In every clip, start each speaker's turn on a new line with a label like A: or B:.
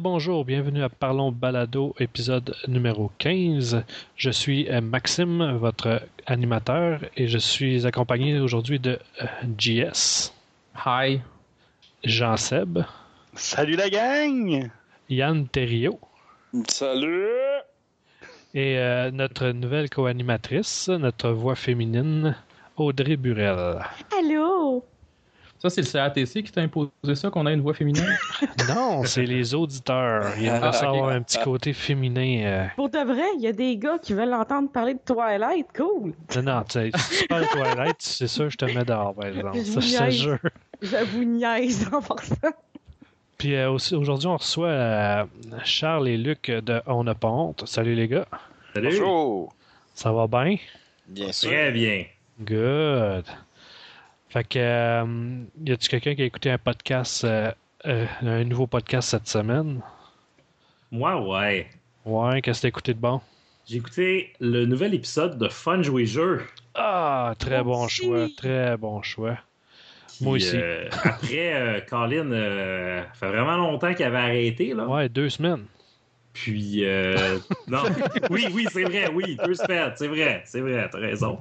A: bonjour, bienvenue à Parlons Balado, épisode numéro 15. Je suis euh, Maxime, votre animateur, et je suis accompagné aujourd'hui de euh, JS,
B: Hi.
A: Jean-Seb,
C: Salut la gang!
A: Yann Thériault
D: Salut!
A: et euh, notre nouvelle co-animatrice, notre voix féminine, Audrey Burel.
E: Allô?
B: Ça, c'est le CATC qui t'a imposé ça, qu'on a une voix féminine?
A: Non, c'est les auditeurs. Il
D: Ah,
A: va
D: ok.
A: avoir un petit côté féminin. euh,
E: Pour de vrai, il y a des gars qui veulent entendre parler de Twilight, cool!
A: Non, non, tu sais, si tu parles toilette, c'est sûr, je te mets dehors, par exemple. Ça, je te
E: Niaise.
A: jure.
E: Je vous niaise en passant.
A: Puis euh, aussi, aujourd'hui, on reçoit euh, Charles et Luc de On n'a pas honte. Salut les gars.
F: Salut.
D: Bonjour!
A: Ça va bien?
D: Bien sûr.
F: Très bien.
A: Good. Fait que, euh, y a-tu quelqu'un qui a écouté un podcast, euh, euh, un nouveau podcast cette semaine?
F: Moi, ouais.
A: Ouais, qu'est-ce que t'as écouté de bon?
F: J'ai écouté le nouvel épisode de Fun Jouer Jeu.
A: Ah, très bon
E: Merci.
A: choix, très bon choix.
F: qui,
A: Moi aussi.
F: euh, après, euh, Colin, euh, fait vraiment longtemps qu'il avait arrêté, là.
A: Ouais, deux semaines.
F: Puis, euh, non. Oui, oui, c'est vrai, oui. Deux semaines, c'est vrai, c'est vrai, t'as raison.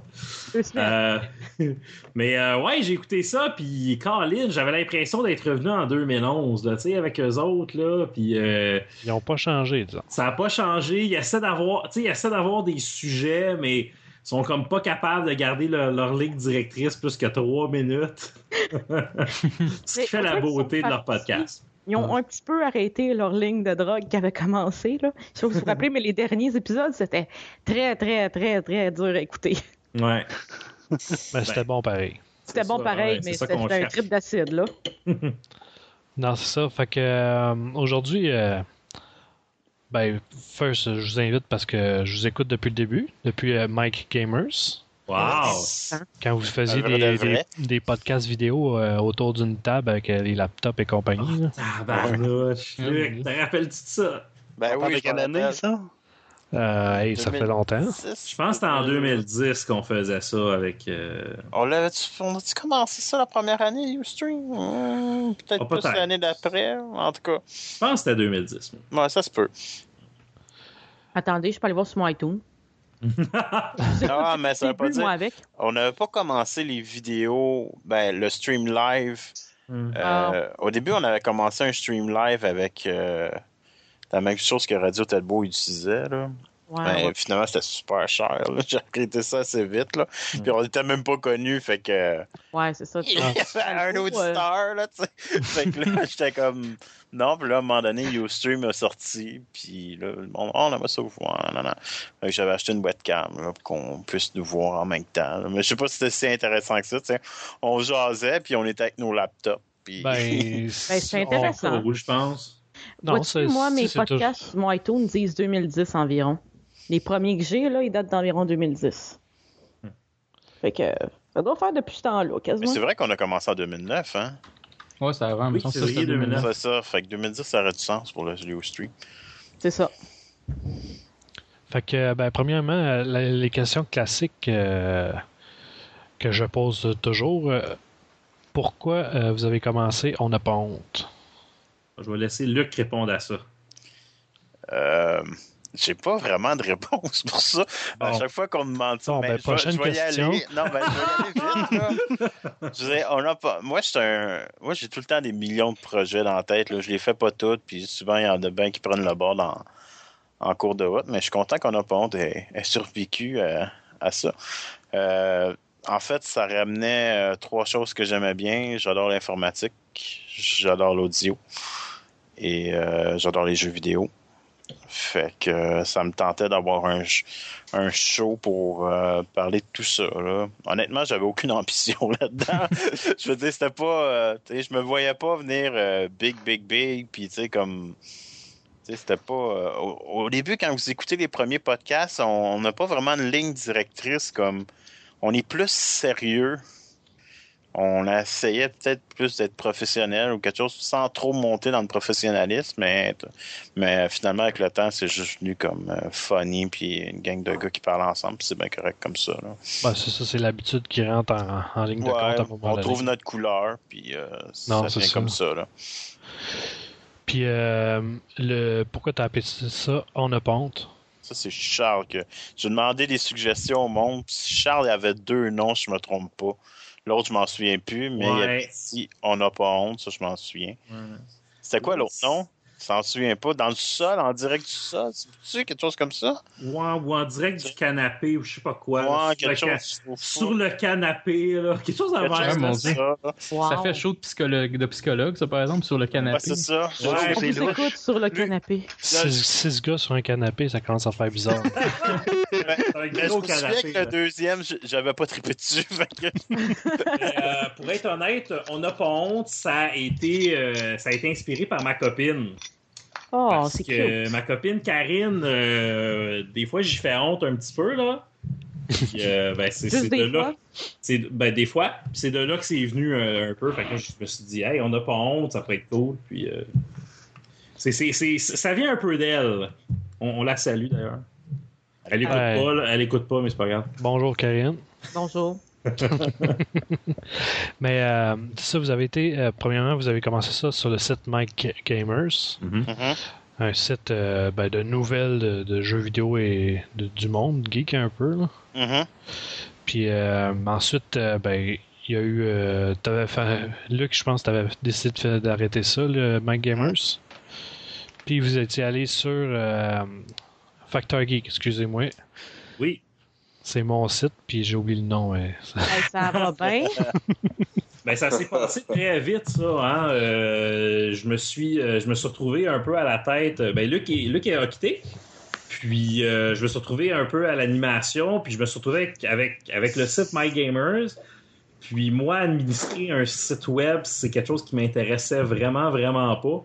E: Deux semaines.
F: Euh, mais, euh, ouais, j'ai écouté ça, puis Colin, j'avais l'impression d'être revenu en 2011, là, tu sais, avec eux autres, là. Puis, euh,
A: Ils n'ont pas changé, disons.
F: Ça n'a pas changé. Ils essaient d'avoir, tu sais, ils essaient d'avoir des sujets, mais ils sont comme pas capables de garder leur, leur ligne directrice plus que trois minutes. Ce
E: Mais
F: qui fait
E: on
F: la
E: dirait
F: beauté
E: qu'ils sont
F: de leur
E: partis.
F: podcast.
E: Ils ont un petit peu arrêté leur ligne de drogue qui avait commencé, là. Je sais pas si vous vous rappelez, mais les derniers épisodes, c'était très, très, très, très dur à écouter.
F: Ouais. Ben,
A: Mais c'était bon pareil.
E: C'était
F: C'est
E: bon
F: ça,
E: pareil,
F: ouais,
E: mais
F: c'est ça
E: c'était
F: qu'on
E: un
F: cherche.
E: trip d'acide, là.
A: Non, c'est ça. Fait que euh, aujourd'hui, euh, ben, first, je vous invite parce que je vous écoute depuis le début, depuis euh, Mike Gamers,
F: Wow.
A: quand vous faisiez
D: vrai
A: des,
D: de vrai.
A: des- des podcasts vidéo euh, autour d'une table avec euh, les laptops et compagnie. là.
F: Ah,
E: Ah
F: Tabarnouche. Luc, te rappelles-tu de ça?
D: Ben
C: On parle
D: oui,
C: de
D: je
C: quelle
D: m'en
C: année,
D: rappelle.
C: ça?
A: Euh, hey, ça fait longtemps.
F: Je pense que c'était en
E: Euh,
F: 2010 qu'on faisait ça avec. euh,
D: Euh, On l'avait-tu on a-tu commencé ça la première année, Ustream? Hmm, peut-être
F: Ah,
D: plus
F: peut-être.
D: l'année d'après, en tout cas.
F: Je pense que c'était 2010.
D: Ouais, ça se peut.
E: Attendez, je peux aller voir sur mon iTunes.
D: Ah, mais ça
E: C'est
D: veut pas
E: plus, moi,
D: dire.
E: avec.
D: On n'avait pas commencé les vidéos, ben, le stream live.
F: Hmm.
D: Euh, Au début, on avait commencé un stream live avec euh, la même chose que Radio Talbot utilisait, là.
E: Ouais,
D: Ben,
E: ouais.
D: Finalement, c'était super cher. là. J'ai arrêté ça assez vite. Là.
F: Hmm.
D: Puis on était même pas connus. Fait que.
E: Ouais, c'est ça. tu
D: Il y
E: vois.
D: avait un
E: Talbot,
D: auditeur. Là, tu sais. fait que là, j'étais comme. Non, puis là, à un moment donné, YouStream a sorti. Puis là, le monde. Oh, on aimerait ça vous voir. Non, non. Fait que j'avais acheté une webcam là, pour qu'on puisse nous voir en même temps. là. Mais je sais pas si c'était si intéressant que ça. tu sais. On jasait, puis on était avec nos laptops. Puis...
A: Ben,
E: c'est
A: on-
E: intéressant.
F: Au rouge, je pense.
A: Non,
E: Vois-tu,
A: c'est-
E: moi, mes
A: c'est toujours-
E: podcasts sur mon iTunes disent 2010 environ. Les premiers que j'ai, là, ils datent d'environ 2010.
F: Hmm.
E: Fait que ça doit faire depuis ce temps-là,
D: Mais
E: quasiment.
D: c'est vrai qu'on a commencé en 2009. Hein?
B: Ouais, c'est avant.
F: Oui,
B: mais
F: c'est
B: ça, c'était
F: février 2009.
D: C'est ça. Fait que 2010, ça aurait du sens pour le YouStream.
E: C'est ça.
A: Fait que, ben, premièrement, euh, la- les questions classiques euh, que je pose toujours. euh, pourquoi euh, vous avez commencé On n'a pas honte?
F: Je vais laisser Luc répondre à ça.
D: Euh, j'ai pas vraiment de réponse pour ça. À
A: Bon.
D: chaque fois qu'on me demande ça,
A: Bon,
D: ben,
A: ben,
D: je, vais-
A: prochaine
D: je vais y
A: question.
D: aller. Non, ben, je vais y aller vite. là. Je disais, on a pas. Moi, je suis un- Moi, j'ai tout le temps des millions de projets dans la tête. Là. Je les fais pas toutes, puis souvent, il y en a bien qui prennent le bord dans- en cours de route. Mais je suis content qu'on a pas honte et, et survécu euh, à ça. Euh, en fait, ça ramenait euh, trois choses que j'aimais bien. J'adore l'informatique, j'adore l'audio et euh, j'adore les jeux vidéo. Fait que euh, ça me tentait d'avoir un, ch- un show pour euh, parler de tout ça. Là. Honnêtement, j'avais aucune ambition là-dedans. je veux dire, c'était pas. euh, tu sais, je me voyais pas venir euh, big, big, big. Puis, tu sais, comme. tu sais, C'était pas. euh, au, au début, quand vous écoutez les premiers podcasts, on- on n'a pas vraiment de ligne directrice comme on est plus sérieux. On essayait peut-être plus d'être professionnel ou quelque chose sans trop monter dans le professionnalisme, mais, mais euh, finalement, avec le temps, c'est juste venu comme euh, funny, puis une gang de gars qui parlent ensemble, puis c'est bien correct comme ça. là.
A: Ben, c'est ça, c'est l'habitude qui rentre en, en ligne de compte à un
D: Ouais,
A: moment
D: on
A: donné.
D: trouve notre couleur, puis euh,
A: Non,
D: ça
A: c'est
D: vient
A: ça.
D: comme ça. là.
A: Puis, euh, le, pourquoi t'as appelé ça On a honte?
D: Ça, c'est Charles. Que... J'ai demandé des suggestions au monde. puis Charles avait deux noms, je me trompe pas. L'autre, je m'en souviens plus, mais il
F: Ouais.
D: avait dit On n'a pas honte, ça, je m'en souviens. C'était quoi l'autre nom Tu t'en souviens pas Dans le sol, en direct du sol Tu sais, quelque chose comme ça
F: Ou en, ou en direct du canapé, ou je sais pas quoi. là,
D: Ouais,
F: sur, le
D: quelque
F: ca-
D: chose. au fond.
F: sur le canapé, là. Quelque chose à
D: Quelque
F: voir.
D: chose
B: Ouais, mon
D: comme
B: Dieu.
D: ça. là.
B: Ça fait chaud de psychologue, de psychologue, ça, par exemple, sur le
D: Ouais,
B: canapé.
D: c'est ça. Je-
F: Ouais,
E: On
F: c'est
E: vous écoute sur le canapé.
A: Six, six gars sur un canapé, ça commence à faire bizarre.
F: Un
D: Mais je
F: gros
D: me souviens
F: canapé,
D: que le
F: là.
D: deuxième, je- j'avais pas trippé dessus. fait que-
F: Mais, euh, pour être honnête, on n'a pas honte, ça a été, euh, ça a été inspiré par ma copine.
E: Oh,
F: Parce
E: c'est cute.
F: que ma copine Karine, euh, des fois j'y fais honte un petit peu là. Puis, euh, ben, c'est c'est
E: Juste
F: de
E: des
F: là,
E: fois.
F: c'est ben, des fois, Puis c'est de là que c'est venu euh, un peu. Fait que là, je me suis dit, hey, on n'a pas honte, ça pourrait être cool. Puis euh, c'est- c'est- c'est- ça vient un peu d'elle. On, on la salue d'ailleurs. Elle écoute
A: Ouais.
F: pas, là. elle écoute pas, mais c'est pas grave.
A: Bonjour, Karine.
E: Bonjour.
A: Mais euh, ça, vous avez été, euh, premièrement, vous avez commencé ça sur le site Mike Gamers,
D: Mhm.
A: un site euh, ben, de nouvelles de, de jeux vidéo et de- du monde geek un peu. là.
D: Mhm.
A: Puis euh, ensuite, euh, ben, il y a eu. euh, t'avais fait- Luc, je pense, t'avais décidé de faire- d'arrêter ça, le Mike Gamers. Puis vous étiez allé sur euh, Factor Geek, excusez-moi.
F: Oui.
A: C'est mon site, puis j'ai oublié le nom. hein. mais ça-
E: Hey, ça va bien.
F: Ben, ça s'est passé très vite, ça. hein. Euh, je, me suis, euh, je me suis retrouvé un peu à la tête. Ben, Luc, est- Luc a quitté. Puis, euh, je me suis retrouvé un peu à l'animation. Puis, je me suis retrouvé avec, avec, avec le site My Gamers. Puis, moi, administrer un site web, c'est quelque chose qui m'intéressait vraiment, vraiment pas.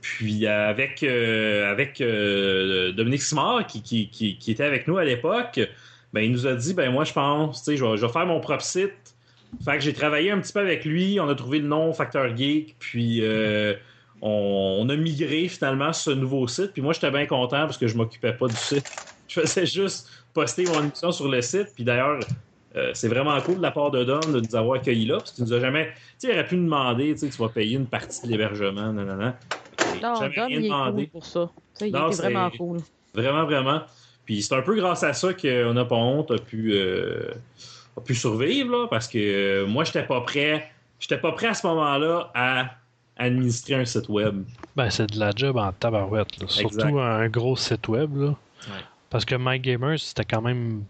F: Puis, euh, avec, euh, avec euh, Dominique Simard, qui, qui, qui, qui était avec nous à l'époque, ben, il nous a dit ben moi, je pense, tu sais, je vais- je vais faire mon propre site. Fait que j'ai travaillé un petit peu avec lui, on a trouvé le nom Facteur Geek, puis euh, on, on a migré finalement sur ce nouveau site. Puis moi, j'étais bien content parce que je m'occupais pas du site. Je faisais juste poster mon émission sur le site. Puis d'ailleurs, euh, c'est vraiment cool de la part de Don de nous avoir accueillis là, parce qu'il nous a jamais. Tu sais, il aurait pu nous demander, tu sais, tu vas payer une partie de l'hébergement, non, non, non. Il a
E: Non,
F: jamais
E: Dom,
F: rien
E: il est
F: demandé.
E: cool pour ça. Tu sais, il
F: Non,
E: était
F: c'est-
E: vraiment cool.
F: Vraiment, vraiment. Puis c'est un peu grâce à ça qu'on n'a pas honte, a pu, euh, a pu survivre, là, parce que euh, moi, j'étais pas prêt. J'étais pas prêt à ce moment-là à administrer un site web.
A: Ben, c'est de la job en tabarouette. là.
F: Exact.
A: Surtout un gros site web. Là.
F: Ouais.
A: Parce que My Gamers, c'était quand même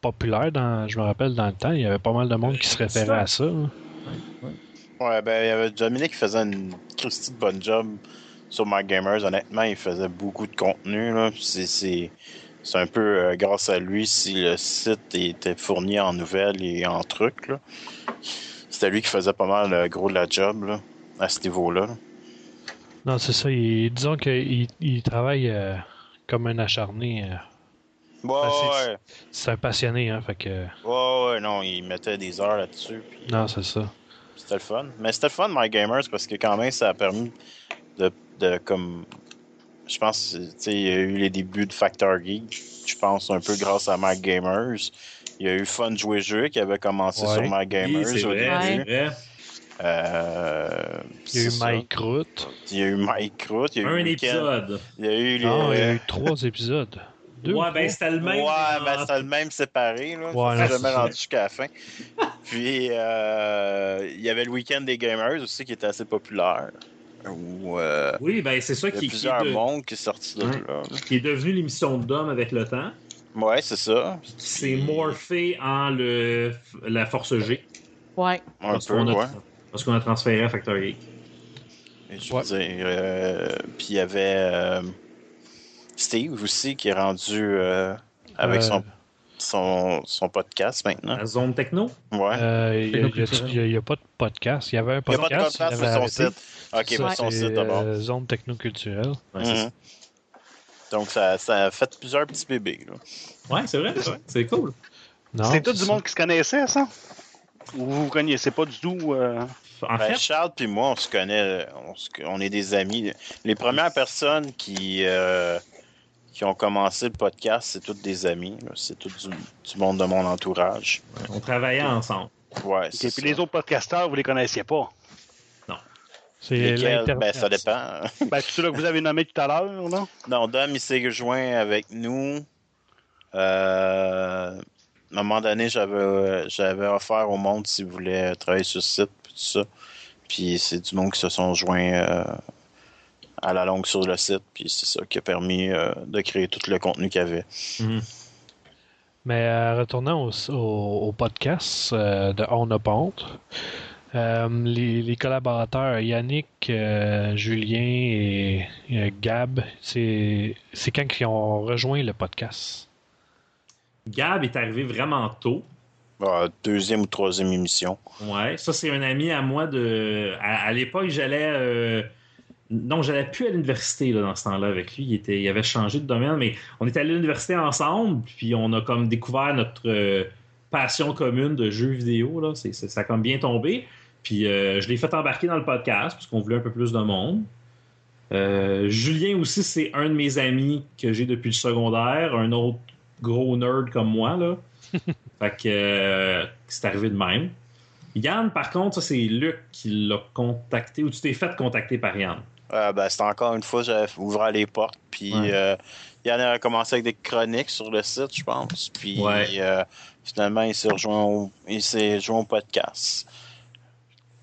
A: populaire, dans, je me rappelle, dans le temps. Il y avait pas mal de monde qui se référait à ça. là.
D: Ouais, ben, il y avait Dominique qui faisait une Christie de bonne job sur My Gamers. Honnêtement, il faisait beaucoup de contenu. là. Puis C'est, c'est, c'est un peu euh, grâce à lui si le site était fourni en nouvelles et en trucs. Là. C'était lui qui faisait pas mal le gros de la job là, à ce niveau-là. là.
A: Non, c'est ça. il- disons qu'il il travaille euh, comme un acharné. euh.
D: Ouais,
A: Ben, c'est-
D: ouais,
A: c'est un passionné, hein. Fait que.
D: ouais, ouais, non, il mettait des heures là-dessus. puis-
A: Non, c'est ça.
D: C'était le fun. Mais c'était le fun, My Gamers, parce que quand même, ça a permis de, de comme. Je pense, tu sais, il y a eu les débuts de Factor Geek, je pense, un peu grâce à My Gamers. Il y a eu Fun Jouer Jeu qui avait commencé
A: Ouais.
D: sur My
F: Oui,
D: Gamers
F: c'est
D: au
F: vrai,
E: Ouais.
F: c'est
D: début.
F: vrai.
D: Euh,
A: Il y a eu
D: c'est ça.
A: Mike Root.
D: Il y a eu Mike Root. Il y a eu
F: Un
D: Weekend.
F: épisode.
D: Il y a eu les.
A: Non, Ah, il y a eu trois épisodes. Deux ou
F: ouais, ben c'était le même.
D: ouais,
F: en-
D: ben, c'était le même séparé. Là.
A: Ouais,
D: je
A: non,
D: suis jamais
A: c'est ça.
D: rendu jusqu'à la fin. Puis, euh, il y avait le Weekend des Gamers aussi qui était assez populaire. Où, euh,
F: Oui, ben c'est ça
D: Il y
F: qui,
D: a
F: qui, est
D: plusieurs
F: de-
D: mondes qui sont sortis de
F: Ouais.
D: là.
F: qui est devenu l'émission de Dom avec le temps,
D: Ouais, c'est ça.
F: puis qui s'est morphé en le, la Force G.
E: Ouais.
D: Un
F: parce
D: peu,
F: qu'on a-
D: ouais.
F: Parce qu'on a transféré à Factor Geek.
D: Et je
A: Ouais.
D: veux dire, euh, puis il y avait euh, Steve aussi qui est rendu euh, avec
A: Euh,
D: son, son, son podcast maintenant.
F: La zone techno.
D: Ouais.
A: euh, il y a- il y a- il n'y a, pas de podcast. Il y avait un
D: Ah. il n'y a pas de
A: podcast.
D: podcast
A: il
D: sur
A: avait
D: son
A: arrêté.
D: site. Ok,
A: Ça,
D: mais son
A: c'est,
D: site d'abord.
A: euh, Zone technoculturelle.
F: Ouais, c'est
D: Mhm. Donc, ça, ça a fait plusieurs petits bébés. là.
F: ça. Ouais, c'est vrai, c'est vrai. C'est cool.
A: Non,
C: C'était tout
A: c'est
C: du
A: ça.
C: monde qui se connaissait, ça? Ou vous vous connaissez pas du tout? euh,
F: En
D: Ben,
F: fait,
D: Charles puis moi, on se connaît, on, se- on est des amis. Les premières personnes qui, euh, qui ont commencé le podcast, c'est toutes des amis. là. C'est tout du, du monde de mon entourage.
F: on travaillait ensemble.
D: Ouais,
C: ok,
D: c'est
C: puis
D: ça.
C: les autres podcasteurs, vous les connaissiez pas?
A: C'est
D: Lesquels?
A: l'internet.
D: Ben, ça dépend.
C: Ben, c'est celui que vous avez nommé tout à l'heure, là.
D: Non, Dom, il s'est rejoint avec nous. Euh, à un moment donné, j'avais j'avais offert au monde s'ils voulaient travailler sur le site, puis tout ça. Puis c'est du monde qui se sont joints euh, à la longue sur le site, puis c'est ça qui a permis euh, de créer tout le contenu qu'il y avait.
A: Mais euh, retournant au, au- au podcast euh, de On n'a pas honte, euh, les, les collaborateurs Yannick, euh, Julien et, et Gab, c'est c'est quand qu'ils ont rejoint le podcast?
F: Gab est arrivé vraiment tôt.
D: Euh, deuxième ou troisième émission.
F: Ouais, ça c'est un ami à moi de. À, à l'époque, j'allais. euh, Non, j'allais plus à l'université là, dans ce temps-là avec lui. Il, était... il avait changé de domaine, mais on était allé à l'université ensemble, puis on a comme découvert notre euh, passion commune de jeux vidéo. Là. C'est- c'est- ça a comme bien tombé. Puis euh, je l'ai fait embarquer dans le podcast parce qu'on voulait un peu plus de monde. Euh, Julien aussi, c'est un de mes amis que j'ai depuis le secondaire, un autre gros nerd comme moi. Là. fait que euh, c'est arrivé de même. Yann, par contre, ça, c'est Luc qui l'a contacté ou tu t'es fait contacter par Yann.
D: Euh, ben, c'était encore une fois, j'avais ouvert les portes, puis
F: Ouais.
D: euh, il y en a commencé avec des chroniques sur le site, je pense. Puis
F: Ouais.
D: euh, finalement, il s'est rejoint au, il s'est joint au podcast.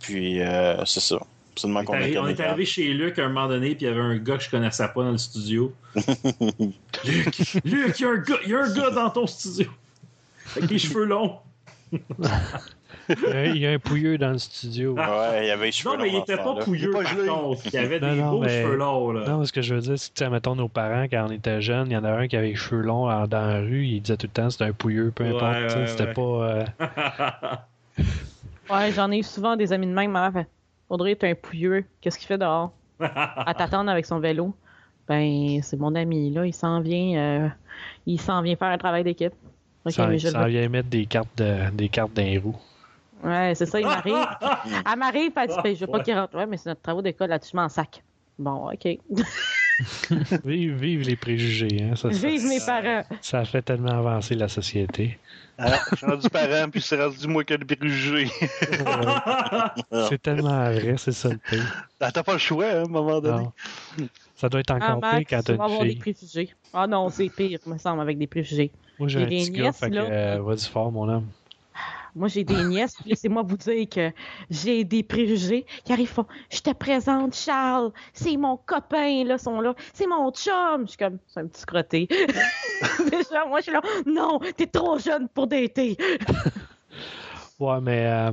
D: Puis euh, c'est ça. C'est de même
F: On
D: qu'on
F: est,
D: a
F: arri- on est
D: connu
F: arrivé chez Luc à un moment donné, puis il y avait un gars que je connaissais pas dans le studio. Luc, Luc, il y a un gars- il y, a un gars dans ton studio. Avec les cheveux longs.
A: Euh, Il y a un pouilleux dans le studio.
F: Ah.
D: Gab. Ouais, il y avait les cheveux
F: Non, mais il
D: longs
F: était
D: dans ce
F: pas
D: temps-là.
F: pouilleux,
C: Il est pas
F: par
C: gelé.
F: contre. Il avait
A: Non,
F: des
A: non,
F: beaux
A: mais-
F: cheveux longs, là.
A: Non, ce que je veux dire, c'est que, tu sais, mettons nos parents, quand on était jeunes, il y en a un qui avait les cheveux longs en- dans la rue, il disait tout le temps c'était un pouilleux, peu
F: Ouais,
A: importe. tu sais,
F: ouais,
A: c'était
F: ouais. Ah,
A: pas. euh,
E: Ouais, j'en ai eu souvent des amis de même. Ma mère fait Audrey est un pouilleux. Qu'est-ce qu'il fait dehors À t'attendre avec son vélo. Ben, c'est mon ami, là. Il s'en vient. euh, il s'en vient faire un travail d'équipe. Ok,
A: ça
E: mais je le
A: ça vient mettre des cartes, de, des cartes dans les roues.
E: veux. Ouais, c'est ça, il m'arrive. elle m'arrive, puis elle dit Ben, Je veux pas qu'il rentre. Ouais, mais c'est notre travail d'école là-dessus, je m'en sac. Bon, OK.
A: Vive, vive les préjugés, hein, ça, ça-
E: Vive mes parents.
A: ça a fait tellement avancer la société.
C: Hein? Je suis rendu parent, puis c'est rendu moi que le brugé.
A: C'est tellement vrai, c'est ça le pire.
C: T'as pas le choix, hein, à un moment donné.
A: Non. Ça doit être
E: Ah,
A: encore pire
E: Max,
A: quand
E: tu
A: t'as
E: vas avoir
A: une
E: des
A: fille.
E: préjugés. Ah non, c'est pire, me semble, avec des préjugés.
A: Moi, j'ai
E: j'ai
A: un
E: des
A: petit gars,
E: nièces,
A: fait que
E: là.
A: euh, vas-y fort, mon homme.
E: Moi, j'ai des nièces, puis laissez-moi vous dire que j'ai des préjugés qui arrivent. font, Je te présente Charles, c'est mon copain, là, sont là, c'est mon chum. Je suis comme, c'est un petit crotté. Déjà, moi, je suis là, non, t'es trop jeune pour dater.
A: Ouais, mais. euh,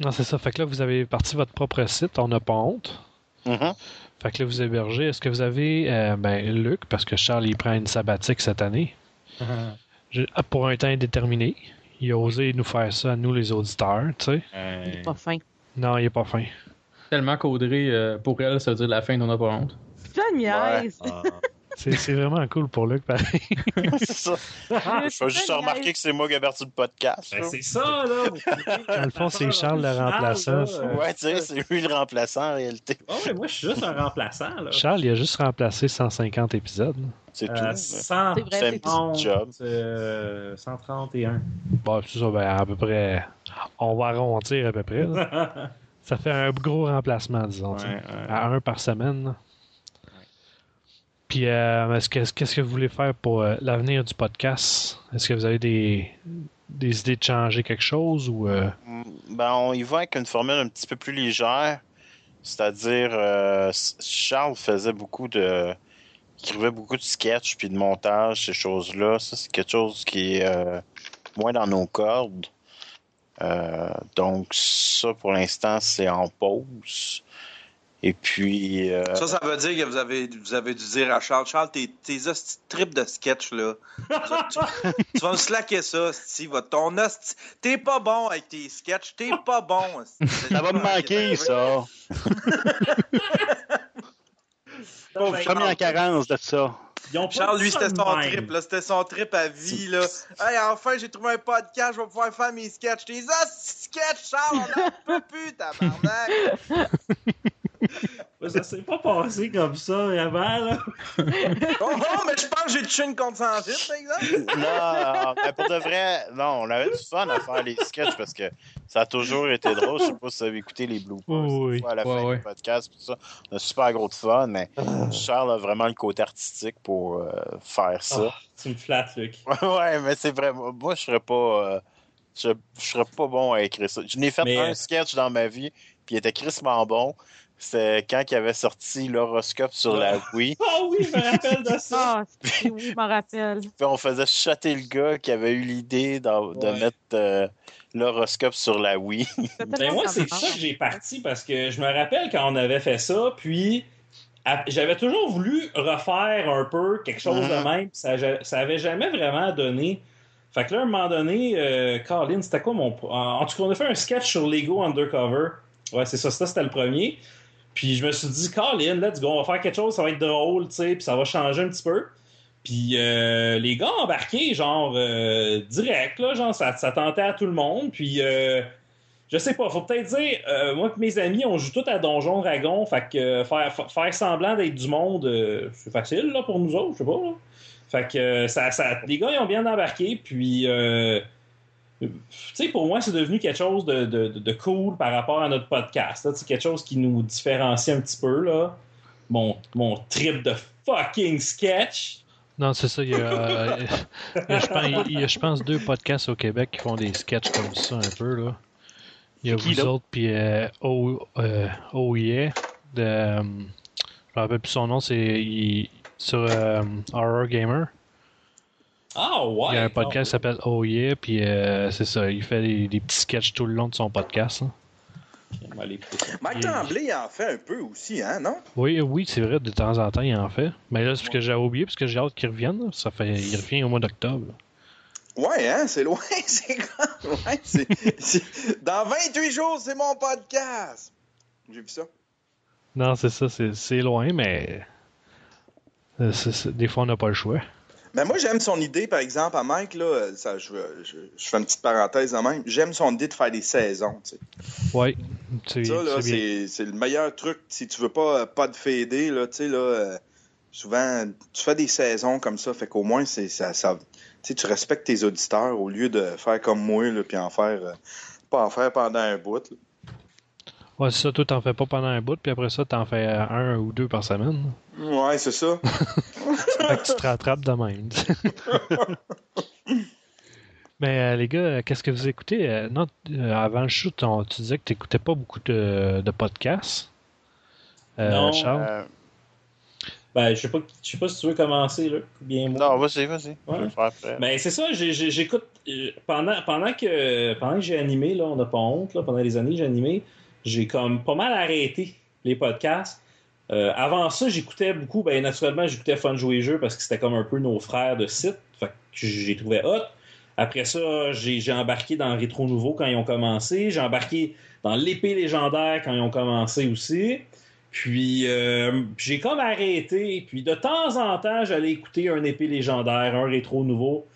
A: non, c'est ça. Fait que là, vous avez parti votre propre site, on n'a pas honte.
D: Mhm.
A: Fait que là, vous hébergez. Est-ce que vous avez. euh, ben, Luc, parce que Charles, il prend une sabbatique cette année. Je- ah, pour un temps indéterminé. Il a osé nous faire ça, à nous, les auditeurs, tu sais.
E: Il est Pas fin.
A: Non, il est pas fin.
B: Tellement qu'Audrey, euh, pour elle, ça veut dire la fin d'On n'a pas honte.
E: Putain, niaise.
A: C'est c'est vraiment cool pour Luc, pareil.
D: c'est ça.
E: Luc,
D: Je vais juste
E: putain,
D: remarquer
E: niaise.
D: que c'est moi qui ai parti le podcast.
F: Ben,
D: là.
F: c'est ça, là. Dans
A: le fond, c'est Charles le remplaçant.
D: ouais, tu sais, c'est lui le remplaçant en réalité.
F: moi, je suis juste un remplaçant, là.
A: Charles, il a juste remplacé 150 épisodes.
D: C'est tout.
F: Euh, 100,
E: C'est vrai,
D: C'est un
E: c'est tout.
D: petit job.
F: euh, 131.
A: Bon, c'est ça, ben, à peu près. On va arrondir à peu près. là. Ça fait un gros remplacement, disons. tu sais. à un par semaine. là. Puis, euh, est-ce que- est-ce- qu'est-ce que vous voulez faire pour euh, l'avenir du podcast? Est-ce que vous avez des, des idées de changer quelque chose ou euh,
D: Ben, on y va avec une formule un petit peu plus légère. C'est-à-dire, euh, S- Charles faisait beaucoup de. écrivait beaucoup de sketchs puis de montage, ces choses-là. Ça, c'est quelque chose qui est euh, moins dans nos cordes. Euh, donc, ça, pour l'instant, c'est en pause. Et puis. euh,
G: Ça, ça veut dire que vous avez, vous avez dû dire à Charles, Charles, tes, tes hosties de tripes de sketch, là. Vous avez- tu, tu vas me slacker ça, hostie, va- ton hostie- T'es pas bon avec tes sketchs, t'es pas bon. Ben hostie.
C: Ça va me
D: Ben
C: manquer, ça. Je suis mis en carence de ça.
F: Ben, Ils ont pas
G: Charles,
F: dit
G: lui,
F: ça
G: c'était
F: de
G: son
F: même.
G: trip, là. C'était son trip à vie, là. Hey, enfin, j'ai trouvé un podcast, je vais pouvoir faire mes sketchs. Tes hosties de sketchs, Charles, on n'en peut plus, tabarnak.
F: Mais ça s'est pas passé comme ça vraiment, là.
G: Oh non, mais je pense que j'ai touché une contre par exemple.
D: Non, non, mais pour de vrai, non, on avait du fun à faire les sketchs parce que ça a toujours été drôle. Je sais pas si vous avez écouté les bloopers
A: Oui,
D: des fois à la
B: oui.
D: fin
B: Ouais,
D: du
B: ouais.
D: podcast, pis tout ça. On a super gros de fun, mais Charles a vraiment le côté artistique pour euh, faire ça.
F: Ah, tu me flattes, Luc.
D: ouais, mais c'est vraiment. Moi, je serais pas. euh, je, je serais pas bon à écrire ça. Je n'ai fait
F: Mais,
D: un
F: euh,
D: sketch dans ma vie, puis il était crissement bon. C'était quand il avait sorti l'horoscope sur la Wii.
F: Oh oui, je me rappelle de ça.
E: Ah, c'est- oui, je m'en rappelle.
D: Puis on faisait chatter le gars qui avait eu l'idée d'en- de
F: Ouais.
D: mettre euh, l'horoscope sur la Wii.
E: C'était
F: Ben
E: tellement
F: moi, c'est de
E: marrant.
F: ça que j'ai parti parce que je me rappelle quand on avait fait ça, puis à- j'avais toujours voulu refaire un peu quelque chose de
D: Mhm.
F: même, puis ça, ja- ça avait jamais vraiment donné. Fait que là, à un moment donné, euh, Colin, c'était quoi mon. pro- En en tout cas, on a fait un sketch sur Lego Undercover. Ouais, c'est ça, ça c'était le premier. Puis je me suis dit, Colin, let's go, on va faire quelque chose, ça va être drôle, tu sais, puis ça va changer un petit peu. Puis euh, les gars embarqués, genre, euh, direct, là, genre, ça, ça tentait à tout le monde. Puis euh, je sais pas, faut peut-être dire, euh, moi et mes amis, on joue tout à Donjon Dragon, fait que euh, faire, fa- faire semblant d'être du monde, euh, c'est facile là, pour nous autres, je sais pas. là. Fait que euh, ça, ça- les gars, ils ont bien embarqué, puis, euh, tu sais, pour moi, c'est devenu quelque chose de, de- de- de cool par rapport à notre podcast. là. C'est quelque chose qui nous différencie un petit peu, là. Mon, mon trip de fucking sketch.
A: Non, c'est ça. Il y a, euh, il y a, je pense, il y a, je pense, deux podcasts au Québec qui font des sketchs comme ça un peu. Là. Il y a
C: C'est qui,
A: vous
C: l'autre?
A: autres, puis euh, oh, euh, Oh Yeah. De, euh, je me rappelle plus son nom, c'est il- sur euh, Horror Gamer.
F: Ah ouais!
A: il y a un podcast qui s'appelle Oh Yeah, puis euh, c'est ça. Il fait des, des petits sketchs tout le long de son podcast. hein.
F: On va aller écouter ça.
G: Mike Tremblay, il en fait un peu aussi, hein, non?
A: Oui, oui, c'est vrai, de temps en temps, il en fait. Mais là, c'est ce que j'avais oublié, parce que j'ai hâte qu'il revienne. là. Ça fait, il revient au mois d'octobre.
G: Ouais, hein, c'est loin, c'est quand- ouais, c'est- c'est- Dans 28 jours, c'est mon podcast. J'ai vu ça.
A: Non, c'est ça, c'est- c'est loin, mais. euh, c'est- c'est- des fois, on n'a pas le choix.
G: Ben moi, j'aime son idée, par exemple, à Mike, là, ça, je, je- je fais une petite parenthèse en même, j'aime son idée de faire des saisons, tu sais.
A: Oui, c'est
G: Ça, là,
A: c'est bien.
G: c'est c'est le meilleur truc. Si tu veux pas, euh, pas de fader, là, tu sais, là, euh, souvent, tu fais des saisons comme ça, fait qu'au moins, c'est ça, ça tu sais, tu respectes tes auditeurs au lieu de faire comme moi, là, puis en faire, euh, pas en faire pendant un bout. là.
A: Ouais, c'est ça, toi, t'en fais pas pendant un bout, puis après ça, t'en fais euh, un ou deux par semaine.
G: Ouais, c'est ça.
A: Fait que tu te rattrapes de même. mais euh, les gars, euh, qu'est-ce que vous écoutez Euh, Non, euh, avant le shoot, on- tu disais que t'écoutais pas beaucoup de, de podcasts. Euh,
F: Non,
A: Charles.
D: Euh,
F: Ben, je sais pas, je sais pas si tu veux commencer, là, ou bien moi.
D: non, vas-y, vas-y. Je vais le faire après.
F: Ben, c'est ça, j'ai- j'ai- j'écoute. euh, Pendant, pendant que, pendant que j'ai animé, là, on n'a pas honte, là, pendant les années que j'ai animé, j'ai comme pas mal arrêté les podcasts. Euh, avant ça, j'écoutais beaucoup, ben, naturellement, j'écoutais Fun Jouer Jeu parce que c'était comme un peu nos frères de site. Fait que j'ai trouvé hot. Après ça, j'ai j'ai embarqué dans Rétro Nouveau quand ils ont commencé. J'ai embarqué dans l'épée légendaire quand ils ont commencé aussi. Puis euh, j'ai comme arrêté. Puis de temps en temps, j'allais écouter un épée légendaire, un rétro nouveau.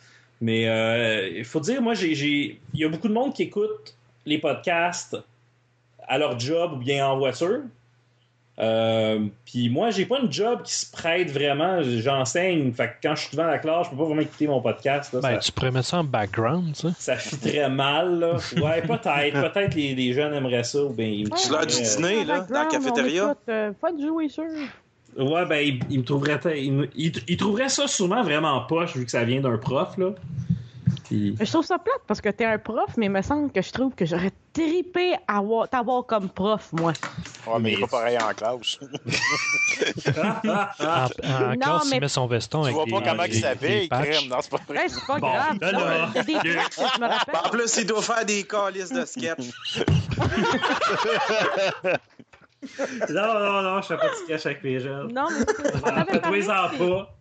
F: Mais euh, il faut dire, moi, j'ai, j'ai- il y a beaucoup de monde qui écoute les podcasts à leur job ou bien en voiture. Euh, puis moi, j'ai pas une job qui se prête vraiment. J'enseigne. Fait que quand je suis devant la classe, je peux pas vraiment écouter mon podcast. là.
A: Ben,
F: Ça-
A: tu pourrais mettre ça en background, ça.
F: ça fit très mal, là. Ouais, peut-être. Peut-être les, les jeunes aimeraient ça. Ou bien ils me
E: Ouais,
G: C'est l'heure du
E: on
F: trouveraient-
E: écoute
G: dîner,
E: en
G: là, dans la
E: background,
G: cafétéria.
E: on écoute, euh, Fun jouer sûr.
F: Ouais, ben, ils il me trouveraient ils me- ils- ils trouveraient ça sûrement vraiment poche, vu que ça vient d'un prof, là. Puis-
E: Je trouve ça plate parce que t'es un prof, mais il me semble que je trouve que j'aurais tripé à avoir- t'avoir comme prof, moi.
D: Ouais, mais il
F: mais-
D: est pas pareil en classe.
A: En, en
E: Non,
A: classe,
E: mais-
A: il met son veston
D: Ah, Tu
A: avec
D: vois
A: des,
D: pas comment
A: des-
D: il s'habille,
A: des patchs.
D: crime. Non, c'est pas vrai.
E: Hey, c'est pas
F: Bon,
E: grave.
F: là, là.
E: C'est des trucs que je me
G: Ben, en
E: rappelle.
G: plus, il doit faire des calices de sketch.
F: Non, non, non, je fais pas de sketch avec les jeunes.
E: Non, mais c'est- on avait parlé
F: Faites-les-en
E: de tes-
F: pas.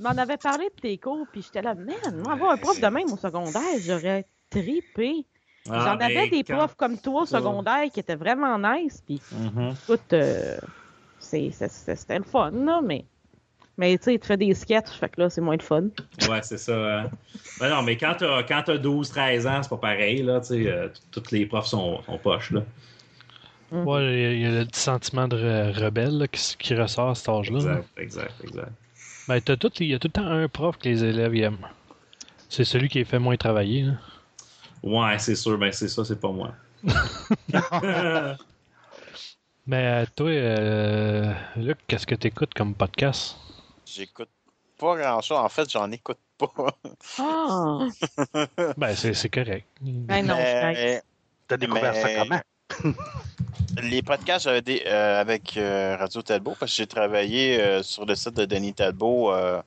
E: m'en avait parlé de tes cours, puis j'étais là, man, moi, avoir un prof de même au secondaire, j'aurais tripé.
F: Ah,
E: J'en
F: ben,
E: avais des
F: quand-
E: profs comme toi au
F: ça.
E: secondaire qui étaient vraiment nice, puis
F: Mhm.
E: écoute, euh, c'est- c'est- c'est- c'était le fun, là, mais. Mais tu sais, tu fais des sketchs, fait que là, c'est moins le fun.
F: Ouais, c'est ça. hein. Ben non, mais quand t'as, quand t'as 12, 13 ans, c'est pas pareil, là. Tu sais, euh, toutes les profs sont, sont poches, là.
A: Ouais, il y, a le petit sentiment de re- rebelle là, qui, qui ressort à cet âge-là. là.
F: Exact, exact, exact.
A: Ben, t'as tout- il y a tout le temps un prof que les élèves ils aiment. C'est celui qui les fait moins travailler. là.
F: Ouais, c'est sûr, ben c'est ça, c'est pas moi.
A: Mais euh, toi, euh, Luc, qu'est-ce que t'écoutes comme podcast?
D: J'écoute pas grand-chose. En fait, j'en écoute pas.
E: Ah!
A: Ben, c'est c'est correct.
E: Ben non, je crains.
D: Mais-
C: T'as découvert
D: Mais-
C: ça comment?
D: les podcasts j'avais des, euh, avec euh, Radio Talbot parce que j'ai travaillé euh, sur le site de Denis Talbot euh,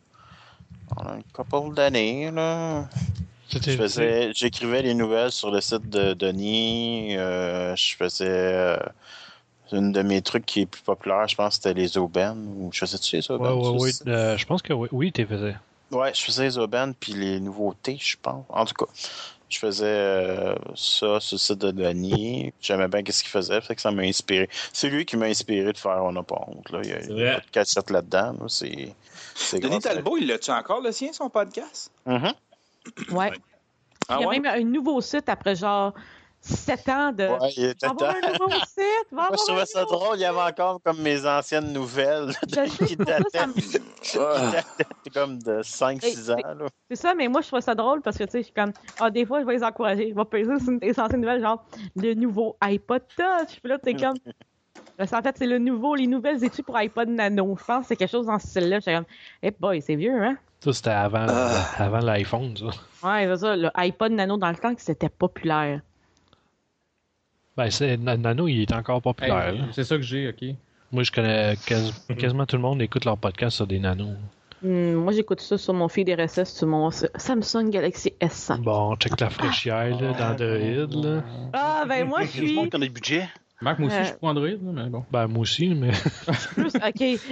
D: pendant une couple d'années. là. Je faisais, j'écrivais les nouvelles sur le site de Denis. euh, je faisais euh, une de mes trucs qui est plus populaire, je pense, c'était les aubaines. Ou je faisais tu les
A: Ouais,
D: aubaines.
A: ouais,
D: tu
A: ouais.
D: sais?
A: euh, je pense que oui, oui tu faisais.
D: Ouais, je faisais les aubaines puis les nouveautés, je pense. En tout cas, je faisais euh, ça sur le site de Denis. J'aimais bien qu'est-ce qu'il faisait, fait que ça m'a inspiré. C'est lui qui m'a inspiré de faire On n'a pas honte. Là. Il y a
F: C'est
D: il y
F: vrai.
D: a pas de cassette là-dedans. là. C'est, c'est
G: Denis
D: grâce à-
G: Talbot, il l'a-tu encore le sien, son podcast?
D: Mhm.
E: Ouais.
G: Ah
E: il y a
G: ouais?
E: même un nouveau site après genre 7 ans de.
D: Ouais, il
G: Ah,
D: était
E: Va avoir
D: temps.
E: un nouveau site!
D: Moi,
E: Va
D: je
E: avoir un
D: trouvais ça
E: nouveau-
D: drôle. Il y avait encore comme mes anciennes nouvelles
E: Je sais,
D: qui
E: c'est pour ça, ça
D: dataient
E: me-
G: Ah.
D: comme de 5-6
E: Hey,
D: ans. là.
E: C'est ça, mais moi, je trouve ça drôle parce que, tu sais, je suis comme, ah, des fois, je vais les encourager. Je vais peser sur une des anciennes nouvelles, genre, le nouveau iPod Touch. Puis là, t'es comme, Parce qu'en fait, c'est le nouveau, les nouvelles études pour iPod Nano. Je pense que c'est quelque chose dans ce style-là. J'étais comme, hey boy, c'est vieux, hein?
A: Ça, c'était avant,
D: Ah.
A: avant l'iPhone, ça.
E: Ouais, c'est ça, le iPod Nano dans le temps que c'était populaire.
A: Ben, c'est- Na- Nano, il est encore populaire.
B: Hey,
A: là.
B: c'est ça que j'ai, ok.
A: Moi, je connais quas- quasiment tout le monde écoute leur podcast sur des nanos.
E: Hum, moi, j'écoute ça sur mon feed RSS, sur mon Samsung Galaxy S5.
A: Bon, check la fraîchière, là, d'Android, là.
E: Ah, ben moi, je
C: Il y a du
E: suis
C: monde qui a des budgets.
B: Marc, moi aussi,
E: Euh.
B: je suis pour Android, là, mais bon.
A: Ben, moi aussi, mais
E: plus. OK.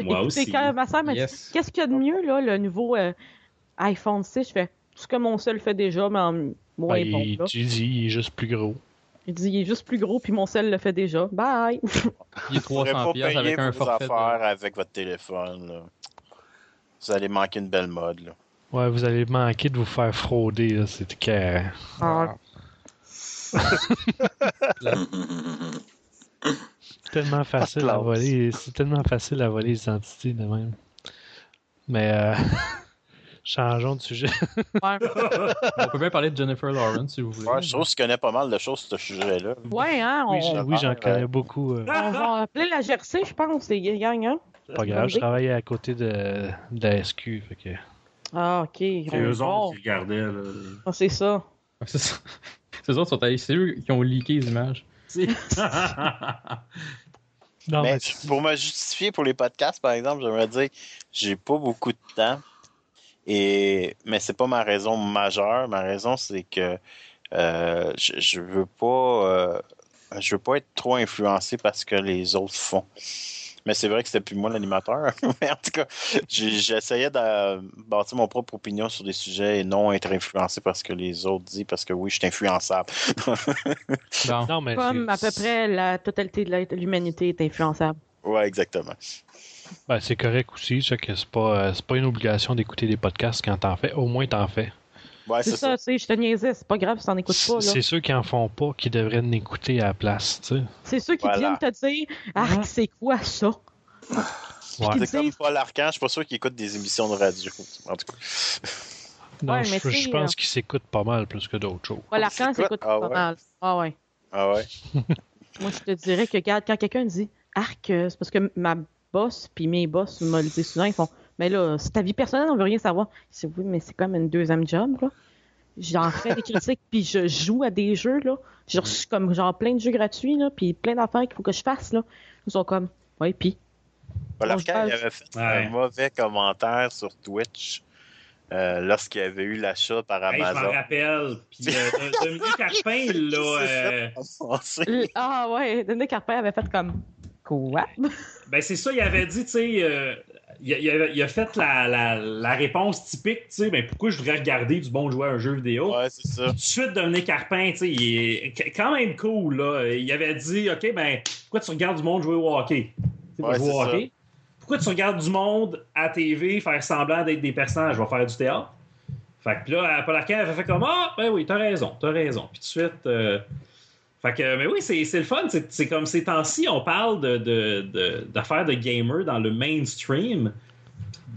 F: Moi
E: écoutez,
F: aussi.
E: Quand ma soeur m'a dit,
B: Yes.
E: qu'est-ce qu'il y a de mieux, là, le nouveau euh, iPhone 6? Je fais, tout ce que mon seul fait déjà, mais en moins
A: ben,
E: bon.
A: il,
E: là.
A: tu dis, il est juste plus gros.
E: Il dit, il est juste plus gros, puis mon seul le fait déjà. Bye!
B: Il est
D: Vous
B: 300
D: pourrez pas
B: pièces
D: payer
B: avec un
D: vos
B: forfait. de-
D: affaires avec votre téléphone. là. Vous allez manquer une belle mode. Là.
A: Ouais, vous allez manquer de vous faire frauder, là. C'est écœurant.
E: Ah.
A: C'est tellement facile à
D: classe.
A: voler. C'est tellement facile à voler les identités, de même. Mais, euh, changeons de sujet.
E: Ouais,
B: On peut bien parler de Jennifer Lawrence, si vous voulez.
D: Ouais, je trouve que tu connais pas mal de choses sur ce sujet-là.
E: Ouais, hein, on,
A: Oui, j'en- oui, j'en connais beaucoup. euh,
E: on va appeler la GRC, je pense, les gang, hein?
A: Pas grave, je travaillais à côté de, de la SQ. Fait que...
E: Ah, OK.
F: C'est
E: on-
F: eux
E: bon.
F: autres qui regardaient, là.
E: Ah, c'est ça.
B: C'est ça. Ces autres sont allés, c'est eux qui ont leaké les images.
A: Non,
D: mais
A: mais
D: je- pour me justifier pour les podcasts, par exemple, j'aimerais dire j'ai pas beaucoup de temps. Et mais c'est pas ma raison majeure. Ma raison, c'est que euh, je, je veux pas euh, je veux pas être trop influencé par ce que les autres font. Mais c'est vrai que c'était plus moi l'animateur. mais en tout cas, j'ai- j'essayais de bâtir mon propre opinion sur des sujets et non être influencé par ce que les autres disent parce que oui, je suis influençable.
B: Bon.
A: non, mais
E: Comme à
A: c'est-
E: peu près la totalité de la- de l'humanité est influençable.
D: ouais, exactement.
A: Ben, c'est correct aussi, c'est que c'est pas, euh, c'est pas une obligation d'écouter des podcasts quand t'en fais. Au moins, t'en fais.
D: Ouais,
E: c'est ça, tu sais, je te niaisais, c'est pas grave si t'en écoutes pas, là.
A: C'est ceux qui en font pas qui devraient en écouter à la place, tu
E: C'est ceux qui
D: Voilà. Ah.
E: viennent te dire, ah, c'est quoi ça?
A: sais. Ouais.
E: Puis-
D: C'est comme Paul Arcan, je suis pas sûr qu'il écoute des émissions de radio. En tout cas,
A: Non,
E: Ouais,
A: je,
E: mais
A: je
E: c'est,
A: pense
E: euh,
A: qu'ils s'écoutent pas mal plus que d'autres choses.
E: Voilà,
D: C'est
E: quand
D: quoi?
E: s'écoute
D: Ah
E: pas
D: ouais.
E: mal. Ah ouais.
D: ah ouais.
E: Moi, je te dirais que, regarde, quand quelqu'un dit Arc, euh, c'est parce que ma boss puis mes boss me le disent souvent, ils font Mais là, c'est ta vie personnelle, on veut rien savoir. Je dis Oui, mais c'est comme une deuxième job, là. J'en fais des critiques, puis je joue à des jeux, là.
D: Mm.
E: J'ai reçu comme genre plein de jeux gratuits, là, puis plein d'affaires qu'il faut que je fasse, là. Ils sont comme Ouais, puis.
D: Paul
E: On
D: Arcand, il
E: jase.
D: avait fait
F: Ouais.
D: un mauvais commentaire sur Twitch euh, lorsqu'il avait eu l'achat par
F: Hey, je m'en
D: Amazon.
F: rappelle. Puis euh, Dominique Carpin, là, euh,
D: On sait.
E: Ah ouais, Denis Carpin avait fait comme Quoi
F: Ben, c'est ça, il avait dit, tu sais, euh, il, il avait- il a fait la, la- la réponse typique, tu sais, ben, pourquoi je voudrais regarder du bon jouer à un jeu vidéo?
D: Ouais, c'est ça.
F: Tout de suite, Dominique Carpin, tu sais, il est qu- quand même cool, là. Il avait dit, OK, ben, pourquoi tu regardes du monde jouer au hockey? Tu sais, pas
D: Ouais,
F: jouer au
D: c'est ça.
F: hockey. Pourquoi tu regardes du monde à TV faire semblant d'être des personnages? Je vais faire du théâtre. Fait que là, Paul Arcand avait fait comme, ah, ben oui, t'as raison, t'as raison. Puis tout de suite, euh, Fait que, mais oui, c'est c'est le fun. C'est c'est comme ces temps-ci, on parle de- de- de- d'affaires de, gamers dans le mainstream.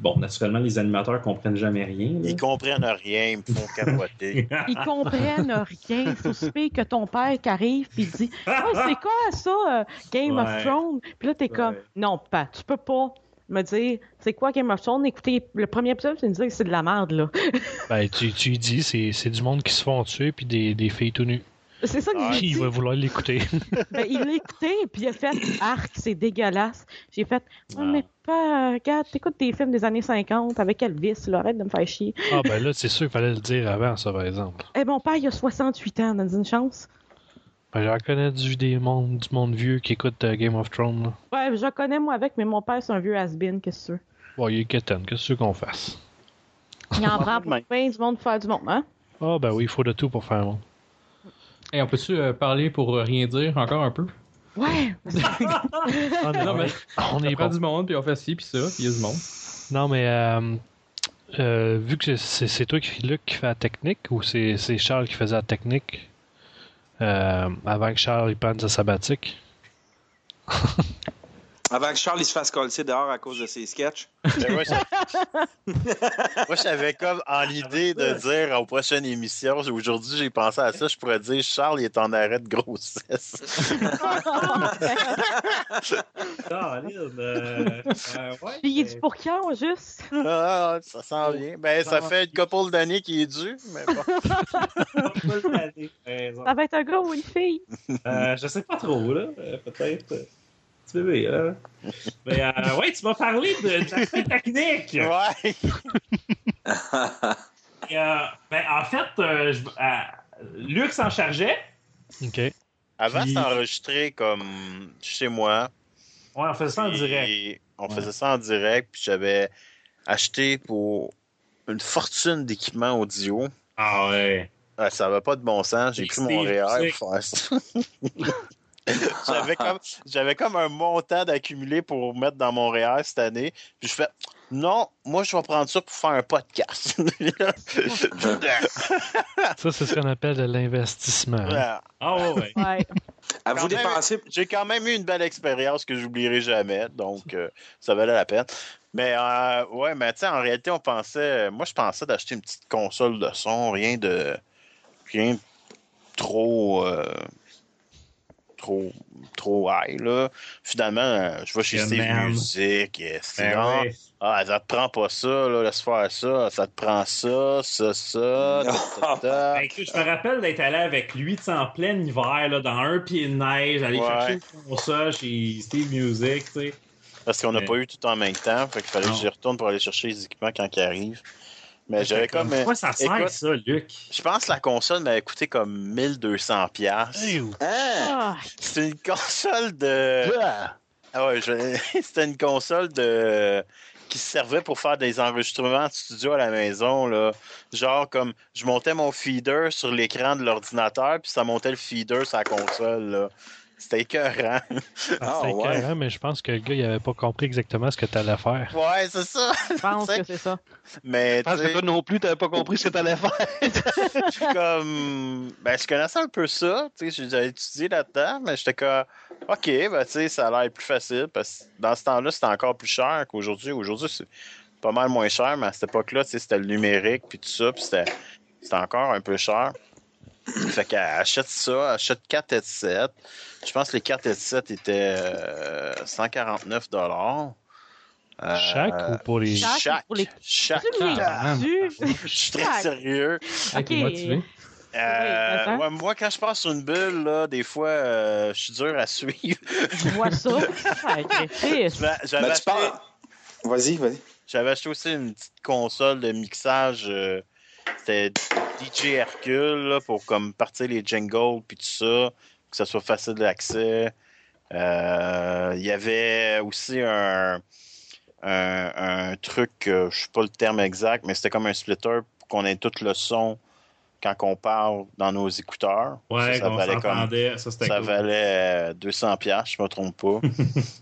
F: Bon, naturellement, les animateurs comprennent jamais rien. là.
D: Ils comprennent rien, ils me font capoter.
E: Ils comprennent rien. Il faut souper que ton père qui arrive puis il dit oh, c'est quoi ça, euh, Game
F: Ouais.
E: of Thrones? Puis là, t'es comme
F: Ouais.
E: Non, pas, tu peux pas me dire c'est quoi Game of Thrones? Écoutez, le premier épisode, tu me dis que c'est de la merde, là.
A: Ben, tu, tu y dis, c'est c'est du monde qui se font tuer, puis des, des filles tout nues.
E: C'est ça que
D: Ah,
E: j'ai
A: Qui
E: dit.
A: va vouloir l'écouter?
E: Ben, il l'a écouté, puis il a fait Arc, c'est dégueulasse. J'ai fait Oh,
F: Ah.
E: mais pas, euh, regarde, t'écoutes des films des années 50 avec Elvis, là, arrête de me faire chier.
A: Ah, ben là, c'est sûr qu'il fallait le dire avant, ça, par exemple.
E: Eh, mon père, il a 68 ans, donne une chance.
A: Ben, j'en connais du, des monde, du monde vieux qui écoute euh, Game of Thrones. Là.
E: Ouais, je le connais, moi, avec, mais mon père, c'est un vieux has-been, qu'est-ce que tu veux?
A: Bon, il est quétaine, qu'est-ce que tu veux qu'on fasse?
E: Il en prend pour
C: Ouais.
E: bien du monde pour faire du monde, hein?
A: Ah, ben oui, il faut de tout pour faire un monde.
B: Et on peut-tu euh, parler pour euh, rien dire encore un peu?
E: Ouais!
A: Ah, non,
B: Non, mais-
A: on est
B: On prend
A: bon.
B: du monde, puis on fait ci, puis ça, puis il y a du monde.
A: Non, mais euh, euh, vu que c'est c'est toi, qui, Luc, qui fais la technique, ou c'est c'est Charles qui faisait la technique euh, avant que Charles il prenne sa sabbatique?
G: Avant que Charles il se fasse coller dehors à cause de ses sketchs.
D: Ben, moi, je- moi, j'avais comme en l'idée de dire aux prochaines émissions, aujourd'hui j'ai pensé à ça, je pourrais dire Charles il est en arrêt de grossesse.
F: Caroline, euh, euh, ouais,
E: Puis il est
F: mais-
E: du pour quand, juste?
D: Ah, ça sent bien. Ben, ça fait une couple d'années qu'il est dû, mais bon.
E: Ça va être un gars ou une fille?
F: Euh, je sais pas trop, là. Euh, Peut-être. euh, Petit bébé, là. Mais euh, ouais, tu m'as parlé de, de la fête technique.
D: Ouais.
F: Et, euh, ben, en fait, euh, je- euh, Luc s'en chargeait.
A: Ok.
D: Avant,
F: Puis-
D: c'est enregistré comme chez moi.
F: Ouais, on faisait ça en
D: Puis
F: direct.
D: On
F: Ouais.
D: faisait ça en direct, puis j'avais acheté pour une fortune d'équipement audio.
F: Ah ouais.
D: Ah, ça va pas de bon sens, j'ai
F: Et
D: pris
F: Steve
D: mon REER
F: Music.
D: pour faire ça. j'avais, comme, j'avais comme un montant d'accumuler pour mettre dans mon REER cette année. Puis je fais non, moi je vais prendre ça pour faire un podcast.
A: Ça, c'est ce qu'on appelle de l'investissement. hein.
F: Ah ouais, ouais.
E: Ouais.
G: À vous
D: Quand même-
G: dépenser.
D: J'ai quand même eu une belle expérience que j'oublierai jamais, donc euh, ça valait la peine. Mais euh, ouais, mais tu sais, en réalité, on pensait, moi je pensais d'acheter une petite console de son, rien de, rien de trop, euh, trop, trop high là. Finalement, euh, je vais chez
F: Yeah,
D: Steve
F: man.
D: Music, et c'est
F: Ben
D: non,
F: ouais.
D: ah, ça te prend pas ça, là, laisse faire ça, ça te prend ça, ça, ça, ta, ta, ta.
F: Ben, écoute, je me rappelle d'être allé avec lui tu sais, en plein hiver, là, dans un pied de neige, aller
D: Ouais.
F: chercher une console chez Steve Music, tu sais.
D: Parce qu'on n'a
F: Mais-
D: pas eu tout en même temps. Fait qu'il fallait
F: Non.
D: que j'y retourne pour aller chercher les équipements quand ils arrivent. Mais j'avais comme. euh,
F: Pourquoi ça sert,
D: écoute-
F: ça, Luc?
D: Je pense que la console m'avait coûté comme 1200$. piastres.
G: Hein?
E: Ah,
D: C'était une console
C: Euh,
D: de. Ah ouais, je- c'était une console de qui servait pour faire des enregistrements de studio à la maison là, genre comme je montais mon feeder sur l'écran de l'ordinateur puis ça montait le feeder sur la console là. C'était écœurant.
G: Ah,
A: C'est
G: ouais.
A: écœurant, mais je pense que le gars, il avait pas compris exactement ce que t'allais faire.
D: Ouais, c'est ça.
E: je pense que c'est ça.
D: Mais
C: Ah, Je pense
D: tu sais-
C: que toi non plus, t'avais pas compris ce que t'allais faire.
D: je suis comme. Ben, je connaissais un peu ça. Tu sais, j'avais étudié là-dedans, mais j'étais comme. OK, ben, tu sais, ça a l'air plus facile parce que dans ce temps-là, c'était encore plus cher qu'aujourd'hui. Aujourd'hui, c'est pas mal moins cher, mais à cette époque-là, tu sais, c'était le numérique puis tout ça, puis c'était, c'était encore un peu cher. Fait qu'elle achète ça, achète 4 headsets. Je pense que les 4 headsets étaient euh, 149 Euh,
A: Chaque ou pour les.
E: Chaque
D: Chaque.
E: pour les-
D: Chaque.
E: Tu
B: Ah,
E: l'es tu-
D: Je suis très
E: Chaque.
D: sérieux.
B: Ah, qui est
E: Ok.
B: motivé.
D: Euh,
E: Oui, attends.
D: ouais, moi, quand je passe sur une bulle, là, des fois, euh, je suis dur à suivre.
E: Je vois ça. Ah, Sacrifice.
D: J'a- J'avais
G: Ben, tu
D: acheté,
G: parles. Vas-y, vas-y.
D: j'avais acheté aussi une petite console de mixage. euh, C'était DJ Hercule là, pour comme partir les jingles puis tout ça, que ça soit facile d'accès. Euh, Il y avait aussi un, un, un truc, euh, je sais pas le terme exact, mais c'était comme un splitter pour qu'on ait tout le son quand on parle dans nos écouteurs.
F: Ouais,
D: ça, ça
F: qu'on
D: valait comme
F: s'entendait, ça c'était
D: Ça
F: cool.
D: valait euh, 200 pièces, je me trompe pas.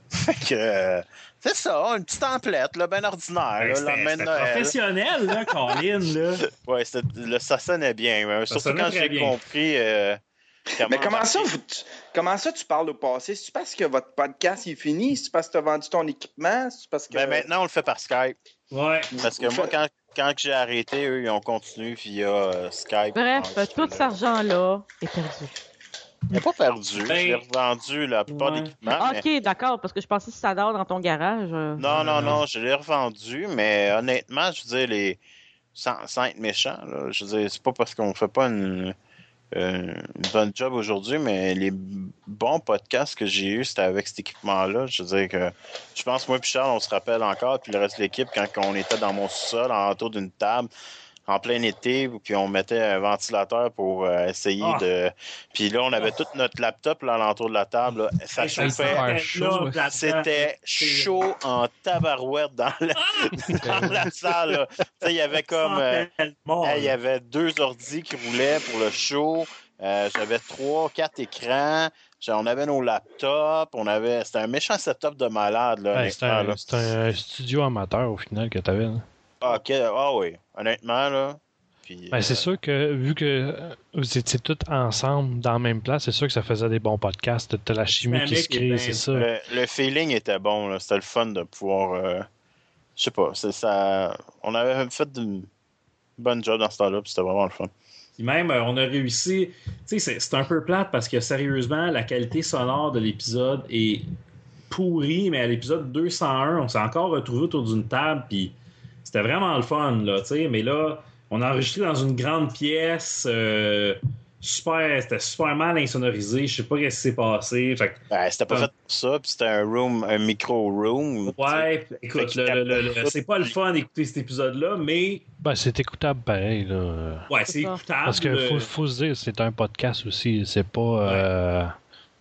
D: fait que euh, c'est ça, une petite emplette, là, bien ordinaire,
F: Ben,
D: là, le
F: c'était-
D: lendemain de
F: c'était
D: Noël.
F: professionnel, là, Colin, là.
D: Ouais, c'était- le- ça sonnait bien, mais surtout
F: sonnait
D: quand
F: très
D: j'ai
F: bien.
D: compris euh, Comment
H: Mais comment ça,
D: embarquer?
H: vous- tu- comment ça tu parles au passé? C'est parce que votre podcast il est fini? C'est parce que tu as vendu ton équipement? C'est parce que.
D: Ben, maintenant, on le fait par Skype.
F: Ouais.
D: Parce que
H: Vous
D: moi,
H: faites-
D: quand, quand que j'ai arrêté, eux, ils ont continué via euh, Skype.
E: Bref,
D: Ah, je
E: tout
D: sais
E: cet argent-là est perdu.
D: pas. J'ai pas perdu.
F: Ben-
D: J'ai revendu la plupart
F: Ouais.
D: des
H: Ah,
D: équipements. mais-
E: ok, d'accord, parce que je pensais que si ça dort dans ton garage. euh,
D: Non, non, non, je l'ai revendu, mais honnêtement, je veux dire, les... sans, sans être méchant, là, je veux dire, c'est pas parce qu'on fait pas une, euh, une bonne job aujourd'hui, mais les bons podcasts que j'ai eus, c'était avec cet équipement-là. Je veux dire que je pense, moi et Charles, on se rappelle encore, puis le reste de l'équipe, quand on était dans mon sous-sol, en autour d'une table, en plein été, puis on mettait un ventilateur pour euh, essayer
F: Ah.
D: de. Puis là, on avait tout notre laptop là, alentour de la table. là. Ça
F: Hey, me
D: chauffait
F: fait
B: faire
F: là,
B: chaud,
F: là-dedans.
D: c'était chaud en tabarouette dans la, dans la salle. là. Tu sais, Il y avait comme. euh,
F: Ça sentait le mort,
D: hey, il y
F: là.
D: avait deux ordis qui roulaient pour le show. Euh, J'avais trois, quatre écrans. J'ai- On avait nos laptops. On avait. C'était un méchant setup de malade, là.
A: Ouais, c'est
D: honnêtement, là.
A: un, c'est un studio amateur au final que tu avais.
D: Ah, ok. Ah oui. Honnêtement, là. Puis,
A: Ben, c'est
D: euh,
A: sûr que vu que vous étiez tous ensemble dans la même place, c'est sûr que ça faisait des bons podcasts. T'as la chimie qui
F: Dynamique
A: se crée,
F: et
A: c'est ça.
D: Le, le feeling était bon, là. C'était le fun de pouvoir. euh, Je sais pas. c'est Ça... On avait fait une bonne job dans ce temps-là, puis c'était vraiment le fun.
F: Puis même, euh, on a réussi. Tu sais, c'est- c'est un peu plate parce que sérieusement, la qualité sonore de l'épisode est pourrie, mais à l'épisode 201, on s'est encore retrouvé autour d'une table, puis c'était vraiment le fun, là, tu sais. Mais là, on a enregistré dans une grande pièce, euh, super, c'était super mal insonorisé, je sais pas qu'est-ce qui s'est passé. Fait que,
D: Ben, c'était pas
F: Comme-
D: fait pour ça, puis c'était un room, un micro-room.
F: ouais, écoute,
D: qu'il
F: le- le- le-
D: capte
F: le- c'est pas le fun d'écouter cet épisode-là, mais
A: Ben, c'est écoutable pareil. Là.
F: ouais, c'est
E: C'est ça.
F: écoutable. euh,
A: Parce que faut, faut se dire, c'est un podcast aussi. C'est pas. euh,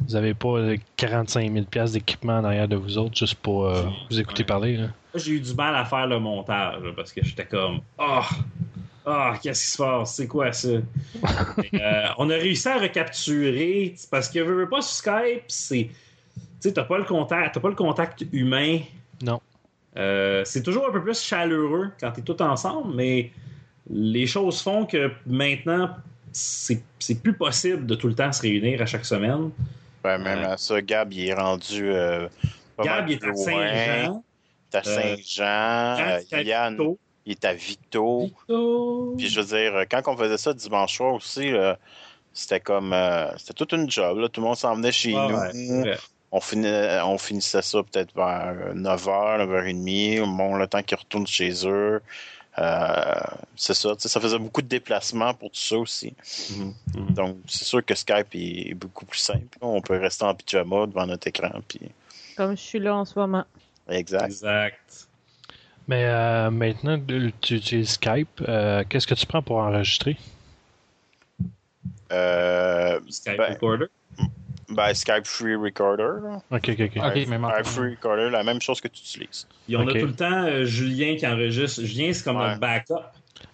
A: vous avez pas euh, 45 000 piastres d'équipement en arrière de vous autres juste pour euh, vous écouter
F: Ouais.
A: parler. là.
F: Moi, j'ai eu du mal à faire le montage là, parce que j'étais comme Ah, ah, qu'est-ce qui se passe? C'est quoi ça? Mais, euh, on a réussi à recapturer c'est parce que veux, veux pas sur Skype, c'est. Tu sais, t'as pas le contact, t'as pas le contact humain.
A: Non.
F: Euh, c'est toujours un peu plus chaleureux quand t'es tout ensemble, mais les choses font que maintenant, c'est c'est plus possible de tout le temps se réunir à chaque semaine.
D: Ben, même à ça, Gab, il est rendu. euh, pas mal
F: Gab il est à
D: loin.
F: Saint-Jean.
D: Il est à
F: Euh, Jean,
D: Saint-Jean. euh,
F: c'est à
D: Yann,
F: Victo.
D: il est à Victo.
F: Victo.
D: Puis je veux dire, euh, quand on faisait ça dimanche soir aussi, là, c'était comme. euh, c'était toute une job. Là. Tout le monde s'en venait chez
F: Ah,
D: nous.
F: ouais, c'est vrai.
D: on, finit- euh, on finissait ça peut-être vers 9h, 9h30, bon, le temps qu'ils retournent chez eux. Euh, c'est ça, tu sais, ça faisait beaucoup de déplacements pour tout ça aussi.
A: Mhm.
D: Donc, c'est sûr que Skype est est beaucoup plus simple. On peut rester en pyjama devant notre écran. Puis...
E: Comme je suis là en ce moment.
F: Mhm.
D: Exact.
F: Exact.
A: Mais euh, maintenant, tu tu utilises Skype. euh, Qu'est-ce que tu prends pour enregistrer?
D: Euh,
F: Skype
D: Ben,
F: Recorder.
D: ben, Skype Free Recorder. là.
A: Ok, ok, ok.
B: Ok,
D: Skype-
B: mais maintenant-
D: Skype Free Recorder, la même chose que tu utilises.
F: Puis on
A: Ok.
F: a tout le temps euh, Julien qui enregistre. Julien, c'est comme
D: Ouais.
F: notre backup.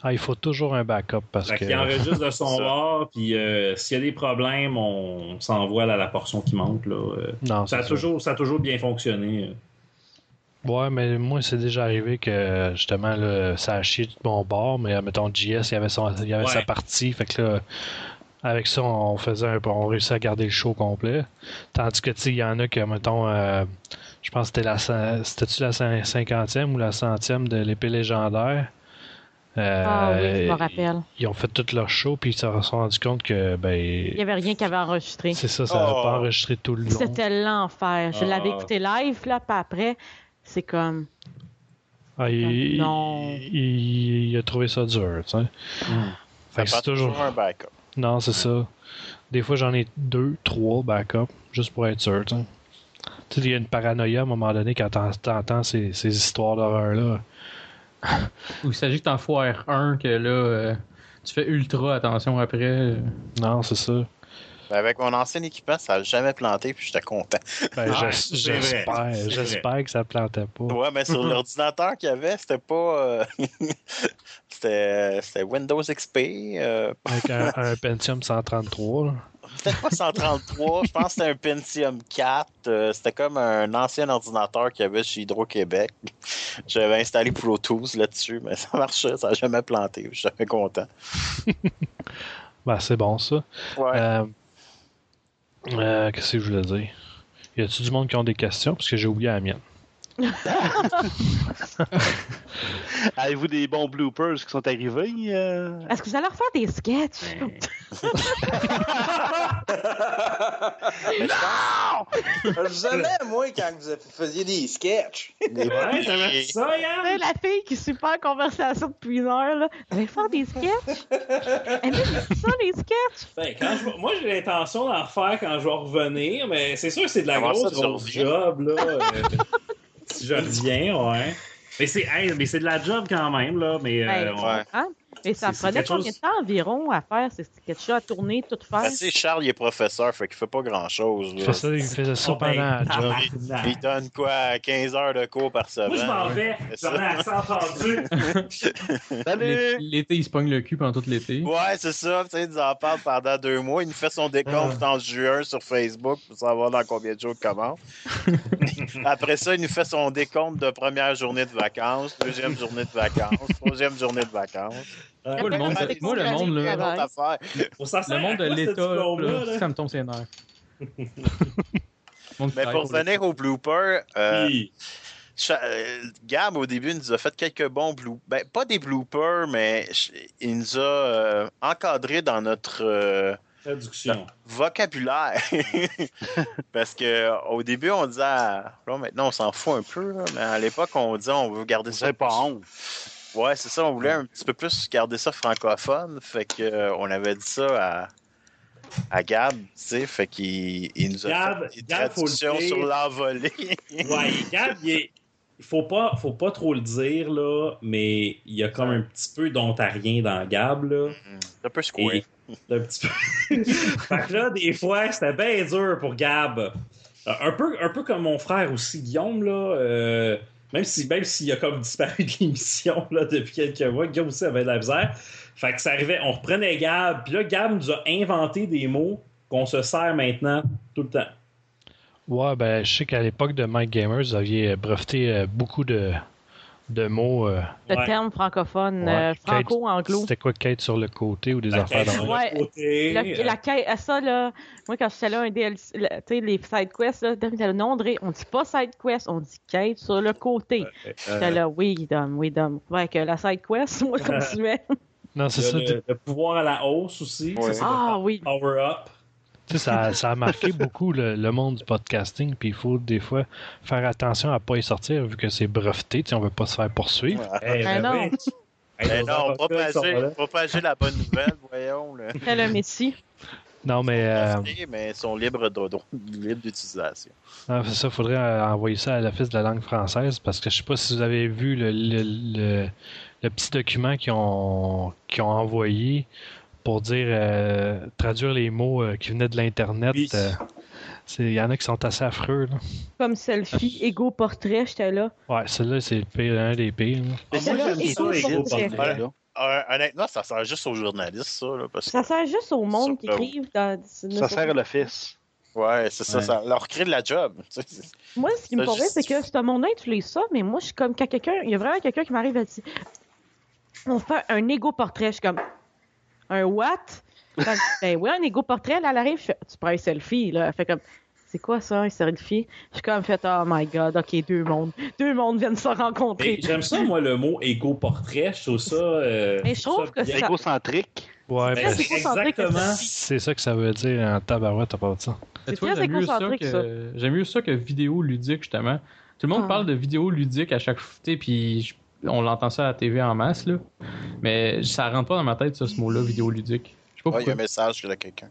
A: Ah, il faut toujours un backup parce
F: Fait
A: que.
F: qu'il enregistre de son
D: Ça.
F: bord, puis euh, s'il y a des problèmes, on s'envoie à la portion qui manque. Là. euh.
A: Non,
F: Ça, a
A: Ah, c'est
F: toujours, ça a toujours bien fonctionné. euh.
A: Ouais, mais moi, c'est déjà arrivé que justement, là, ça a chié tout mon bord, mais euh, mettons, JS, il y avait, son, il y avait
F: Ouais.
A: sa partie. Fait que là, avec ça, on faisait un, on réussit à garder le show complet. Tandis que, tu sais, il y en a que, mettons, euh, je pense que c'était la cin- c'était-tu la cin- cinquantième ou la centième de l'épée légendaire. Euh,
E: Ah oui, je me rappelle.
A: Ils ont fait tout leur show, puis ils se sont rendus compte que,
E: Il n'y
A: ben,
E: avait rien qui avait enregistré.
A: c'est ça, ça n'a
D: Oh.
A: pas enregistré tout le long.
E: C'était l'enfer. Je
F: Ah.
E: l'avais écouté live, là, puis après, c'est comme.
A: Ah, il,
E: Non.
A: il- il a trouvé ça dur, tu sais.
F: Hmm.
A: Fait que
D: Ça prend
A: c'est toujours.
D: un backup.
A: Non, c'est ça. Des fois, j'en ai deux, trois backups, juste pour être sûr, tu sais. Tu sais, il y a une paranoïa à un moment donné quand t'en- t'entends ces, ces histoires d'horreur-là.
B: Ou il s'agit que t'en foires un que là, euh, tu fais ultra attention après. euh.
A: Non, c'est ça.
D: Ben, avec mon ancien équipement, ça n'a jamais planté, puis j'étais content.
A: Ben, j'es-
F: Ah, c'est vrai,
A: j'espère,
F: c'est
A: j'espère que ça plantait pas.
D: Ouais, mais sur l'ordinateur qu'il y avait, c'était pas. euh, c'était c'était Windows XP, euh,
A: Avec un, un Pentium 133. là.
D: peut-être pas 133, je pense que c'était un Pentium 4. euh, c'était comme un ancien ordinateur qu'il y avait chez Hydro-Québec. J'avais installé Pro Tools là-dessus, mais ça marchait, ça n'a jamais planté. J'étais content.
A: Ben, c'est bon, ça.
D: Ouais.
A: Euh, Euh, Qu'est-ce que je voulais dire? Y a-tu du monde qui ont des questions? Parce que j'ai oublié la mienne.
C: Avez-vous des bons bloopers qui sont arrivés? euh?
E: Est-ce que vous allez refaire des sketchs?
H: Je l'aimais, moi, quand vous faisiez des sketchs.
F: Ouais, t'avais ça, Yann?
E: la fille qui super en conversation depuis une heure, là. Vous allez faire des sketchs? Elle me dit ça, les sketchs?
F: Ben, quand je vais- Moi, j'ai l'intention d'en refaire quand je vais revenir, mais c'est sûr que c'est de la
D: Comment ça,
F: grosse,
D: tu
F: grosse
D: reviens?
F: job, là. euh, si je reviens, ouais. Mais c'est hey, mais c'est de la job quand même, là. Mais euh,
E: Ben,
F: on-
E: Hein? Et ça
F: C'est- c'est
E: prenait
F: quelque
E: combien de
F: chose-
E: temps environ à faire ces sketchs-là, à tourner, tout faire?
D: Ben, tu sais, Charles, il est professeur, fait qu'il fait pas grand-chose.
A: Il
D: là.
A: faisait ça, il faisait ça
F: Oh, ben,
A: pendant la job.
F: tabarnak.
D: Il donne quoi, 15 heures de cours par semaine?
F: Moi, je m'en vais.
D: C'est
F: J'en ai
D: ça.
F: accent entendu.
B: L'é-
D: Salut!
B: L'été, il se pogne le cul pendant tout l'été.
D: Ouais, c'est ça. Tu sais, il nous en parle pendant deux mois. Il nous fait son décompte
B: Ah.
D: en juin sur Facebook pour savoir dans combien de jours il commence. Après ça, il nous fait son décompte de première journée de vacances, deuxième journée de vacances, troisième journée de vacances.
B: Moi, le monde,
D: Ouais.
B: moi, le monde, là,
D: Une autre affaire.
F: Pour ça,
B: le monde de l'État, là, ça me tombe sur les nerfs. Le monde qui
D: Mais
B: travaille
D: pour revenir au blooper, euh,
F: Oui.
D: Cha- euh, Gab, au début, nous a fait quelques bons bloopers. Ben, pas des bloopers, mais ch- il nous a euh, encadré dans notre euh,
F: Traduction.
D: vocabulaire. Parce que euh, au début, on disait. à- Là, maintenant, on s'en fout un peu, là, mais à l'époque, on disait on veut garder ça.
C: C'est pas honte.
D: Ouais, c'est ça, on voulait un petit peu plus garder ça francophone. Fait que euh, on avait dit ça à. À Gab, tu sais, fait qu'il il nous a
F: Gab-
D: fait des
F: Gab, faut le
D: traductions
F: dire.
D: sur l'envolée.
F: Ouais, Gab, il est- il faut pas, faut pas trop le dire, là, mais il y a comme un petit peu d'ontarien dans Gab, là.
D: C'est un peu secoué.
F: Et- Un petit peu. fait que là, des fois, c'était bien dur pour Gab. Euh, Un peu, un peu comme mon frère aussi, Guillaume, là. euh, même si, même s'il a comme disparu de l'émission là, depuis quelques mois, Guillaume aussi avait de la misère. Fait que ça arrivait, on reprenait Gab, puis là, Gab nous a inventé des mots qu'on se sert maintenant tout le temps.
A: Ouais, ben, je sais qu'à l'époque de Mike Gamers, vous aviez euh, breveté euh, beaucoup de, de mots. euh,
E: Le
F: Ouais.
E: terme francophone,
A: ouais,
E: euh,
A: quête-
E: franco-anglo.
A: C'était quoi, Kate sur le côté ou des affaires
F: Fait que
A: dans
F: sur
A: le
F: le
E: Ouais.
F: côté,
E: La,
F: euh,
E: la quête- à ça, là, moi, quand j'étais là, un DLC, là, tu sais, les side quests, là, dernier, j'étais là, non, André, on dit pas side quest, on dit quête sur le côté. J'étais là, oui, Dom, oui, Dom. Ouais, que la side quest, moi, je continuais.
A: Non, c'est
F: Il y a
A: ça. tu
F: le, le pouvoir à la hausse aussi.
H: Ouais.
F: Ça, c'est
E: ah oui,
F: le power up.
A: sais, ça, ça a marqué beaucoup le, le monde du podcasting, puis il faut des fois faire attention à ne pas y sortir vu que c'est breveté. Tu sais, on veut pas se faire poursuivre.
F: Eh
E: Ben non.
D: Mais Ben Eh non, propager,
F: pas
D: propager la bonne nouvelle, voyons. Là.
E: c'était le Messi.
A: Non, mais. euh,
D: Mais ils sont libres de droit, libres d'utilisation.
A: Ah, c'est ça, faudrait euh, envoyer ça à l'Office de la langue française parce que je sais pas si vous avez vu le, le, le- le petit document qu'ils ont, qu'ils ont envoyé pour dire euh, traduire les mots euh, qui venaient de l'Internet.
F: Oui.
A: euh, c'est- Il y en a qui sont assez affreux. Là.
E: Comme selfie, égo portrait, j'étais là.
A: Ouais, celui-là, c'est le pire, un des pires. là.
F: Mais moi,
E: là,
F: j'aime
E: écoute,
F: ça, les
E: ça,
F: gros
E: c'est-
F: portraits.
D: Euh, honnêtement, ça sert juste aux journalistes, ça. Là, parce que,
E: Ça sert juste au monde qui
D: Sur-
E: écrivent dans.
C: Ça sert à l'office.
D: ouais, c'est ça,
F: Ouais.
D: ça leur crée de la job. tu sais.
E: Moi, ce qui me
D: Ça
E: convient, c'est
D: justifie.
E: que ce monde-là, tu lis ça, mais moi, je suis comme quand quelqu'un, il y a vraiment quelqu'un qui m'arrive et dit On fait un égo portrait. Je suis comme Un what Fait que, Ben oui, un égo portrait. Là, elle arrive, je fais Tu prends un selfie. Là. Elle fait comme C'est quoi ça, un selfie Je suis comme fait Oh my god, ok, deux mondes. Deux mondes viennent se rencontrer.
F: Et J'aime ça, moi, le mot égo-portrait. Je trouve ça. euh,
E: Mais je trouve que
F: bien.
E: ça-
C: Égocentrique.
A: Ouais,
F: Ben,
A: ben,
E: c'est
F: c'est exactement.
A: c'est ça que ça veut dire en tabarouette à part de ça.
B: Mais
E: C'est
B: tu vois,
E: très
B: j'aime mieux ça
E: égocentrique, ça.
B: que j'aime mieux ça que vidéo ludique justement. Tout le monde
E: Ah.
B: parle de vidéo ludique à chaque fois, puis je- on l'entend ça à la TV en masse là, mais ça rentre pas dans ma tête ça, ce mot-là vidéo ludique. Je sais pas
D: Ouais, il y
B: pourquoi.
D: a un message de quelqu'un.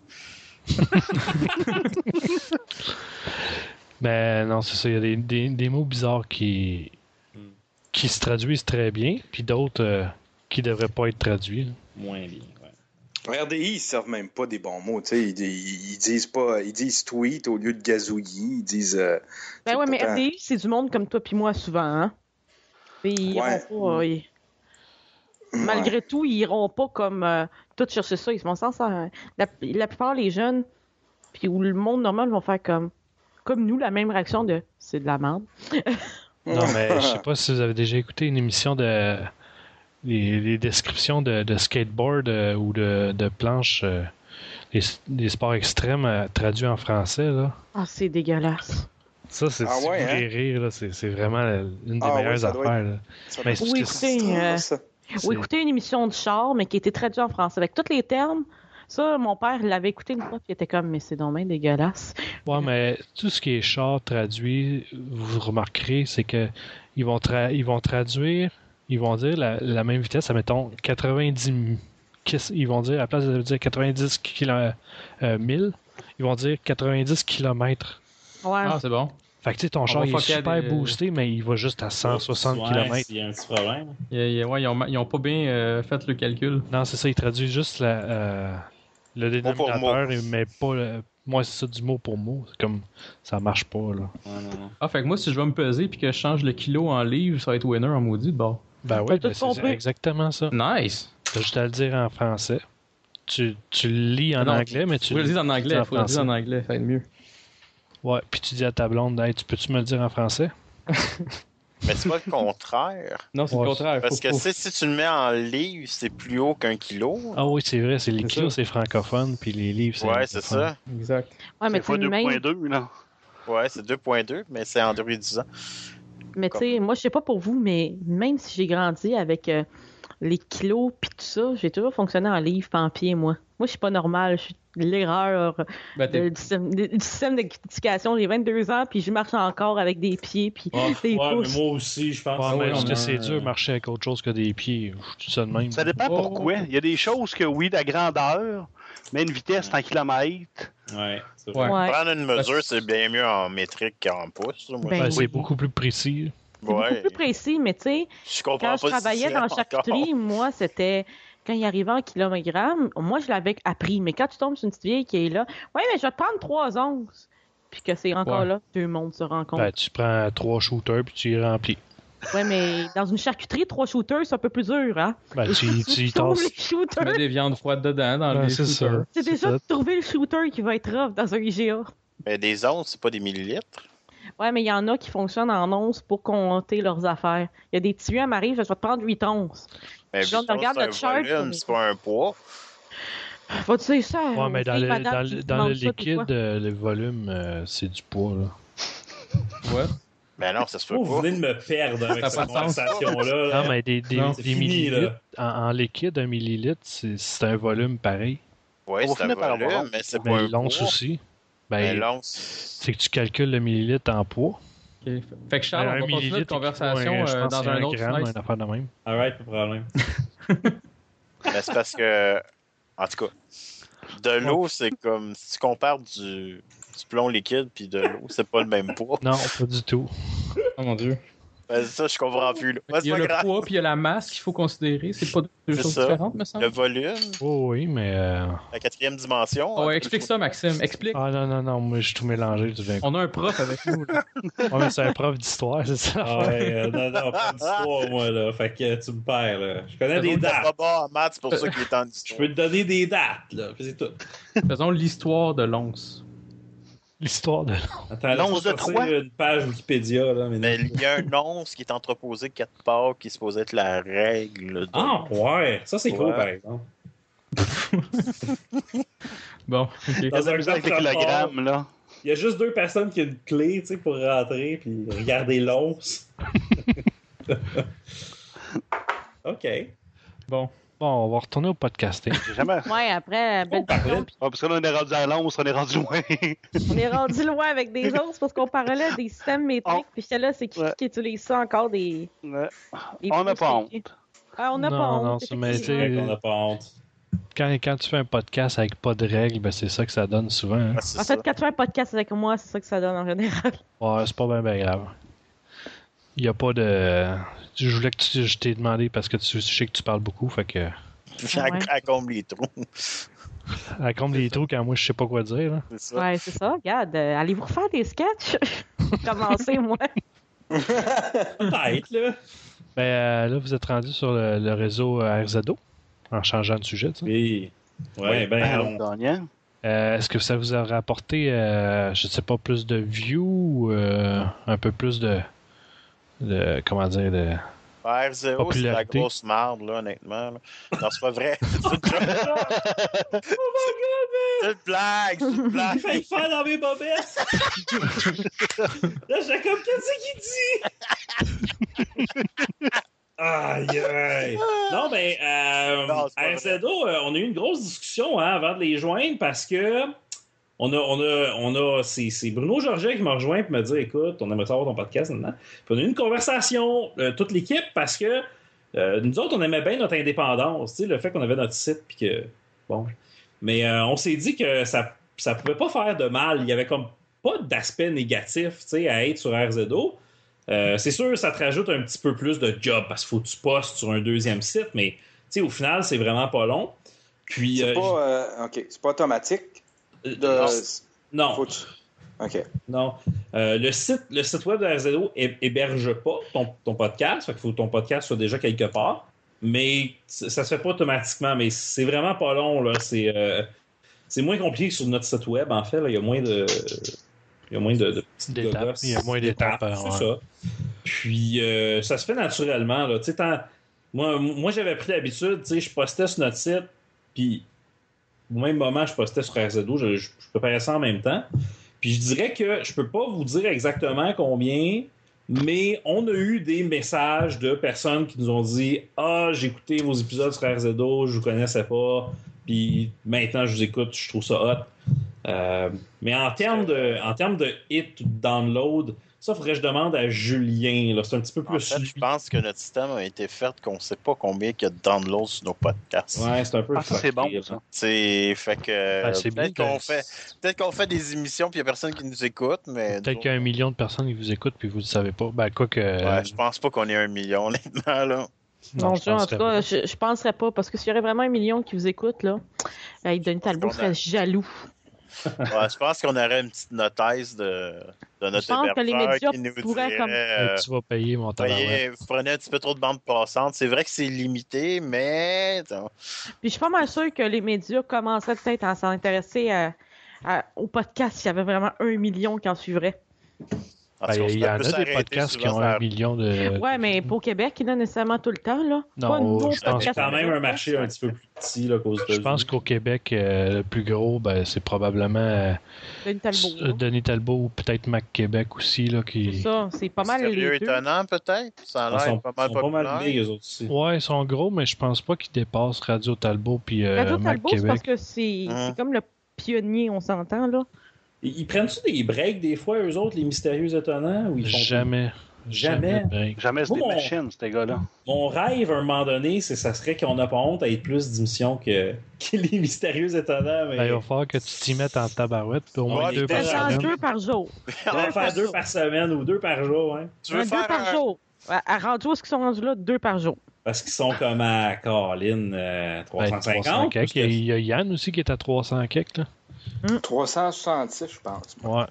A: Mais non, c'est ça. Il y a des, des- des mots bizarres qui,
F: Mm.
E: Hmm.
A: qui se traduisent très bien, puis d'autres euh, qui devraient pas être traduits. là.
F: Moins bien. ouais.
H: RDI, ils servent même pas des bons mots. tu sais. Ils, ils- ils disent pas, ils disent tweet au lieu de gazouillis. Ils disent. euh,
E: Ben
H: c'est
E: ouais, mais
H: pourtant-
E: RDI, c'est du monde comme toi puis moi souvent, hein. Puis ils
H: Ouais.
E: iront pas. euh, ils- Malgré tout, ils iront pas comme euh, tout chercher ça. Ils vont s'en sortir. La, la plupart des jeunes, puis ou le monde normal, vont faire comme comme nous la même réaction de c'est de la merde.
A: Non, mais je sais pas si vous avez déjà écouté une émission de. Les, les descriptions de, de skateboard euh, ou de, de planches, euh, les, les sports extrêmes euh, traduits en français, là.
E: Ah, c'est dégueulasse.
A: Ça, c'est
H: Ah
A: si
H: ouais,
A: vous voulez rire, là, c'est c'est vraiment la- une des
H: Ah ouais,
A: meilleures
H: ça doit être-
A: affaires. là.
H: Ça
A: Mais
H: doit
A: c'est-
H: être
E: écoutez,
H: frustrant,
E: euh,
H: ça.
A: C'est-
E: Ou écouter une émission de char, mais qui était traduite en français, avec tous les termes. Ça, mon père l'avait écouté une fois, puis il était comme, mais c'est dommage dégueulasse.
A: Ouais, mais tout ce qui est char traduit, vous remarquerez, c'est que ils vont, tra- ils vont traduire, ils vont dire la, la même vitesse, admettons 90 mi- qu'est-ce- ils vont dire, à la place de dire 90 km, 1000, ils vont dire 90 km.
E: Ouais.
B: Ah, c'est bon.
A: Fait que tu sais, ton char
B: va
A: il est
B: fucker
A: super
B: des- euh,
A: boosté, mais il va juste à 160
F: Ouais,
A: km.
F: Il y a un petit problème.
B: Il y a- il y a- ouais, ils, ont, ma- ils ont pas bien euh, fait le calcul.
A: Non, c'est ça, il traduit juste la, euh, le
D: Mot pour mot.
A: dénominateur, et- mais pas le- Moi, c'est ça du mot pour mot. C'est Comme ça marche pas, là.
B: Ah, fait que moi, si je vais me peser puis que je change le kilo en livres, ça va être winner en maudit de bord.
A: Ben
E: T'as
A: oui,
E: tout
A: c'est
E: compris.
A: exactement ça.
B: Nice!
A: T'as juste à le dire en français. Tu, tu le lis en
B: Ah Non,
A: anglais, mais tu
B: Faut le dire en anglais,
A: en
B: faut le dire en
A: français.
B: anglais, ça va être mieux.
A: Ouais, puis tu dis à ta blonde, hey, tu peux-tu me le dire en français?
D: Mais c'est pas le contraire.
B: Non, c'est
A: Ouais,
B: le contraire.
D: Parce
B: faut-
D: que
B: faut-
D: si, si tu le mets en livre, c'est plus haut qu'un kilo.
A: Ah oui, c'est vrai, c'est les
B: C'est
A: kilos,
B: ça.
A: c'est francophone, puis les livres, c'est.
D: ouais, c'est
A: anglophone.
D: ça.
B: Exact.
E: Ouais, mais
C: C'est
E: tu sais,
C: fois
E: même-
C: 2.2, là.
D: Ouais, c'est 2.2, mais c'est en druidisant.
E: Mais tu sais, moi, je sais pas pour vous, mais même si j'ai grandi avec euh, les kilos puis tout ça, j'ai toujours fonctionné en livre pas en pied, moi. Moi, je suis pas normal. Je suis l'erreur
B: Ben,
E: de-
B: t'es-
E: du système- du système d'éducation. J'ai 22 ans, puis je marche encore avec des pieds, puis
F: Ouais,
E: des
F: Ah, ouais, mais
E: pouces.
F: moi aussi, je pense
A: Ouais, Ah, mais
B: Ah on
A: parce
B: a
A: que c'est dur
F: euh,
A: de marcher avec autre chose que des pieds. Ouf, Tu dis ça de même.
C: Ça dépend
B: Oh.
C: pourquoi. Il y a des choses que, oui, la grandeur, mais une vitesse en kilomètres.
F: Ouais, c'est
B: Ouais.
F: vrai.
E: Ouais.
D: Prendre une mesure, c'est bien mieux en métrique qu'en pouces. là, moi,
E: Ben
A: Ouais,
E: oui.
A: C'est beaucoup plus précis.
D: je-
E: C'est beaucoup
D: ouais.
E: plus précis, mais tu sais,
D: Je comprends
E: quand
D: pas
E: je travaillais dans
D: chaque
E: charcuterie, moi, c'était. Quand il arrivait en kilogramme, moi, je l'avais appris. Mais quand tu tombes sur une petite vieille qui est là, ouais, mais je vais te prendre 3 onces. Puis que c'est encore
B: Ouais.
E: là, deux mondes se rencontrent.
A: Ben, tu prends trois shooters, puis tu les remplis.
E: Ouais, mais dans une charcuterie, trois shooters, c'est un peu plus dur, hein?
A: Ben, tu, y- tu y
E: trouves
A: tasses.
E: les
B: tu mets
E: shooters.
B: des viandes froides dedans dans
A: Ouais,
B: les
A: c'est ça.
B: shooters.
E: C'est
A: C'est
E: déjà
A: ça.
E: de trouver le shooter qui va être rough dans un IGA.
D: Mais des onces, c'est pas des millilitres.
E: Ouais, mais il y en a qui fonctionnent en onces pour compter leurs affaires. Il y a des tuyaux à m'arrive, je vais te prendre 8 onces.
D: Mais
E: Genre,
D: huit onces,
E: regarde
D: c'est
E: notre
D: un
E: chart,
D: volume,
E: mais-
D: c'est pas un poids.
E: Faut tu dire ça?
A: Ouais, mais
E: aux
A: dans
E: filles,
A: le,
E: madame,
A: dans
E: tu
A: le,
E: me
A: dans le
E: demandes ça, puis
A: liquide,
E: quoi?
A: euh, le volume, euh, c'est du poids, là.
B: Ouais.
D: Mais Ben non, ça se peut
F: Oh, vous
D: pas.
F: venez de me perdre avec
B: Ça
F: cette
B: fait sens.
F: conversation-là. là.
A: Non, mais des, des,
B: Non,
A: des
F: c'est fini,
A: millilitres. En, en liquide, un millilitre, c'est c'est un volume pareil.
D: Ouais,
C: On
D: c'est un
C: finit par avoir
D: volume,
C: l'once.
D: mais c'est pas
A: Mais
D: un poids.
A: l'once Ben, aussi.
D: Mais
A: Ben,
D: l'once,
A: c'est que tu calcules le millilitre en poids.
B: Ok. Fait que Charles,
A: Ben,
B: Ah on va continuer notre
A: équivaut à un-
B: conversation
A: je
B: euh,
A: pense
B: dans
A: que
B: un
A: c'est
B: autre
A: gramme,
B: fenêtre.
A: une affaire de même.
F: All right, pas de problème.
D: Mais c'est parce que. En tout cas, de l'eau, c'est comme. Si tu compares du, du plomb liquide puis de l'eau, c'est pas le même poids.
A: Non, pas du tout. hein.
B: Oh mon dieu.
D: Ben, ça, je comprends plus. Là. Ouais,
B: Il
D: c'est
B: y a
D: pas
B: le
D: grave.
B: poids puis il y a la masse qu'il faut considérer. C'est pas deux
D: C'est
B: choses
D: ça.
B: différentes, me semble.
D: Le volume,
A: Oh, oui, mais. euh,
D: la quatrième dimension.
B: Oh,
D: hein,
B: ouais, explique ça, Maxime. Explique.
A: Ah non, non, non, moi, je suis tout mélangé tout d'un coup.
B: On a un prof avec nous. là.
A: Ouais, mais c'est un prof d'histoire, c'est ça?
F: Ah ouais, euh, non, non, pas d'histoire, moi, là. Fait que euh, tu me perds, là. Je connais
D: Le
F: des
D: monde est pas
F: dates.
D: bon en maths, c'est pour ça qu'il est en
F: Je
D: histoire.
F: peux te donner des dates, là. Puis c'est tout.
B: Faisons l'histoire de l'once.
A: L'histoire de.
F: Attends,
C: L'once
F: laisse-moi
C: de
F: sortir
C: Troie.
F: une page Wikipédia, là. Mais...
D: Mais il y a un once qui est entreposé quatre parts, qui est supposé être la règle. De...
F: Ah, ouais. Ça, c'est cool,
D: Ouais.
F: par exemple.
B: Bon, ok.
C: Il y a de la
F: un
C: misère avec les
F: grand
C: kilogrammes, là.
F: Il y a juste deux personnes qui ont une clé, tu sais, pour rentrer, puis regarder l'once. OK.
B: Bon.
A: Bon, on va retourner au podcasting.
C: J'ai Jamais.
E: Ouais, après, euh, belle
F: parlait
E: question, puis
C: Ouais, parce que là, on est rendu à l'once, on est rendu loin.
E: on est rendu loin avec des onces parce qu'on parlait des systèmes métriques, puis celle-là, c'est qui
C: Ah. Ouais.
E: qui utilise ça encore des.
C: Ouais.
E: des
C: On n'a
E: pouces,
C: pas
E: c'est qui? Ah, on n'a
A: Non,
E: pas honte.
A: non, c'est- mais
E: effectivement.
A: tu sais,
F: Fait qu'on n'a pas honte.
A: Quand, quand tu fais un podcast avec pas de règles, ben, c'est ça que ça donne souvent. hein.
D: Ouais, c'est
E: En
D: ça.
E: fait, quand tu fais un podcast avec moi, c'est ça que ça donne en général.
A: Ouais, c'est pas bien grave. Il n'y a pas de. Je voulais que tu... je t'ai demandé parce que tu... je sais que tu parles beaucoup, fait que.
D: Elle-
E: Ouais.
D: elle comble les trous.
A: Elle comble les trous quand moi je sais pas quoi dire. Là.
D: C'est ça.
E: Ouais, c'est ça. Regarde, euh, allez-vous refaire des sketchs? Commencez, moi.
F: Peut-être, là.
A: Ben, euh, là, vous êtes rendu sur le, le réseau euh, RZO en changeant de sujet. tu sais.
F: Oui. Ouais, ben, on-
C: gagnant.
A: Euh, Est-ce que ça vous a rapporté, euh, je sais pas, plus de views ou euh, un peu plus de, de- Comment dire de,
D: Ouais, R0, c'est de la
A: Popularité.
D: grosse marde, là, honnêtement. là. Non, c'est pas vrai. C'est une
F: oh
D: blague,
F: my god!
D: c'est une blague, c'est une
F: Il fait
D: blague.
F: faire dans mes bobettes! Là, j'ai comme, qu'est-ce qu'il dit? Aïe, aïe! Non, ben, euh,
D: Non, c'est pas
F: à
D: vrai.
F: RZO, euh, on a eu une grosse discussion hein, avant de les joindre parce que on a, on a, on a, c'est c'est Bruno Georget qui m'a rejoint et m'a dit écoute, on aimerait savoir ton podcast maintenant. Puis on a eu une conversation, euh, toute l'équipe, parce que euh, nous autres, on aimait bien notre indépendance, tu sais, le fait qu'on avait notre site puis que. Bon. Mais euh, on s'est dit que ça ça pouvait pas faire de mal. Il y avait comme pas d'aspect négatif tu sais, à être sur RZO. Euh, c'est sûr, ça te rajoute un petit peu plus de job parce qu'il faut que tu postes sur un deuxième site, mais tu sais, au final, c'est vraiment pas long. Puis,
H: C'est
F: euh,
H: pas, euh, ok, c'est pas automatique.
F: j-
H: De...
F: euh,
H: faut
F: non,
H: que tu- Ok.
F: non. Euh, le, site, le site web de RZO hé- héberge pas ton, ton podcast. Fait qu'il faut que ton podcast soit déjà quelque part. Mais c- ça se fait pas automatiquement, mais c'est vraiment pas long. Là. C'est, euh, c'est moins compliqué que sur notre site web, en fait. là. Il y a moins de. Il y a moins de, de petites
A: D'étapes.
F: gogosses,
A: Il y a moins d'étapes,
F: C'est
A: ouais.
F: ça. Puis euh, ça se fait naturellement. Là. Tu sais, tant- Moi, moi j'avais pris l'habitude, tu sais, je postais sur notre site, puis au même moment, je postais sur RZO, je, je- je préparais ça en même temps. Puis je dirais que je peux pas vous dire exactement combien, mais on a eu des messages de personnes qui nous ont dit Ah, j'ai écouté vos épisodes sur RZO, je vous connaissais pas, puis maintenant je vous écoute, je trouve ça hot. Euh, mais en termes de, en termes de hit ou de download, ça faudrait que je demande à Julien. là. C'est un petit peu
D: En
F: plus.
D: fait, je pense que notre système a été fait qu'on sait pas combien il y a de downloads sur nos podcasts.
F: Ouais, c'est un peu.
C: Ah, ça, c'est bon,
F: hein.
C: ça.
D: C'est fait que
A: Ben, c'est
D: Euh, peut-être
A: bien
D: qu'on
A: que-
D: fait peut-être qu'on fait des émissions puis il y a personne qui nous écoute mais
A: Peut-être qu'il y a un million de personnes qui vous écoutent puis vous ne le savez pas. Ben, quoi que.
D: Ouais, je pense pas qu'on ait un million honnêtement là.
A: Non,
E: Mon
A: je
E: Dieu, en
A: penserais
E: tout cas, je, je penserais pas, parce que s'il y aurait vraiment un million qui vous écoute, là, euh, Denis Talbot
D: Parce qu'on a-
E: serait jaloux.
D: Ouais, je pense qu'on aurait une petite notaise de, de notre
E: Je pense que les
D: hébergeur
E: médias
D: qui nous
E: pourraient
D: dirait,
E: comme-
D: euh,
A: tu vas payer mon talent.
D: voyez, vous prenez un petit peu trop de bande passante. C'est vrai que c'est limité, mais
E: Puis je suis pas mal sûre que les médias commenceraient peut-être à s'intéresser à- à- au podcast s'il y avait vraiment un million qui en suivrait.
D: En
A: Ben,
D: tout cas, on
A: il y en
D: peut
A: a des
D: s'arrêter
A: podcasts qui
D: souvent
A: ont
D: sur-
A: un million de.
E: Ouais, mais pour Québec, il y en a nécessairement tout le temps, là.
A: Non,
E: Pas nous
A: je
E: autres,
A: pense
F: C'est
E: podcast. hein,
F: quand même un marché un petit peu plus petit là, qu'aux
A: Je pense
F: États-Unis.
A: qu'au Québec, euh, le plus gros, ben, c'est probablement euh,
E: Denis
A: S-
E: Talbot. là.
A: Denis Talbot ou peut-être Mac Québec aussi. Là,
E: C'est
A: qui...
E: ça, c'est pas mal
D: Sérieux
E: les deux.
D: étonnant, peut-être. Ça a
F: Ils
D: l'air
F: sont,
D: Ah pas mal
F: sont pas
D: populaire.
F: mal big, eux autres aussi.
A: Ouais, ils sont gros, mais je pense pas qu'ils dépassent Radio Talbot puis euh,
E: Radio
A: Mac
E: Talbot, c'est
A: Québec.
E: parce que c'est
D: Hein.
E: c'est comme le pionnier, on s'entend, là.
F: Ils, ils prennent-tu des breaks des fois, eux autres, les mystérieux étonnants? Ou ils font-
A: Jamais.
F: Jamais.
A: de break.
C: Jamais c'est des
F: Bon.
C: machines, ces gars-là.
F: Mon rêve, à un moment donné, c'est ça serait qu'on n'a pas honte à être plus d'émissions que, que les mystérieux étonnants. Mais
A: Ben, il va falloir que tu t'y mettes en tabarouette puis au moins
D: Ouais,
A: deux
D: mais
A: par
E: Ça
D: déjà,
A: semaine.
E: change deux par jour.
F: on va en faire deux par semaine ou deux par jour, hein,
D: Tu
E: Un,
D: veux
E: deux
D: faire
E: par
D: un-
E: jour. À, à rendu où ce qu'ils sont rendus là, deux par jour.
F: parce qu'ils sont comme à euh, Caroline
A: Ben, 300
F: 350.
A: quelques.
F: parce
A: Il y a-
F: que-
A: il y a Yann aussi qui est à 300 quelques. Là.
H: 366, je pense.
A: Ouais.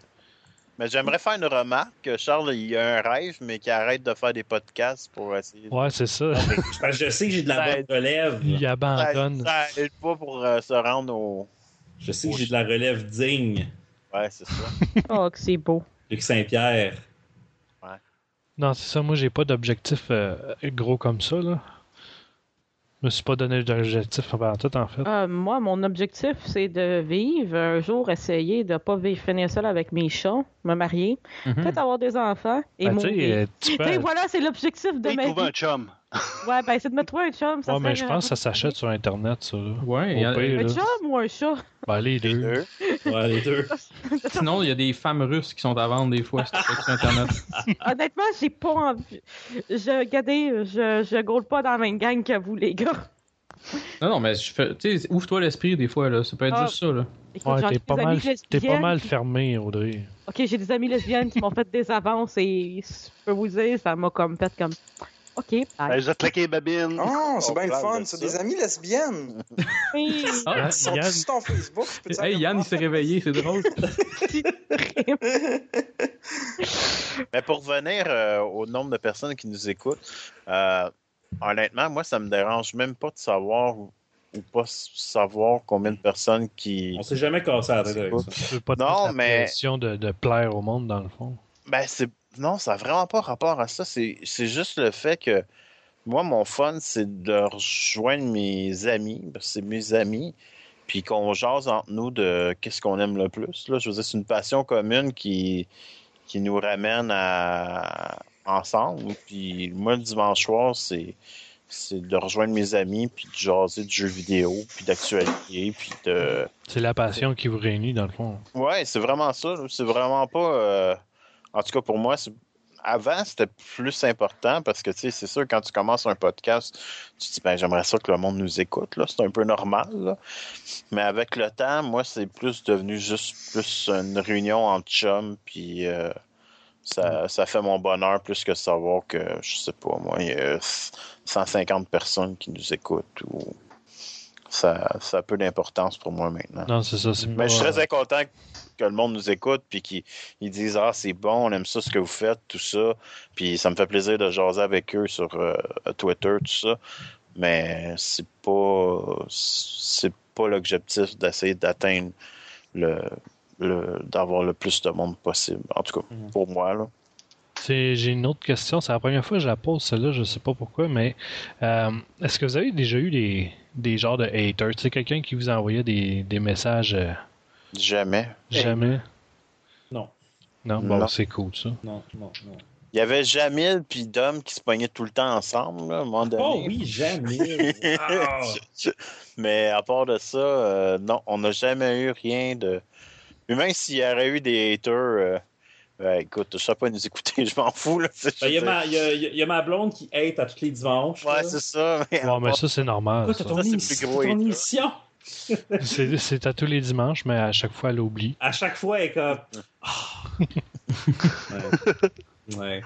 D: Mais j'aimerais faire une remarque. que Charles, il a un rêve, mais qu'il arrête de faire des podcasts pour essayer. de-
A: Ouais, c'est ça.
F: parce que je sais que j'ai de la
D: Ça
F: bonne relève.
A: Il
D: Ça,
A: abandonne.
D: ça aide pas pour euh, se rendre au.
F: Je sais que j'ai de la relève digne.
D: Ouais, c'est ça.
E: Oh, que c'est beau.
F: Luc Saint-Pierre.
A: Non, c'est ça. Moi, j'ai pas d'objectif euh, gros comme ça. Là. Je me suis pas donné d'objectif avant tout, en fait.
E: Euh, moi, mon objectif, c'est de vivre un jour, essayer de pas vivre finir seul avec mes chats, me marier, peut-être avoir des enfants et
A: Mhm. Ben, tu sais,
E: mourir.
A: euh, tu peux-
E: Tu sais, voilà, c'est l'objectif de
C: Il
E: ma vie.
C: trouve un chum.
E: Ouais, ben, c'est de me trouver un chum. Ça
A: Ouais, mais
E: serait-
A: je pense que ça s'achète sur Internet, ça. Là.
B: Ouais,
A: Au
B: il y en-
A: pire,
E: Un
A: là.
E: chum ou un chat?
A: Ben, les deux.
D: Deux.
F: Ouais, les deux.
B: sinon, il y a des femmes russes qui sont à vendre des fois sur sur Internet.
E: Honnêtement, j'ai pas envie. Je, regardez, je, je gaule pas dans la même gang que vous, les gars.
B: Non, non, mais je fais, tu sais, ouvre-toi l'esprit des fois, là. Ça peut être
E: Ah.
B: juste ça, là.
E: Écoute,
A: Ouais,
E: j'ai
A: t'es
E: des
A: pas,
E: amis
A: mal, t'es pas
E: lesbiennes
A: mal
E: qui-
A: fermé, Audrey.
E: Ok, j'ai des amies lesbiennes qui m'ont fait des avances et je peux vous dire, ça m'a comme fait comme. Ok,
C: Ben,
E: bye.
C: je vais te laquer les babines.
H: Oh, c'est
D: On
H: bien le
D: parle
H: fun,
D: de
H: c'est
D: ça.
H: des amies lesbiennes.
E: Oui,
B: Ah,
A: Yann-
H: Ils sont
A: Yann-
H: sur ton Facebook. tu peux-tu aller
B: hey, Yann, il
H: voir?
B: s'est réveillé, c'est drôle.
D: Mais pour revenir euh, au nombre de personnes qui nous écoutent, euh, honnêtement, moi, ça me dérange même pas de savoir ou ou pas s- savoir combien de personnes qui.
F: On s'est jamais cassé la tête avec ça.
A: tu veux pas te
D: Non,
A: mettre la
D: mais-
A: pression de, de plaire au monde, dans le fond.
D: Ben, c'est. Non, ça n'a vraiment pas rapport à ça. C'est c'est juste le fait que Moi, mon fun, c'est de rejoindre mes amis, parce que c'est mes amis, puis qu'on jase entre nous de qu'est-ce qu'on aime le plus. Là, je veux dire, c'est une passion commune qui, qui nous ramène à, ensemble. Puis moi, le dimanche soir, c'est c'est de rejoindre mes amis, puis de jaser de jeux vidéo, puis d'actualité, puis de...
A: C'est la passion qui vous réunit, dans le fond.
D: Ouais, c'est vraiment ça. là. C'est vraiment pas... euh, En tout cas, pour moi, c'est- avant, c'était plus important parce que, tu sais, c'est sûr, quand tu commences un podcast, tu te dis, ben, j'aimerais ça que le monde nous écoute, là. C'est un peu normal, là. Mais avec le temps, moi, c'est plus devenu juste plus une réunion entre chums, puis... euh, ça, ça fait mon bonheur plus que savoir que, je sais pas, moi, il y a 150 personnes qui nous écoutent ou ça, ça a peu d'importance pour moi maintenant.
A: Non, c'est ça. c'est
D: Mais Ben, je suis
A: pas-
D: très content que le monde nous écoute puis qu'ils ils disent Ah, c'est bon, on aime ça ce que vous faites, tout ça. Puis ça me fait plaisir de jaser avec eux sur euh, Twitter, tout ça. Mais c'est pas c'est pas l'objectif d'essayer d'atteindre le, le d'avoir le plus de monde possible. En tout cas,
F: Mhm.
D: pour moi, là.
A: C'est- J'ai une autre question. C'est la première fois que je la pose, celle-là. Je sais pas pourquoi, mais euh, est-ce que vous avez déjà eu des, des genres de haters? Tu sais, quelqu'un qui vous envoyait des, des messages euh,
D: Jamais.
A: jamais?
F: Non.
A: Non, bon,
D: Non.
A: c'est cool, ça.
F: Non, non, non.
D: Il y avait Jamil puis Dom qui se pognaient tout le temps ensemble, là, à un moment donné.
F: Oh oui, jamais. Wow.
D: Mais à part de ça, euh, non, on n'a jamais eu rien de. Mais même s'il y aurait eu des haters, euh, ben, écoute, je sais pas nous écouter, je m'en fous. Là, tu sais, je
F: Ben, Il y, a ma-
D: veux dire.
F: il y a- il y a ma blonde qui hate à tous les dimanches. là.
D: Ouais, c'est ça. Mais,
A: Ouais, mais ça, c'est normal.
F: Pourquoi
A: ça.
F: t'as ton,
D: Ça, c'est
F: émission-
D: plus gros
F: ton
D: hater.
F: émission?
A: C'est c'est à tous les dimanches, mais à chaque fois, elle oublie.
F: À chaque fois, elle est comme. Ah. ouais. Ouais.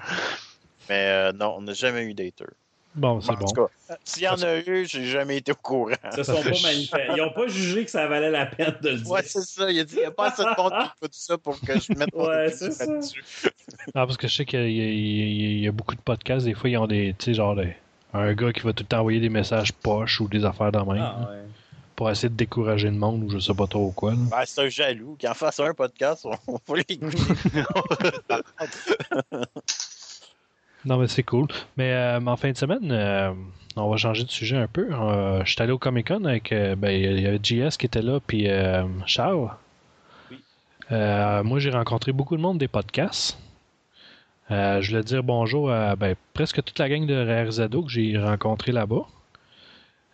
D: mais, euh, non, on n'a jamais eu d'haters.
A: Bon, c'est
D: En
A: bon.
D: tout cas, s'il y en a eu, j'ai jamais été au courant.
F: Ils se sont
A: fait
F: pas
A: ch-
F: manifestés. Ils n'ont pas jugé que ça valait la peine de le dire.
D: Ouais, c'est ça. Il a dit, il n'y a pas assez de monde qui écoute ça pour que je mette mon
F: Ouais,
D: opinion
F: c'est ça.
D: là-dessus.
A: Ah, parce que je sais qu'il y, a- il y a- il y a- il y a beaucoup de podcasts, des fois, ils ont des. Tu sais, genre, des- un gars qui va tout le temps envoyer des messages poches ou des affaires dans même
F: Ah, ouais.
A: pour essayer de décourager le monde ou je sais pas trop quoi. là.
D: Ben, c'est un jaloux. Qui en fasse un podcast, on va l'écouter.
A: Non, mais c'est cool. Mais euh, en fin de semaine, euh, on va changer de sujet un peu. Euh, je suis allé au Comic Con avec. euh, ben, il y avait JS qui était là, puis euh, Charles. Euh, moi, j'ai rencontré beaucoup de monde des podcasts. Euh, je voulais dire bonjour à ben, presque toute la gang de RZO que j'ai rencontré là-bas.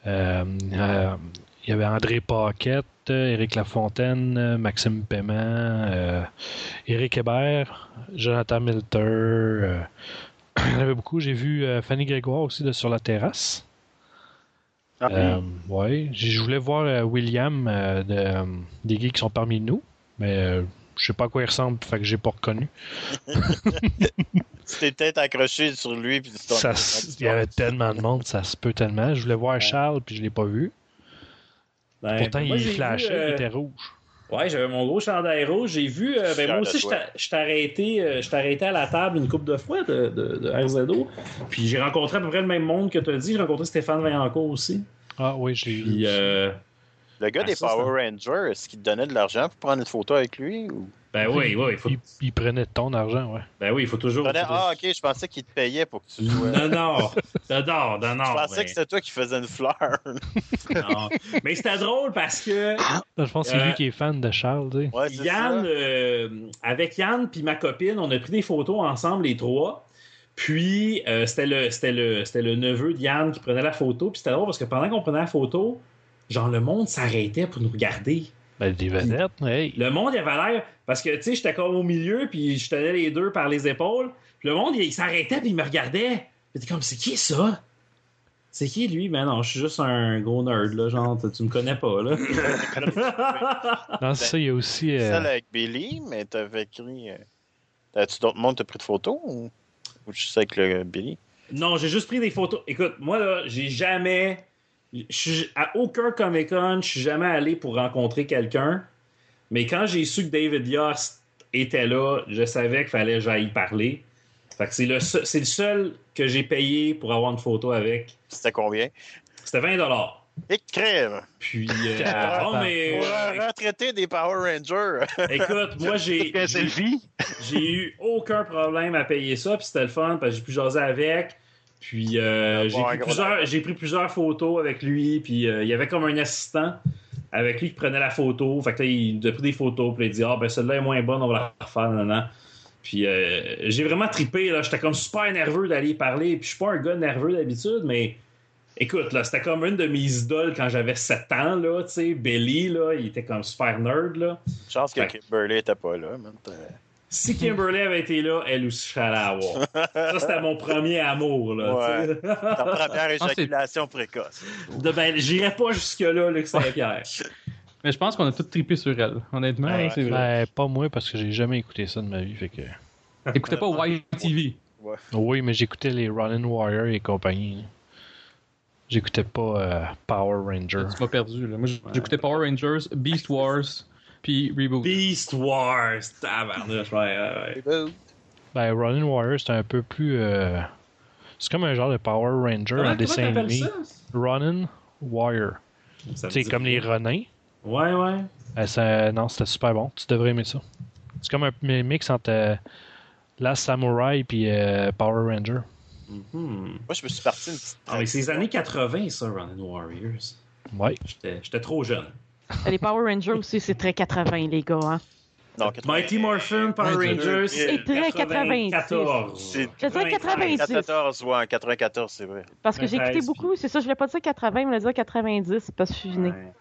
A: Euh, euh, il y avait André Paquette, Éric Lafontaine, Maxime Paiement, euh, Éric Hébert, Jonathan Milter. euh, il y en avait beaucoup. J'ai vu euh, Fanny Grégoire aussi de Sur la terrasse.
F: Ah
A: Euh, ouais. J'ai- Je voulais voir euh, William euh, de, euh, des gays qui sont parmi nous, mais euh, je sais pas à quoi il ressemble, fait que j'ai pas reconnu.
D: tu t'es peut-être accroché sur lui. Puis tu t'en-
A: Ça se- il y avait tellement de monde, ça se peut tellement. Je voulais voir Charles, puis je l'ai pas vu.
F: Ben,
A: Pourtant,
F: moi, j'ai
A: il
F: vu,
A: flashait,
F: euh,
A: il était rouge.
F: Ouais, j'avais mon gros chandail rouge. J'ai vu. euh, ben,
D: Fier
F: moi
D: de
F: aussi, je
D: toi.
F: t'a- je t'ai arrêté, euh, je t'ai arrêté à la table une coupe de fois de, de, de RZO. Puis j'ai rencontré à peu près le même monde que tu as dit. J'ai rencontré Stéphane Vaillancourt aussi.
A: Ah oui, je l'ai vu.
F: Puis, euh,
D: Le gars
F: Ah,
D: des
F: ça, c'est-
D: Power Rangers, est-ce qu'il te donnait de l'argent pour prendre une photo avec lui? Ou...
F: ben oui, oui, il faut,
A: Il, il prenait ton argent, ouais.
F: ben oui, il faut toujours.
D: Prenait-
F: faut toujours-
D: Ah, ok, je pensais qu'il te payait pour que tu joues.
F: Non, non, non, non, non.
D: je pensais
F: mais-
D: que c'était toi qui faisais une fleur.
F: non. ben. Mais c'était drôle parce que
A: Là, je pense que c'est
F: Euh,
A: lui qui est fan de Charles, tu sais.
D: Ouais, c'est
F: Yann,
D: ça.
F: euh, avec Yann puis ma copine, on a pris des photos ensemble, les trois. Puis, euh, c'était le, c'était le, c'était le neveu de Yann qui prenait la photo. Puis, c'était drôle parce que pendant qu'on prenait la photo, genre, le monde s'arrêtait pour nous regarder.
A: Ben, des vedettes, hey.
F: Le monde, il avait l'air. Parce que, tu sais, j'étais comme au milieu, puis je tenais les deux par les épaules. Puis le monde, il, il s'arrêtait, puis il me regardait. J'étais comme, c'est qui ça? C'est qui lui? Ben non, je suis juste un gros nerd, là. Genre, tu- tu me connais pas, là.
A: Non, c'est ça, il y a aussi.
D: C'est
A: euh,
D: celle avec Billy, mais t'avais écrit. euh, As-tu d'autres monde t'a pris de photos ou, ou je sais avec le Billy?
F: Non, j'ai juste pris des photos. Écoute, moi, là, j'ai jamais. Je suis à aucun Comic Con, je suis jamais allé pour rencontrer quelqu'un. Mais quand j'ai su que David Yost était là, je savais qu'il fallait que j'aille y parler. Fait que c'est le, seul- c'est le seul que j'ai payé pour avoir une photo avec.
D: C'était combien?
F: C'était 20
D: Et crème!
F: Puis. euh, bon, mais.
D: Pour un retraité des Power Rangers!
F: Écoute, moi, j'ai.
C: Un selfie?
F: J'ai eu aucun problème à payer ça, puis c'était le fun, parce que j'ai pu jaser avec. Puis euh, j'ai
D: Avoir un
F: pris,
D: gros
F: plusieurs-
D: iPhone.
F: j'ai pris plusieurs photos avec lui, puis euh, il y avait comme un assistant avec lui qui prenait la photo. Fait que là, il a pris des photos, puis il a dit Ah, ben celle-là est moins bonne, on va la refaire, non, non. Puis euh, j'ai vraiment tripé, là. J'étais comme super nerveux d'aller y parler, puis je suis pas un gars nerveux d'habitude, mais. Écoute, là, c'était comme une de mes idoles quand j'avais 7 ans, là, tu sais, Billy, là, il était comme super nerd, là.
D: Chance que
F: Ouais.
D: Kimberly était pas là. man.
F: Si Kimberly avait été là, elle aussi, je serais allé la voir. Ça, c'était mon premier amour, là, tu sais.
D: Ta première
B: c'est-
D: éjaculation précoce.
F: De- ben, j'irais pas jusque-là, Luc Saint-Pierre.
B: Mais je pense qu'on a tous trippé sur elle, honnêtement.
D: Ouais,
B: là, c'est vrai.
A: Ben, pas moi, parce que j'ai jamais écouté ça de ma vie. Fait que...
B: Écoutez pas White TV.
A: Oui, mais j'écoutais les Ronin Warrior et compagnie. J'écoutais pas euh, Power Ranger.
B: Tu m'as perdu. Là. Moi, Ah, j'écoutais Power Rangers, Beast Wars, puis Reboot.
F: Beast Wars, tabarnouche, ouais, ouais, ouais.
A: Ben, Ronin Warrior, c'est un peu plus. euh, C'est comme un genre de Power Ranger en dessin
F: t'appelles
A: animé.
F: ça?
A: Ronin Warrior.
F: Ça me
A: C'est
F: dit-
A: comme les Ronins.
F: Ouais, ouais.
A: Euh, ça- non, c'était super bon. Tu devrais aimer ça. C'est comme un mi- mix entre euh, Last Samurai et Power Ranger.
F: Hmm.
D: Moi, je me suis parti une petite.
F: Ah, mais c'est les années 80, ça, Running Warriors.
A: Ouais.
F: J'étais j'étais trop jeune.
E: Les Power Rangers aussi, c'est très 80, les gars. Hein.
D: Non,
F: Mighty Morphin, Power
B: Ouais,
F: Rangers,
D: c'est
E: très
F: 94.
D: C'est-
E: Je dirais 90,
D: 94, ouais, en 94, c'est vrai.
E: Parce que j'ai écouté
F: 13,
E: beaucoup, c'est ça, je voulais pas dire 80, je voulais dire 90, c'est parce que je suis née.
F: Ouais.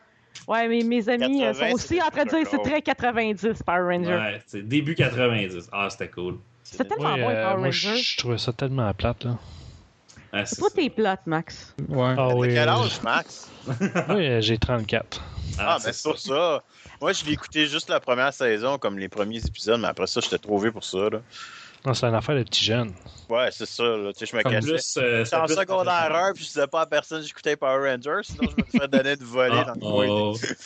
E: Ouais, mais mes amis euh,
D: 80,
E: sont aussi
D: c'est
E: en train de dire
D: des
E: c'est très 90, Power Ranger.
F: Ouais, c'est début 90. Ah, c'était cool.
E: C'était
A: Ouais,
E: tellement bon, les
A: euh,
E: Power
A: moi, je
E: Ranger.
A: je trouvais ça tellement plate. Là.
F: Ah, c'est
E: Toi,
F: ça.
E: t'es plate, Max.
B: Ouais.
A: Ah
D: T'as
A: oui.
D: quel âge, Max?
A: Oui, euh, j'ai 34.
D: Ah, mais
F: Ah, ben, c'est
D: c'est pour ça. Moi, je l'ai écouté juste la première saison, comme les premiers épisodes, mais après ça, j'étais trop vieux pour ça. Là.
A: Non, c'est une affaire de petits jeunes.
D: Ouais, c'est ça. Là. Tu sais, je me
B: Comme
F: ça.
D: cachais.
F: Plus, euh,
D: J'étais en
F: plus-
D: secondaire 1, puis je disais pas à personne que j'écoutais Power Rangers, sinon je me ferais donner de voler
F: Ah,
D: dans le coin.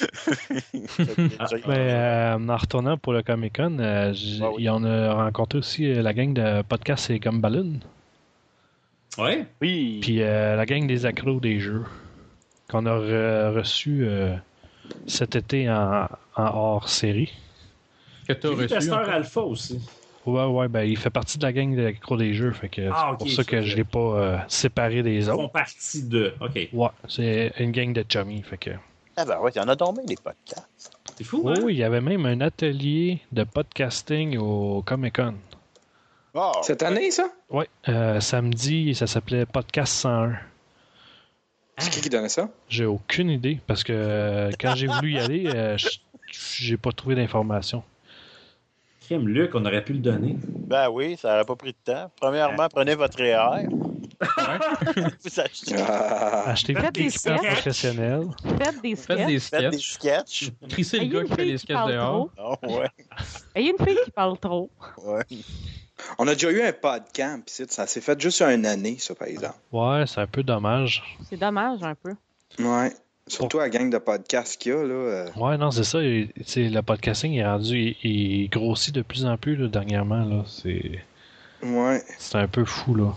D: ben,
F: oh.
A: Mais euh, en retournant pour le Comic Con, euh,
D: Ah oui.
A: on a rencontré aussi euh, la gang de podcast et comme Balloon.
F: Ouais.
C: Oui.
A: Puis euh, la gang des accros des jeux. Qu'on a re- reçu euh, cet été en, en hors série.
B: Que t'as
F: J'ai vu
B: reçu. hein.
F: Testeur
B: encore.
F: Alpha aussi.
A: Ouais, ouais, ben il fait partie de la gang des accros des jeux, fait que
F: Ah,
A: c'est
F: ok,
A: pour ça
F: ça,
A: que je
F: ok.
A: l'ai pas euh, séparé des
F: Ils font
A: autres.
F: partie de. OK.
A: Ouais, c'est une gang de chummies, fait que.
D: Ah, ben ouais, il y en a dormi des podcasts.
F: C'est fou,
A: Oui,
F: hein?
A: oui, il y avait même un atelier de podcasting au Comic Con.
D: Oh,
H: Cette année, ça?
A: Ouais, euh, samedi, ça s'appelait Podcast 101.
H: C'est qui qui donnait ça?
A: J'ai aucune idée parce que euh, quand j'ai voulu y aller, euh, j- j'ai pas trouvé d'informations.
F: Crème Luc, on aurait pu le donner.
D: ben oui, ça n'aurait pas pris de temps. Premièrement, prenez votre REER. Vous achetez
H: Ah,
A: Achetez-vous
E: Faites des
A: des équipements
E: sketchs.
A: professionnels.
E: Faites des
B: Faites
E: sketchs.
B: des
D: faites des
B: sketchs.
D: sketchs.
B: Trissez le
E: Ayez
B: gars
E: une
B: qui fait
E: fille
B: les
E: qui
B: sketchs
E: parle
B: dehors.
E: trop.
D: Non, ouais.
E: Ayez une fille qui parle trop.
D: ouais.
H: on a déjà eu un podcast, pis c'est- ça s'est fait juste sur une année, ça, par exemple.
A: Ouais, c'est un peu dommage.
E: C'est dommage, un peu.
H: Ouais. Surtout la gang de podcasts qu'il y a, là. euh,
A: Ouais, non, c'est ça. il- c'est- Le podcasting est rendu, il, il grossit de plus en plus là, dernièrement. Là. C'est,
H: Ouais.
A: c'est un peu fou, là.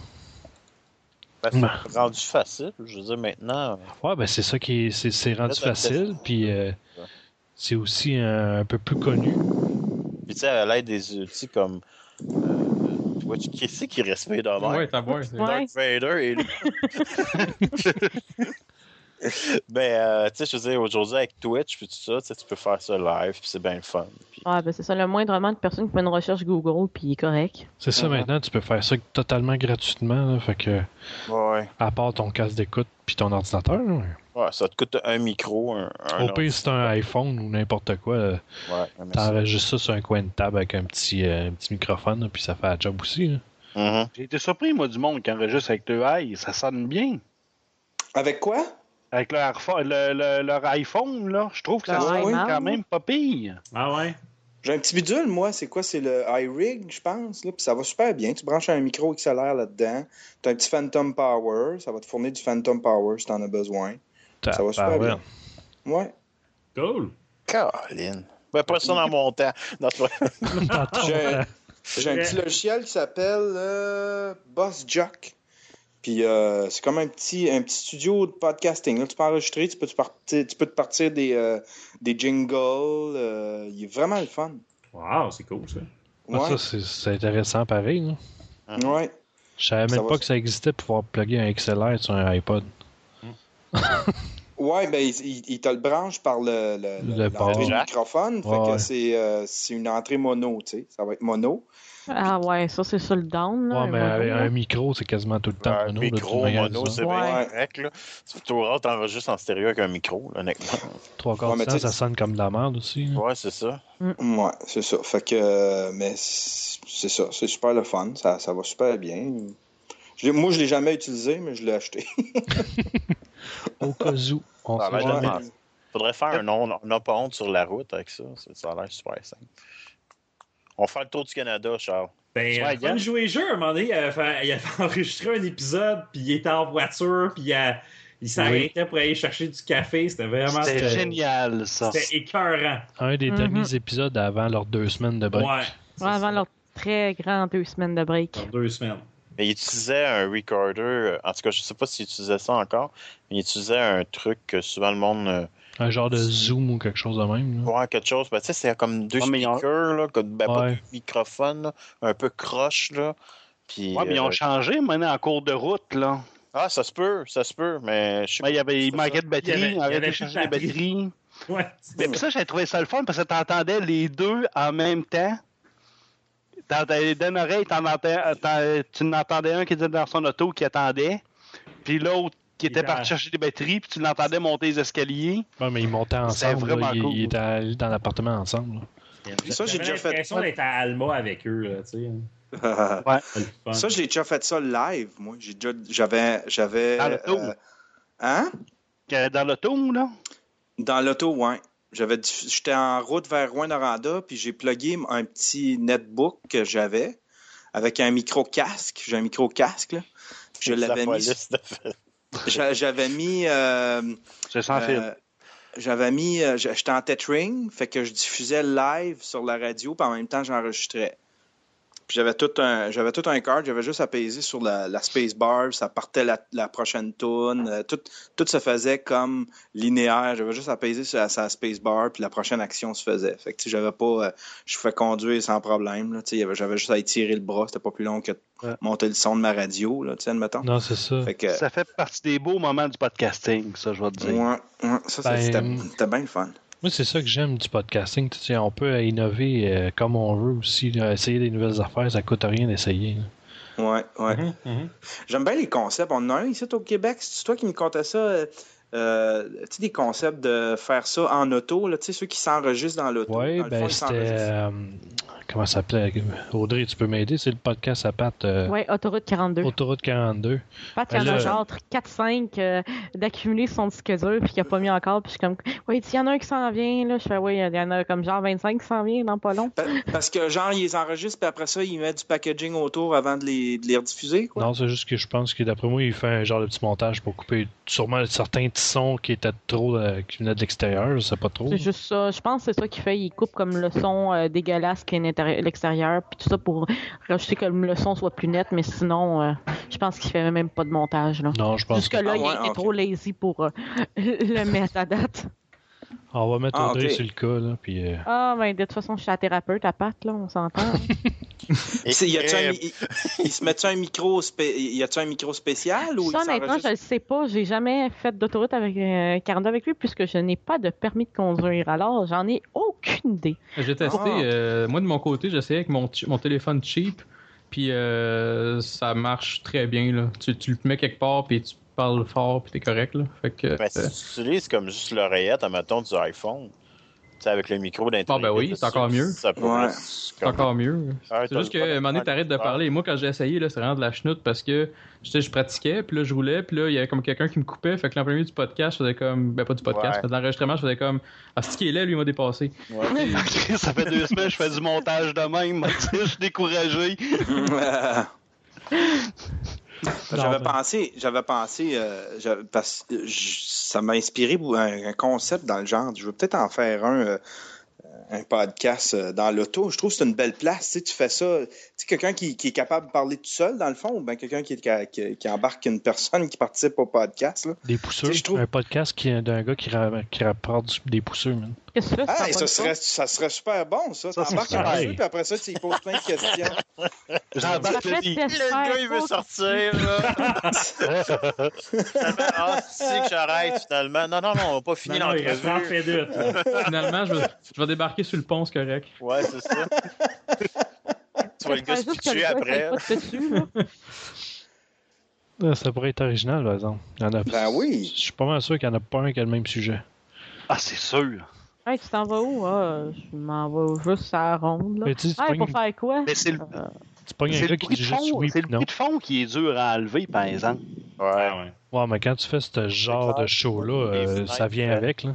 D: Ben, c'est rendu facile, je veux dire, maintenant.
A: Ouais, ben c'est ça qui est, c'est, c'est rendu
D: Faites un
A: facile,
D: test.
A: puis euh, c'est aussi euh, un peu plus connu.
D: Puis, tu sais, à l'aide des outils comme. Euh, Twitch, qui c'est qui respire dans
B: Ah, Ouais, t'as beau, c'est-
E: Ouais.
D: Darth Vader et lui. ben, euh, tu sais, je veux dire, aujourd'hui, avec Twitch, puis tout ça, tu sais, tu peux faire ça live, puis c'est bien le fun. Puis,
E: Ah, ben c'est ça, le moindrement de personnes qui fait une recherche Google, puis il est correct.
A: C'est ça,
D: Mhm.
A: maintenant, tu peux faire ça totalement gratuitement. là, fait que,
D: ouais.
A: à part ton casque d'écoute puis ton ordinateur, là,
D: ouais, ça te coûte un micro, un. un
A: au pire, c'est un iPhone ou n'importe quoi. là,
D: Ouais, un message.
A: T'enregistres ça sur un coin de table avec un petit, euh, un petit microphone, là, puis ça fait la job aussi. hein. là.
D: Mhm.
C: J'ai été surpris, moi, du monde qui enregistre avec le AI. Ça sonne bien.
H: Avec quoi?
C: Avec leur, iPhone- le- le- leur iPhone, là, je trouve que ça
E: Leur
C: sonne
E: iMac,
C: quand
E: oui.
C: même pas pire.
F: Ah ouais?
H: J'ai un petit bidule, moi. C'est quoi? C'est le iRig, je pense. Là. Puis ça va super bien. Tu branches un micro XLR là-dedans. Tu as un petit Phantom Power. Ça va te fournir du Phantom Power si tu en as besoin. Ça va super
A: Tabarouette.
H: bien. Ouais.
F: Cool.
D: Caroline. Ben, pas ça dans mon temps. Non, c'est pas-
A: Ah,
H: J'ai un, j'ai un petit logiciel qui s'appelle euh, Boss Jock. Puis euh, c'est comme un petit, un petit studio de podcasting. Là, tu peux enregistrer, tu peux te partir, tu peux te partir des, euh, des jingles. euh, il est vraiment le fun.
F: Wow, c'est cool, ça.
A: Ah,
H: Ouais.
A: Ça, c'est, c'est intéressant pareil. là.
H: ouais.
A: Je savais
H: Ça
A: même
H: va,
A: pas
H: ça.
A: que ça existait pour pouvoir plugger un XLR sur un iPod.
H: Ouais, ben, il, il- il te le branche par le, le,
A: Le
H: le-
A: port.
H: l'entrée de
D: Jack.
H: microphone. Fait
A: Ouais,
H: que
A: ouais.
H: c'est, euh, c'est une entrée mono, tu sais. Ça va être mono.
E: Ah ouais, ça c'est sur le down. Là,
A: Ouais, mais
E: un
A: avec
E: mono,
A: un
E: là.
A: micro, c'est quasiment tout le temps
D: Un
A: mono. là, d'une
D: micro,
A: manière
D: mono,
A: bizarre.
D: c'est bien
E: Ouais.
D: correct. Là. C'est plutôt rare, t'enregistres en stéréo avec un micro, là, honnêtement.
A: Trois quarts
H: Ouais,
A: du
H: mais
A: temps,
H: tu sais-
A: ça sonne comme de la merde aussi. là.
D: Ouais, c'est ça.
H: Ouais, c'est ça. Fait que, euh, mais c'est c'est ça. C'est super le fun. Ça, ça va super bien. Je l'ai- moi, je l'ai jamais utilisé, mais je l'ai acheté.
A: Au cas où, on
C: Ah,
D: Ça a
A: sait
C: ben,
D: l'air
A: jamais.
D: de mal. Faudrait faire un on on n'a pas honte sur la route avec ça. Ça- Ça a l'air super simple. On fait le tour du Canada, Charles.
F: Ben,
D: Ouais,
F: en train
D: Yann.
F: de jouer le jeu, à un moment donné, il avait, fait- il avait enregistré un épisode, puis il était en voiture, puis il, a- il s'arrêtait pour aller chercher du café. C'était vraiment...
C: C'était
F: c'était-
C: génial, ça.
F: C'était écœurant.
A: Un des
E: Mhm.
A: derniers épisodes avant leurs deux semaines de break.
F: Ouais.
E: Ouais, avant leur très grand deux semaines de break.
F: Dans deux semaines.
D: Mais il utilisait un recorder. euh, En tout cas, je sais pas s'il utilisait ça encore. Mais il utilisait un truc que souvent le monde. euh,
A: Un genre de zoom ou quelque chose de même. là.
D: Ouais, quelque chose. Ben, tu sais, c'est comme deux
C: Ouais, Mm. Ah, mais ils ont-
D: speakers, là, que- ben, pas
A: Ouais.
D: deux microphones, là, un peu croche, là. Puis,
C: Ouais, mais ils ont
D: euh,
C: changé maintenant en cours de route, là.
D: Ah, ça se peut, ça se peut, mais je sais
C: Ouais, il y avait, il
D: c'est
C: manquait de
F: Il y
C: batterie,
F: avait-
C: on
F: il y
C: avait
F: avait plus
C: de
F: de
C: changer les
F: batterie.
C: batteries.
F: Ouais.
C: Mais puis ça, j'ai trouvé ça le fun parce que t'entendais les deux en même temps. Dans ta- D'une oreille, t'en entends- t'en- tu n'entendais un qui était dans son auto qui attendait, puis l'autre qui
F: Il
C: était
F: était à-
C: parti chercher des batteries, puis tu l'entendais monter les escaliers.
A: Ouais, mais ils montaient
C: C'était
A: ensemble. là.
C: vraiment
A: Ils,
C: cool.
A: ils étaient allés dans l'appartement ensemble. là.
H: Ça, j'ai déjà fait-
F: J'avais l'impression d'être à Alma avec eux, là, tu sais.
H: ça,
F: C'était le fun.
H: j'ai déjà fait ça live, moi. J'ai déjà, j'avais, j'avais. euh,
C: Dans l'auto.
H: hein?
C: Que euh, Dans l'auto, là.
H: Dans l'auto, ouais. J'avais, diff- j'étais en route vers Rouen-Noranda, puis j'ai plugué un petit netbook que j'avais avec un micro casque. J'ai un micro casque, là. Je
D: la
H: l'avais mis,
D: police de fait.
H: j'a- j'avais mis. euh,
C: C'est sans fil.
H: Euh, J'avais mis, euh, j'- j'étais en tethering, fait que je diffusais live sur la radio, puis en même temps j'enregistrais. Puis j'avais tout un, j'avais tout un card, j'avais juste à peser sur la, la space bar, ça partait la, la prochaine tune, euh, tout, tout se faisait comme linéaire, j'avais juste à peser sur la, sur la space bar, puis la prochaine action se faisait. Fait que tu sais, j'avais pas, euh, je pouvais conduire sans problème, là, tu sais, il y avait- j'avais juste à étirer le bras, c'était pas plus long que de
C: Ouais.
H: monter le son de ma radio, là, tu sais, admettons.
A: Non, c'est ça.
H: Fait que,
C: Ça fait partie des beaux moments du podcasting, ça, je vais te
H: ouais,
C: dire.
H: ouais, ça,
A: Ben,
H: c'était c'était bien le fun.
A: Moi, c'est ça que j'aime du podcasting. Tu sais, on peut innover euh, comme on veut aussi. là. Essayer des nouvelles affaires, ça coûte rien d'essayer. là.
H: Ouais, ouais.
A: Mm-hmm.
H: Mhm. J'aime bien les concepts. On en a un ici au Québec. C'est toi qui me contais ça. euh, euh, tu sais, des concepts de faire ça en auto, là, tu sais, ceux qui s'enregistrent dans l'auto.
A: Ouais,
H: dans le fond,
A: ben
H: ils
A: c'était.
H: s'enregistrent.
A: euh, comment ça s'appelait Audrey, tu peux m'aider C'est le podcast à Pat euh,
E: Ouais, autoroute 42.
A: Autoroute 42.
E: Pat, il y en
A: Ben
E: a
A: là-
E: genre 4-5 euh, d'accumuler son disque dur puis qu'il a pas mis encore. Puis je suis comme, ouais, il y en a un qui s'en vient. Là. Je fais, oui, il y en a comme genre 25 qui s'en vient dans pas long.
H: Pa- Parce que, genre, ils les enregistrent, puis après ça, ils mettent du packaging autour avant de les, de les rediffuser, quoi.
A: Non, c'est juste que je pense que d'après moi, il fait un genre de petit montage pour couper sûrement certains petits sons qui étaient trop. euh, qui venaient de l'extérieur, je sais pas trop.
E: C'est juste ça. Je pense que c'est ça qu'il fait. Il coupe comme le son euh, dégueulasse qui est à l'intérieur- l'extérieur. Puis tout ça pour rajouter que le son soit plus net. Mais sinon, euh, je pense qu'il fait même pas de montage. Là.
A: Non, je pense
E: Jusque-là,
H: Ah
E: il
H: ouais,
E: était
H: ok.
E: trop lazy pour euh, le mettre à date.
A: On va mettre
H: Ah,
A: Audrey
H: ok.
A: sur le cas, là, puis... euh,
E: Ah, ben, de toute façon, je suis la thérapeute à Pat, là, on s'entend.
D: Et-
H: C'est- Y a-tu
D: et-
H: un, mi- il- il se met un micro, spé- y a-tu un micro spécial ou ils
E: Ça, honnêtement, je
H: s'enregistrent?
E: le sais pas. J'ai jamais fait d'autoroute avec euh, Carnot avec lui puisque je n'ai pas de permis de conduire. Alors, j'en ai aucune idée.
B: J'ai testé,
H: Ah.
B: euh, moi de mon côté, j'essayais avec mon, ch- mon téléphone cheap, puis euh, ça marche très bien. Là. Tu, tu le mets quelque part, puis tu parles fort, puis t'es correct. Là. Fait que,
D: Ben, si
B: euh,
D: tu utilises comme juste l'oreillette, admettons, du iPhone, tu sais, avec le micro
B: Ah,
D: d'intérieur.
B: ben oui, c'est encore mieux.
D: Ça peut
H: Ouais.
D: juste
B: c'est
D: comme-
B: encore mieux.
D: Ah,
B: C'est
D: t'as
B: juste
D: le
B: que, à un moment donné,
D: droit
B: t'arrêtes de parler. Moi, quand j'ai essayé, là, c'est vraiment de la chenoute parce que je, sais, je pratiquais, puis là, je roulais, puis là, il y avait comme quelqu'un qui me coupait. Fait que l'en premier du podcast, je faisais comme. Ben, pas du podcast,
D: Ouais.
B: mais de l'enregistrement, je faisais comme. Ah, c'est qui est là, lui, il m'a dépassé.
D: Ouais.
C: Chris, ça fait deux semaines que je fais du montage de même. Je suis découragé.
A: Non,
H: j'avais
A: mais-
H: pensé, j'avais pensé, euh, j'avais- parce que j- ça m'a inspiré pour un, un concept dans le genre. Je veux peut-être en faire un, euh, un podcast euh, dans l'auto. Je trouve que c'est une belle place. Tu, sais, tu fais ça. Tu sais, quelqu'un qui, qui est capable de parler tout seul, dans le fond, ou bien quelqu'un qui, est- qui, qui- qui embarque une personne qui participe au podcast. là.
A: Des pousseurs.
H: Tu sais, je trouve-
A: Un podcast qui, d'un gars qui, ra- qui rapporte du- des pousseurs, man.
E: Qu'est-ce que c'est?
H: Ah,
E: c'est
H: ça
E: pas
H: serait, ça serait super bon, ça.
C: Ça, c'est
H: T'embarques
A: pareil.
H: là-dessus, puis après ça, tu y poses plein de questions.
C: J'embarque
E: Après,
C: le dit.
E: tester,
D: Le gars, il veut
E: faut-
D: sortir, là. Finalement, ah, si que j'arrête, finalement. Non, non, non, on n'a pas fini
C: Ben
F: Non, non, il reste en
D: l'entrevue.
F: fait deux.
B: Finalement, je vais, je vais débarquer sur le pont, c'est correct.
D: Ouais, c'est ça. tu vois le gars
E: J'espère
D: se
E: juste que le
D: pitcher
E: gars, il
D: après.
E: saute pas dessus, là.
A: Ah, Ça pourrait être original, par exemple. Il y en a-
H: Ben oui.
A: Je suis pas mal sûr qu'il n'y en a pas un qui a le même sujet.
C: Ah, c'est sûr.
E: Hey, tu t'en vas où? Ah, je m'en vais juste à la ronde, là.
A: Mais tu sais, tu
E: Hey, Ah, pour
A: pognes-
E: faire quoi?
C: Mais c'est le,
E: Euh,
A: tu pognes
C: c'est
A: un
C: le
A: gars qui
C: bruit
A: dit
C: de
A: juste
C: fond.
A: oui
C: C'est le
A: puis non.
C: bruit de fond qui est dur à enlever, par exemple.
D: Ouais.
F: Ah ouais.
A: Ouais, mais quand tu fais ce genre de show-là,
D: Les
A: euh,
D: fenêtres,
A: ça vient
D: euh,
A: avec, là.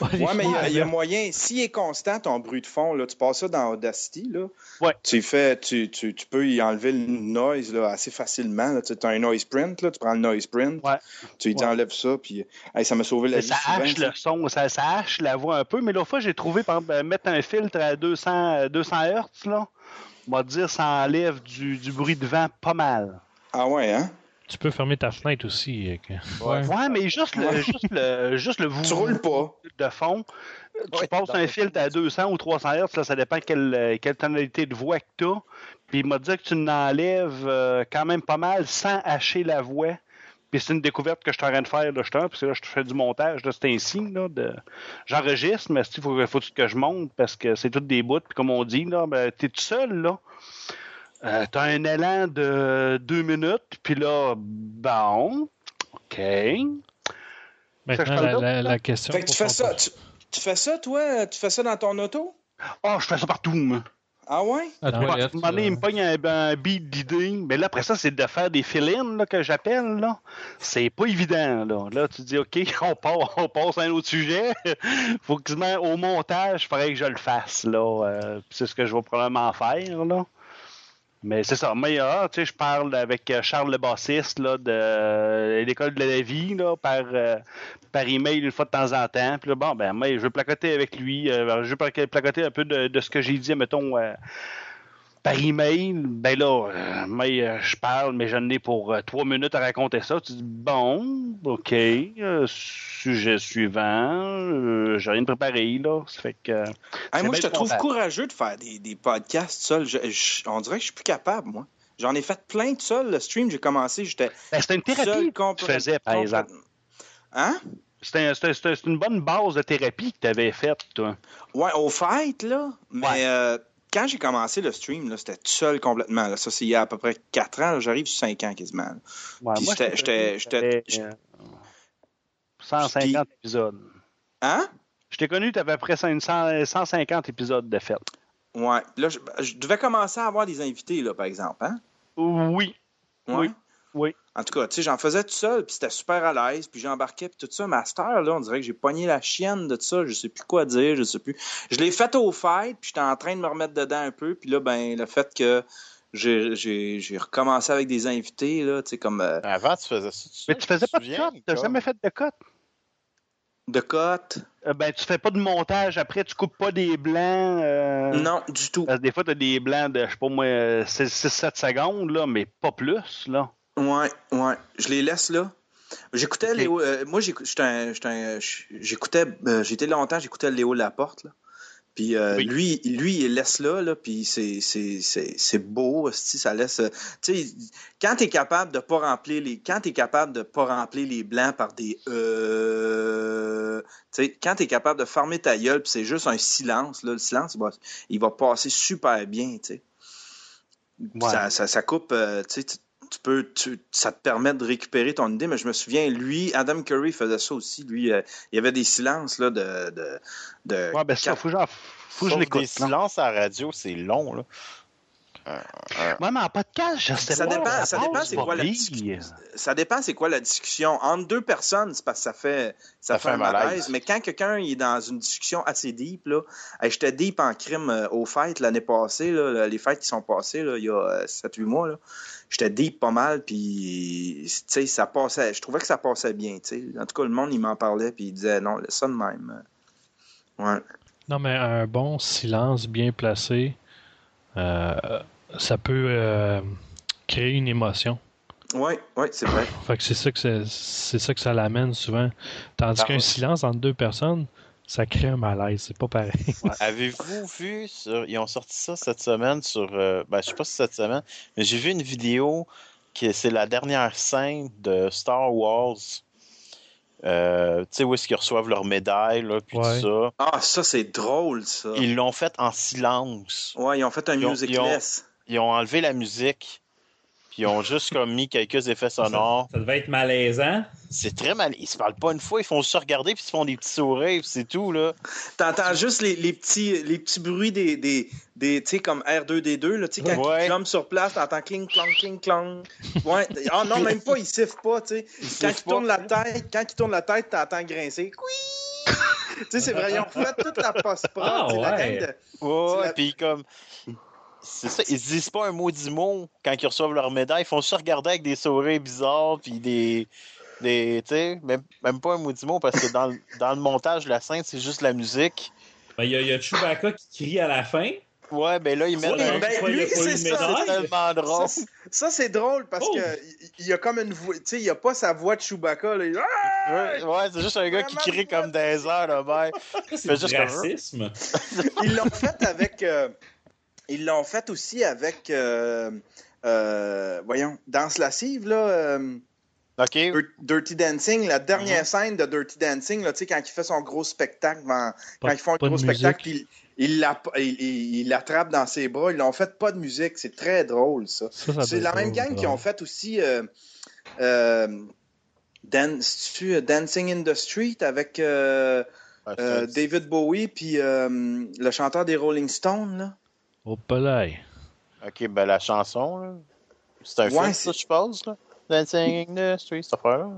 H: Ouais, mais il y a- il y, a moyen. S'il est constant, ton bruit de fond, là, tu passes ça dans Audacity, là.
C: Ouais.
H: Tu, y fais, tu, tu, tu peux y enlever le noise là, assez facilement. là. Tu as un noise print, là, tu prends le noise print,
C: Ouais.
H: tu y
C: Ouais.
H: enlèves ça, puis hey, ça m'a sauvé la hein,
C: Mais ça
H: vie. souvent,
C: hache
H: ça.
C: le son, ça, ça hache la voix un peu. Mais l'autre fois, j'ai trouvé, par exemple, euh, mettre un filtre à 200, euh, 200 Hz, là. On va dire, ça enlève du, du bruit de vent pas mal.
H: Ah ouais, hein?
A: Tu peux fermer ta fenêtre aussi. euh, que-
B: Ouais.
C: Ouais, mais juste le,
H: Ouais.
C: juste le, juste le
H: Tu roules pas.
C: de fond, euh, tu
G: Ouais,
C: passes
G: dans
C: un
G: le-
C: filtre à 200 ou 300 Hz, là, ça dépend quelle, euh, quelle tonalité de voix que tu as. Puis il m'a dit que tu n'enlèves euh, quand même pas mal sans hacher la voix. Puis c'est une découverte que je suis en train de faire, là, je parce que là, je fais du montage, là, c'est un signe, là, de... J'enregistre, mais il faut, faut que je monte, parce que c'est toutes des bouts, puis comme on dit, là, ben, t'es tout seul, là. Euh, t'as un élan de deux minutes, puis là, bon, OK.
A: Maintenant,
C: parle
A: la,
C: d'autre,
A: la- la question.
H: Fait que tu
A: pour
H: fais
A: ton-
H: ça, tu, tu fais ça, toi? Tu fais ça dans ton auto?
C: Oh, je fais ça partout, moi.
H: Ah ouais?
B: À
A: Non.
C: Parce
B: toilette.
C: qu'à un moment donné, il me
B: euh,
C: pogne un, ben, un beat d'idées. Mais là, après ça, c'est de faire des fill-in là, que j'appelle. là. C'est pas évident. Là. là, tu dis, OK, on, part- on passe à un autre sujet. faut que au montage, il faudrait que je le fasse. là. Euh, puis c'est ce que je vais probablement faire. Là. Mais c'est ça. Moi, ah, tu sais, je parle avec euh, Charles le bassiste là, de euh, l'école de la vie là, par, euh, par email une fois de temps en temps. Puis là, bon, ben, moi, je vais placoter avec lui. euh, je vais plac- placoter un peu de, de ce que j'ai dit, mettons, euh, par email. Ben là, euh, moi, euh, je parle, mais j'en ai pour euh, trois minutes à raconter ça. Tu dis, bon, OK, euh, sujet suivant. euh, j'ai rien préparé, là. Ça fait que. euh,
H: Hey,
C: C'est
H: moi,
C: bien
H: je te trouve
C: contact.
H: courageux de faire des, des podcasts seul. Je- je- on dirait que je suis plus capable, moi. J'en ai fait plein de seul. Le stream, j'ai commencé, j'étais
C: ben, c'était une
H: seul
C: thérapie que tu
H: complet-
C: faisais, par
H: complètement.
C: exemple.
H: Hein?
C: C'était un- c'était- c'était- c'était une bonne base de thérapie que tu avais faite, toi.
H: Ouais, au fait, là. Mais
C: Ouais.
H: euh, quand j'ai commencé le stream, là, c'était tout seul complètement. là. Ça, c'est il y a à peu près 4 ans. là. J'arrive sur 5 ans quasiment. là.
C: Ouais,
H: Puis
C: moi,
H: j'étais-
C: je
H: j'étais-
C: t'ai connu,
H: j'étais-
C: t'avais, euh, 150 épisodes.
H: Hein?
C: Je t'ai connu, tu avais à peu près 100 150 épisodes de fête.
H: Ouais. Là, je, je devais commencer à avoir des invités, là, par exemple. Hein?
C: Oui.
H: Ouais.
C: Oui. Oui.
H: En tout cas, tu sais, j'en faisais tout seul, puis c'était super à l'aise, puis j'embarquais, puis tout ça. Mais à cette heure, là, on dirait que j'ai pogné la chienne de tout ça. Je sais plus quoi dire, je sais plus. Je l'ai fait au fait, puis j'étais en train de me remettre dedans un peu. Puis là, ben, le fait que j'ai- j'ai j'ai recommencé avec des invités, là, tu sais, comme euh,
D: Avant, tu faisais ça.
C: Mais tu faisais pas de cote. Tu
D: Tu
C: jamais fait de cote.
H: de cote.
C: Euh, ben, tu fais pas de montage après, tu coupes pas des blancs. euh,
H: Non, du tout.
C: Parce que des fois, tu as des blancs de, je sais pas moi, 6-7 secondes, là, mais pas plus. là.
H: Ouais, ouais. Je les laisse là. J'écoutais
C: Ok.
H: Léo. euh, moi, j'écou- j'étais un- j'étais un- j'écoutais. euh, J'étais longtemps, j'écoutais Léo Laporte. Là. Puis euh,
C: Oui.
H: lui, lui, il laisse là, là puis c'est- c'est c'est- c'est beau, hostie, ça laisse. euh, Tu sais, quand t'es capable de pas remplir les, quand t'es capable de pas remplir les blancs par des euh, tu sais, quand t'es capable de fermer ta gueule, puis c'est juste un silence, là, le silence, il va, il va passer super bien, tu sais.
C: Ouais.
H: Ça, ça, ça coupe, euh, tu sais, tu- tu peux, tu- ça te permet de récupérer ton idée, mais je me souviens, lui, Adam Curry faisait ça aussi, lui, euh, il y avait des silences, là, de, de, de
C: Ouais, ben ça, faut, que j'en- faut que je
D: Sauf
C: l'écoute.
D: des
C: là.
D: silences à la radio, c'est long, là.
C: Ouais, mais en podcast, je sais
H: Ça
C: pas.
H: dépend- ça dépend
C: passe
H: c'est
C: pas
H: quoi la
C: bien.
H: discussion. ça dépend c'est quoi la discussion. Entre deux personnes, c'est parce que ça fait, ça fait un malaise. Mais quand quelqu'un est dans une discussion assez deep, là, hey, j'étais deep en crime euh, aux fêtes l'année passée, là, là, les fêtes qui sont passées là, il y a 7-8 mois, là, j'étais deep pas mal, puis tu sais, ça passait. Je trouvais que ça passait bien. tu sais. En tout cas, le monde, il m'en parlait, puis il disait non, laisse ça de même. Ouais.
A: Non, mais un bon silence bien placé, euh, ça peut euh, créer une émotion.
H: Ouais, ouais, c'est vrai.
A: Fait que c'est ça que c'est, c'est ça que ça l'amène souvent. Tandis
D: Ah
A: qu'un
D: ouais.
A: silence entre deux personnes, ça crée un malaise. C'est pas pareil.
D: Ouais. Avez-vous vu, sur- ils ont sorti ça cette semaine sur, euh, ben, je sais pas si cette semaine, mais j'ai vu une vidéo qui c'est la dernière scène de Star Wars. Euh, tu sais, où est-ce qu'ils reçoivent leur médaille, là, puis
A: Ouais.
D: tout ça.
H: Ah, ça, c'est drôle, ça.
D: Ils l'ont fait en silence.
H: Ouais, ils ont fait un
D: Ils ont- ils ont-
H: musicless.
D: Ils ont enlevé la musique, puis ils ont juste comme mis quelques effets sonores.
F: Ça devait être malaisant.
D: C'est très mal. Ils se parlent pas une fois, ils font juste se regarder, puis ils se font des petits sourires, puis c'est tout, là.
H: T'entends juste les, les petits, les petits bruits des, des, des tu sais, comme R2-D2, là, tu sais, quand
D: Ouais.
H: ils tombent sur place, t'entends cling, clang, cling, clang. Ouais. Ah non, même pas, ils sifflent pas, tu sais. Quand ils
D: sifflent
H: tournent
D: pas.
H: la tête, quand ils tournent la tête, t'entends grincer. Oui! tu sais, c'est vrai, ils ont fait toute la post-prod,
F: Ah,
H: tu sais, la
F: ouais.
H: gang de-
D: Ouais,
H: C'est
D: ouais,
H: la-
D: puis comme. C'est ça, ils se disent pas un mot du mot quand ils reçoivent leur médaille. Ils font se regarder avec des sourires bizarres, puis des. des tu sais, même, même pas un mot du mot, parce que dans, le- dans le montage de la scène, c'est juste la musique.
F: Ben, Il y, a- il y a Chewbacca qui crie à la fin.
D: Ouais, ben là, ils mettent.
H: Ouais,
D: un-
H: ben,
F: Pourquoi il
H: lui,
F: a pas eu
H: c'est
F: de
H: ça,
F: médaille?
D: C'est tellement drôle.
H: Ça, c'est- Ça, c'est drôle parce
F: Oh.
H: que il- il y a comme une voix, tu sais, il y a pas sa voix de Chewbacca, là. Il- Ah!
D: Ouais, ouais, c'est juste un gars qui
H: Vraiment,
D: crie comme des heures, là, ben.
F: Ça,
D: Fais
F: c'est
D: juste
F: du
D: comme-
F: racisme.
H: Ils l'ont fait avec. euh, ils l'ont fait aussi avec. euh, euh, voyons, Danse lascive, là. euh,
D: Ok,
H: Dir- Dirty Dancing, la dernière
A: Mhm.
H: scène de Dirty Dancing, là, tu sais, quand il fait son gros spectacle, devant- quand ils font un
A: pas de
H: gros
A: musique.
H: spectacle, puis il il l'app- il- il- il l'attrape dans ses bras. Ils l'ont fait pas de musique. C'est très drôle, ça.
A: Ça, ça
H: C'est
A: doit
H: la
A: être
H: même
A: drôle,
H: gang qui
A: drôle.
H: ont fait aussi euh, euh, Dan- c'est-tu, euh, Dancing in the Street avec euh,
D: Ah, c'est
H: euh,
D: un-
H: David Bowie puis euh, le chanteur des Rolling Stones. Là.
A: Au palais.
D: ok, ben la chanson, là. C'est un
H: Ouais,
D: film,
H: c'est-
D: ça, je suppose, là. Dancing in the Street, cette affaire-là.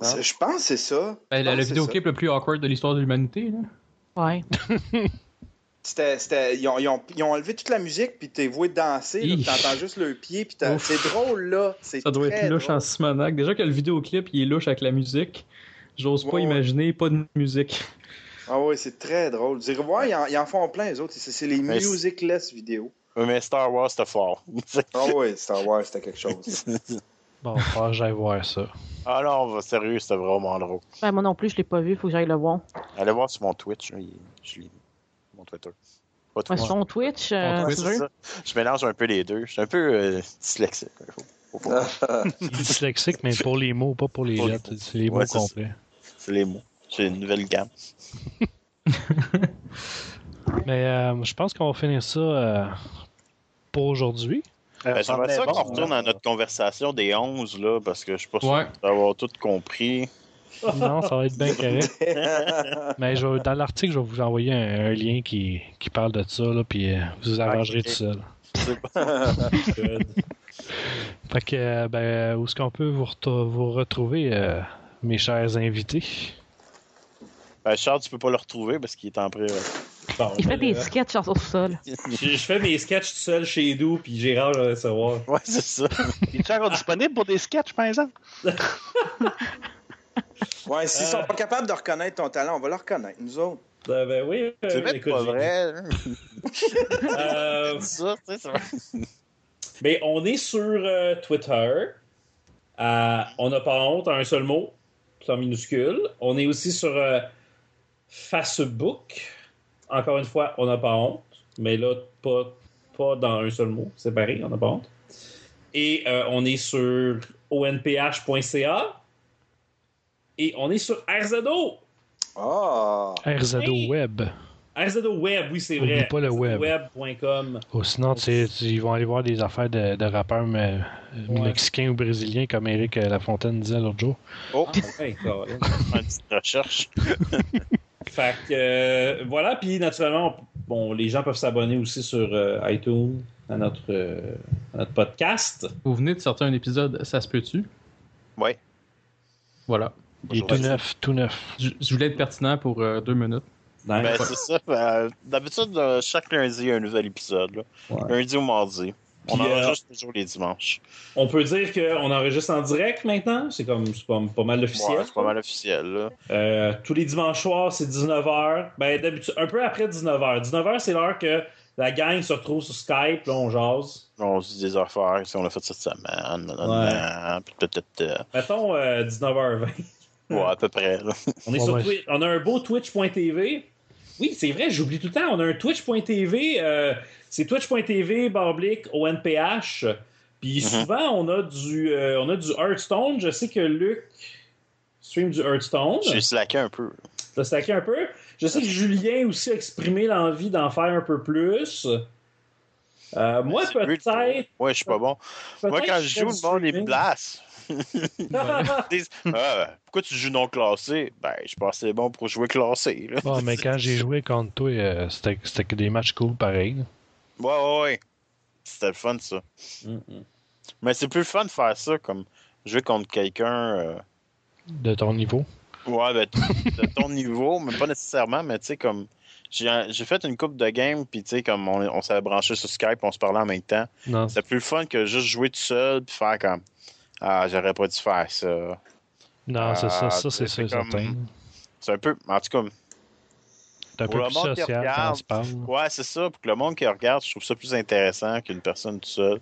D: Ah.
H: C'est- Je pense que c'est ça.
B: Ben, le,
H: Je pense
B: le
H: que c'est ça.
B: vidéoclip le plus awkward de l'histoire de l'humanité. là.
E: Ouais.
H: C'était, c'était- ils, ont, ils ont- ils ont enlevé toute la musique, puis t'es voué danser, là,
B: Hi.
H: puis t'entends juste le pied, puis t'as-
B: Ouf.
H: c'est drôle, là. C'est
B: Ça doit
H: très
B: être louche
H: drôle.
B: en simonac. Déjà que le vidéoclip, il est louche avec la musique. J'ose pas
H: Ouais, ouais.
B: imaginer pas de musique. hein.
H: Ah oui, c'est très drôle. Vous irez voir, ils, en, ils en font plein, les autres. C'est, c'est les
D: Mais c'est-
H: musicless vidéos.
D: Oui, mais Star Wars, c'était fort.
H: Ah oui, Star Wars, c'était quelque chose.
A: Bon, faut que j'aille voir ça.
D: Ah non, va- sérieux, c'était vraiment drôle.
E: Ben, moi non plus, je l'ai pas vu, faut que j'aille le voir.
D: Allez voir sur mon Twitch, là, il- je lis mon Twitter. Pas
E: Ouais,
D: Twitch.
E: Son Twitch,
B: Son
D: Ouais,
E: euh,
B: Twitch,
E: tu
D: c'est
E: veux?
D: ça. Je mélange un peu les deux. Je suis un peu euh, dyslexique. Faut- faut pas-
A: Il est dyslexique, mais pour les mots, pas pour les
D: Pour les
A: lettres. C'est les mots
D: Ouais, c'est ça.
A: complets.
D: C'est les mots. J'ai une nouvelle gamme.
A: Mais euh, je pense qu'on va finir ça euh, pour aujourd'hui.
D: Ben,
C: ça
D: J'aimerais
C: venait
D: ça
C: Euh, bon,
D: qu'on retourne
C: là.
D: à notre conversation des 11, là, parce que je suis pas sûr
B: Ouais.
D: d'avoir tout compris.
A: Non, ça va être bien correct. Mais je vais- dans l'article, je vais vous envoyer un, un lien qui, qui parle de ça, là, puis euh, vous vous arrangerez
D: Ok.
A: tout seul.
D: C'est bon.
A: Fait que, euh, ben, où est-ce qu'on peut vous, reto- vous retrouver, euh, mes chers invités?
D: Ben, Charles, tu peux pas le retrouver parce qu'il est en pré. Ouais,
F: Bon,
E: Il fait
F: ben,
E: des
F: là,
E: sketchs sur le sol.
F: je, je fais mes sketchs tout seul chez nous, puis j'ai rare de savoir.
D: c'est ça.
C: Est-tu encore disponible pour des sketchs, par exemple?
H: ouais, s'ils
F: Euh.
H: sont pas capables de reconnaître ton talent, on va le reconnaître, nous autres.
F: Ben, ben oui, euh,
D: C'est même
F: écoute,
D: pas
F: j'ai-
D: vrai. hein.
F: Euh,
D: Ça, tu sais, c'est vrai.
F: Mais on est sur euh, Twitter. Euh, on n'a pas honte à un seul mot, tout en minuscule. On est aussi sur euh, Facebook. Encore une fois, on n'a pas honte, mais là, pas, pas dans un seul mot, séparé, on n'a pas honte. Et euh, on est sur onph.ca. Et on est sur RZO.
H: Ah!
A: RZO
F: Hey!
A: Web.
F: RZO Web, oui, c'est
A: Oublie
F: vrai.
A: pas le web.
F: web.com.
A: Ou sinon, tu sais, tu- ils vont aller voir des affaires de, de rappeurs mais, euh,
F: Ouais.
A: mexicains ou brésiliens, comme Eric euh, Lafontaine disait l'autre jour.
D: Oh,
F: Ouais, carrément.
D: une petite recherche.
F: Fait que euh, voilà, puis naturellement, on- bon, les gens peuvent s'abonner aussi sur euh, iTunes à notre, euh, à notre podcast.
B: Vous venez de sortir un épisode, ça se peut-tu?
D: Ouais.
B: Voilà.
A: Il est tout neuf, tout neuf.
B: Je, je voulais être pertinent pour euh, deux minutes.
F: Dans-
D: Ben, c'est ça. ben, D'habitude, euh, chaque lundi, il y a un nouvel épisode. là.
F: Ouais.
D: Lundi ou mardi. On
F: Puis, euh,
D: enregistre toujours les dimanches.
F: On peut dire qu'on enregistre en direct maintenant, c'est comme c'est pas, pas mal officiel.
D: Ouais, c'est pas mal officiel. Là.
F: Euh, tous les dimanches soirs, c'est 19h. Ben, d'habitude, un peu après 19h. 19h, c'est l'heure que la gang se retrouve sur Skype, là, on jase.
D: On se dit des affaires, si on l'a fait cette semaine. nanana,
F: Ouais.
D: puis tout, tout, tout.
F: Mettons euh, 19h20.
D: Ouais, à peu près. là.
F: On, est
A: Ouais,
F: sur
A: ouais.
F: Twi- on a un beau Twitch.tv. Oui, c'est vrai, j'oublie tout le temps. On a un Twitch.tv. euh, c'est Twitch.tv, barblique, ONPH.
D: Mhm.
F: Puis souvent, on a, du, euh, on a du Hearthstone. Je sais que Luc stream du Hearthstone.
D: J'ai slacké un peu.
F: Je stacké un peu. Je sais que Julien aussi a exprimé l'envie d'en faire un peu plus. Euh, moi,
D: C'est weird,
F: peut-être.
D: Ouais, je suis pas bon.
F: peut-être
D: Moi, quand
F: que
D: je joue, le
F: ferais
D: monde,
F: du
D: il me
F: streaming.
D: blasse. Ils disent, Ah, pourquoi tu joues non classé? Ben, je pense que c'est bon pour jouer classé. Là.
A: Bon, Ah, mais quand j'ai joué contre toi, euh, c'était c'était que des matchs cool pareil.
D: Ouais, ouais, ouais. C'était le fun, ça.
F: Mhm.
D: Mais c'est plus le fun de faire ça, comme jouer contre quelqu'un. euh,
A: De ton niveau.
D: Ouais, ben, t- de ton niveau, mais pas nécessairement, mais tu sais, comme. J'ai j'ai fait une coupe de game, puis tu sais, comme on, on s'est branché sur Skype, on se parlait en même temps.
A: Non.
D: C'était plus le fun que juste jouer tout seul, puis faire comme. Ah, j'aurais pas dû faire ça.
A: Non, c'est ça,
D: Ah,
A: ça c'est
D: tu sais,
A: sûr,
D: c'est comme-
A: certain.
D: C'est un peu. En tout cas,
A: T'es un
D: Pour
A: peu
D: le
A: plus
D: monde qui
A: social quand on
D: regarde,
A: se parle.
D: Ouais, c'est ça. Pour que le monde qui regarde, je trouve ça plus intéressant qu'une personne toute seule.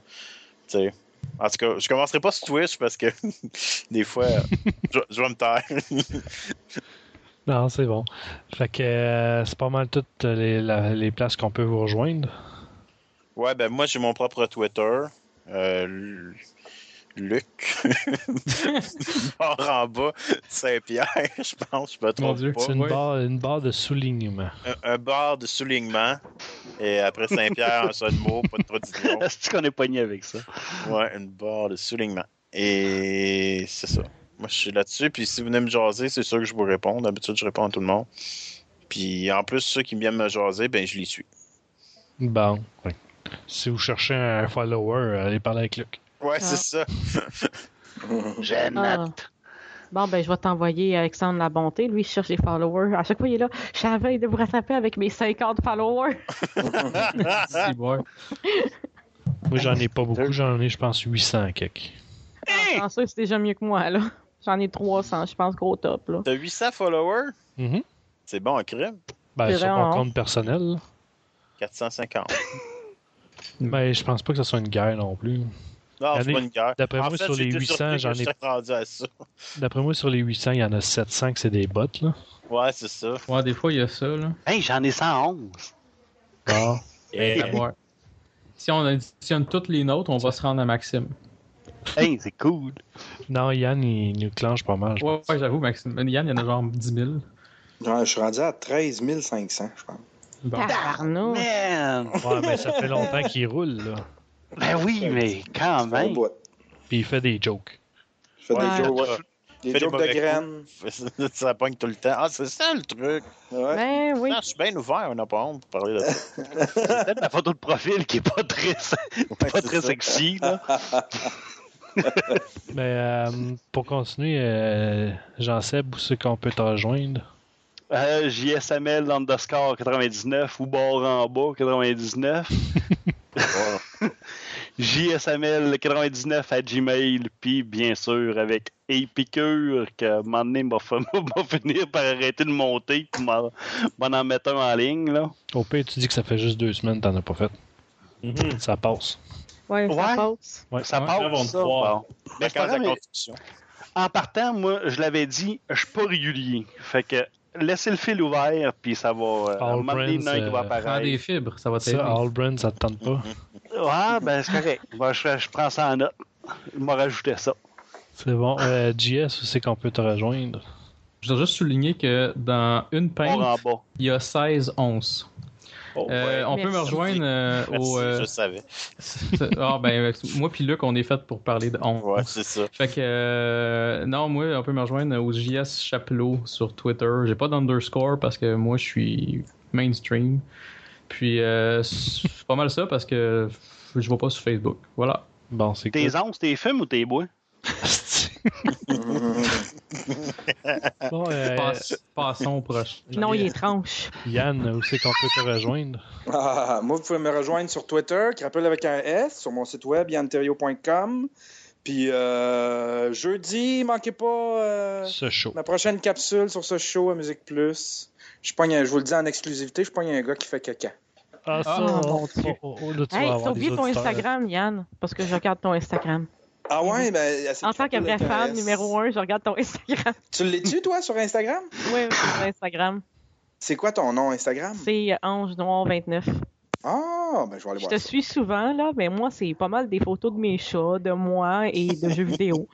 D: Tu sais. En tout cas, je commencerai pas sur Twitch parce que des fois, je, je vais me taire.
A: Non, c'est bon. Fait que euh, c'est pas mal toutes les, la- les places qu'on peut vous rejoindre.
D: ouais, ben moi, j'ai mon propre Twitter. Euh, Lu- Luc. Barre en bas, Saint-Pierre, je pense, je me
B: Mon
D: trompe
B: Dieu.
D: pas.
A: C'est une,
B: ouais.
A: barre, une barre de soulignement.
D: Un, un bar de soulignement. Et après Saint-Pierre, un seul mot, pas de traduction.
C: Est-ce qu'on est pogné avec ça?
D: Ouais, une barre de soulignement. Et c'est ça. Moi, je suis là-dessus. Puis si vous venez me jaser, c'est sûr que je vous réponds. D'habitude, je réponds à tout le monde. Puis en plus, ceux qui viennent me jaser, ben je les suis.
A: Bon. Fait que Si vous cherchez un follower, allez parler avec Luc.
D: Ouais,
E: Ah.
D: c'est ça.
C: Jeannette.
E: Bon, ben, je vais t'envoyer Alexandre la bonté. Lui, il cherche des followers. À chaque fois, il est là. Je suis à la veille de vous rattraper avec mes 50 followers.
B: Si, ouais.
A: Moi, j'en ai pas beaucoup. J'en ai, je pense, 800 quelques.
E: Ah, chanceux, c'est déjà mieux que moi, là. J'en ai 300, je pense, gros top, là.
D: T'as 800 followers?
A: Mhm.
D: C'est bon, en crime.
A: Ben,
E: C'est
A: sur
E: vrai,
A: mon
E: hein?
A: compte personnel.
D: 450.
A: Mais Ben, je pense pas que ce soit une guerre non plus.
D: Non,
A: Allez.
D: c'est pas une guerre.
A: D'après
D: En
A: moi,
D: fait,
A: sur les
D: j'étais
A: 800,
D: surpris
A: j'en
D: que
A: ai.
D: j'étais rendu à ça.
A: D'après moi, sur les 800, il y en a 700 que c'est des bots, là.
D: Ouais, c'est ça.
B: Ouais, des fois, il y a ça, là.
E: ah.
C: Hey, j'en ai 111.
A: Bon.
F: Eh,
B: À voir. Si on additionne toutes les nôtres, on va se rendre à Maxime.
C: Hey, c'est cool.
A: Non, Yann, il nous clenche pas mal. je
B: Ouais, ouais, j'avoue, Maxime. Mais Yann, il y en a genre 10 000.
H: Genre, je suis rendu à 13 500, je pense.
B: Bon.
H: Ah.
E: Tabarnouche.
C: Man!
A: pense. Ouais, mais ça fait longtemps qu'il roule, là.
C: Ben oui, mais quand
H: Bonne
C: même.
H: boîte.
A: Puis il fait des jokes.
H: Je fais
E: Ouais.
H: des jokes, ouais.
D: Fais des
H: Des jokes
D: mauvais
H: de graines.
D: ça pogne tout le temps. Ah, c'est ça le truc.
H: Ouais.
E: Ben oui.
D: Non, je suis bien ouvert, on n'a pas honte pour parler de ça.
C: C'est peut-être la photo de profil qui est pas très,
D: Ouais,
C: pas
D: c'est
C: très
D: ça.
C: sexy. Là.
A: Mais euh, pour continuer, euh, Jean-Seb, où c'est qu'on peut te rejoindre?
C: Euh, JSML underscore 99 ou bord en bas 99.
D: Ouais.
C: JSML 99 à Gmail. Puis bien sûr avec Epicure que à un moment donné m'a fa- m'a finir par arrêter de monter pour m'en m'en en mettre un en ligne. Là.
A: Au pire, tu dis que ça fait juste deux semaines que t'en as pas fait.
F: mhm.
A: Ça passe.
E: Ouais,
C: Ouais.
E: ça passe.
C: Ça
B: Ouais,
F: les gens vont
C: passe.
F: me
C: ça.
F: croire.
C: Bon. Mais c'est
D: Vacances
C: pas grave,
D: à
C: Ben, mais-
D: construction.
C: en partant, moi, je l'avais dit, je suis pas régulier. Fait que laissez le fil ouvert, puis ça va. Euh, à un moment donné, il y en a un qui va
A: All Brands,
B: Prends des
C: apparaître.
B: fibres, ça va t'aider.
A: Ça, ah. All Brand, ça te tente pas.
C: Ah, ben c'est correct. Bon, je, je prends ça en note. Il m'a rajouté ça.
A: C'est bon. Euh, JS, où c'est qu'on peut te rejoindre?
B: Je dois juste souligner que dans une
C: Bord
B: pinte,
C: en bas.
B: il y a 16 onces.
F: Oh,
B: Euh,
F: ouais.
B: on peut me
E: Merci.
B: rejoindre euh,
D: Merci,
B: au. euh,
D: je savais.
B: ah, ben, euh, moi puis Luc, on est fait pour parler de onces.
D: Ouais, c'est ça.
B: Fait que, euh, non, moi, on peut me rejoindre au JS Chapelot sur Twitter. J'ai pas d'underscore parce que moi, je suis mainstream. Puis, euh, c'est pas mal ça parce que je vais pas sur Facebook. Voilà.
A: Bon, c'est
C: Tes onces, tes fumes ou tes bois?
H: Mhm.
A: cool. Bon, euh,
B: Passe- passons au prochain.
E: Non, il est tranche.
A: Yann, où c'est qu'on peut te rejoindre?
H: Ah, moi, vous pouvez me rejoindre sur Twitter, qui rappelle avec un S, sur mon site web, yanterio.com. Puis euh, jeudi, manquez pas euh,
A: Ce show.
H: ma prochaine capsule sur ce show à Musique Plus. Je, pogne un- je vous le dis en exclusivité, je pogne un gars qui fait caca.
A: Ah, ça,
E: Ah, mon
A: oh, oh, oh, là, tu vas
E: Hey, t'as
A: avoir des
E: oublié ton
A: auditeurs.
E: Instagram, Yann, parce que je regarde ton Instagram.
H: Ah ouais, ben. elle s'est
E: Mhm. En tant que
H: frappée
E: vraie
H: avec un
E: femme
H: S.
E: numéro un, je regarde ton Instagram.
H: Tu l'es-tu, toi, sur Instagram?
E: Oui, sur Instagram.
H: C'est quoi ton nom Instagram?
E: C'est euh, Ange Noir 29.
H: Ah, ben je vais aller
E: Je
H: voir.
E: te
H: ça.
E: suis souvent, là, mais moi, c'est pas mal des photos de mes chats, de moi et de jeux vidéo.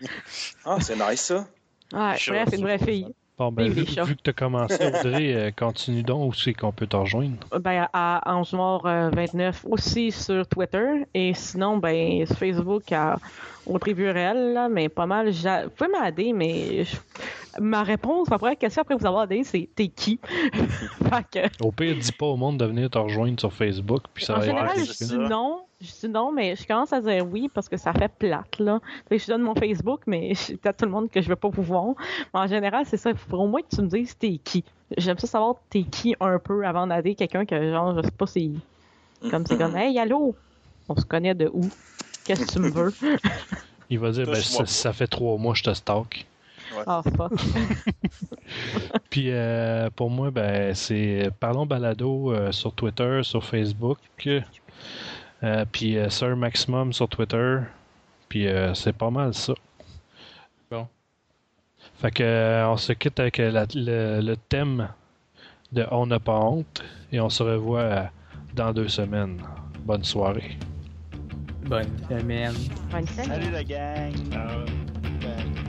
H: Ah, c'est nice, ça.
E: Ouais,
D: Chats,
E: bref, une vraie
D: c'est
E: fille.
A: Bon, ben,
E: Vive
A: vu,
E: les chats.
A: vu que tu as commencé, Audrey, euh, continue donc où c'est qu'on peut te rejoindre.
E: Ben, à Ange Noir euh, 29 aussi sur Twitter. Et sinon, ben, sur Facebook, à Audrey Burel, là, mais pas mal. j'a- Vous pouvez m'aider, mais je- ma réponse, ma première question après vous avoir aidé, c'est t'es qui? fait que.
A: Au pire, dis pas au monde de venir te rejoindre sur Facebook, puis ça
E: en
A: va être
E: général,
D: c'est
E: je
D: ça.
E: dis non, je dis non, mais je commence à dire oui parce que ça fait plate, là. Tu sais, je donne mon Facebook, mais je dis à tout le monde que je vais pas vous voir. Mais en général, c'est ça. Il faut au moins que tu me dises t'es qui. J'aime ça savoir t'es qui un peu avant d'aller quelqu'un que, genre, je sais pas si. Comme c'est
D: Mm-hmm.
E: comme, hey, allô, on se connaît de où? Qu'est-ce que tu me veux?
A: Il va dire, ben,
D: Touche-moi
A: ça, ça fait trois mois que je te stalk.
E: Ah, fuck.
A: Puis euh, pour moi, ben, c'est Parlons Balado euh, sur Twitter, sur Facebook. Euh, puis euh, Sir Maximum sur Twitter. Puis euh, c'est pas mal ça.
B: Bon.
A: Fait que euh, on se quitte avec euh, la- le, le thème de On n'a pas honte. Et on se revoit euh, dans deux semaines. Bonne soirée.
B: Bonne semaine.
E: Bonne scène.
C: Salut la gang.
F: Ah.
C: Ben,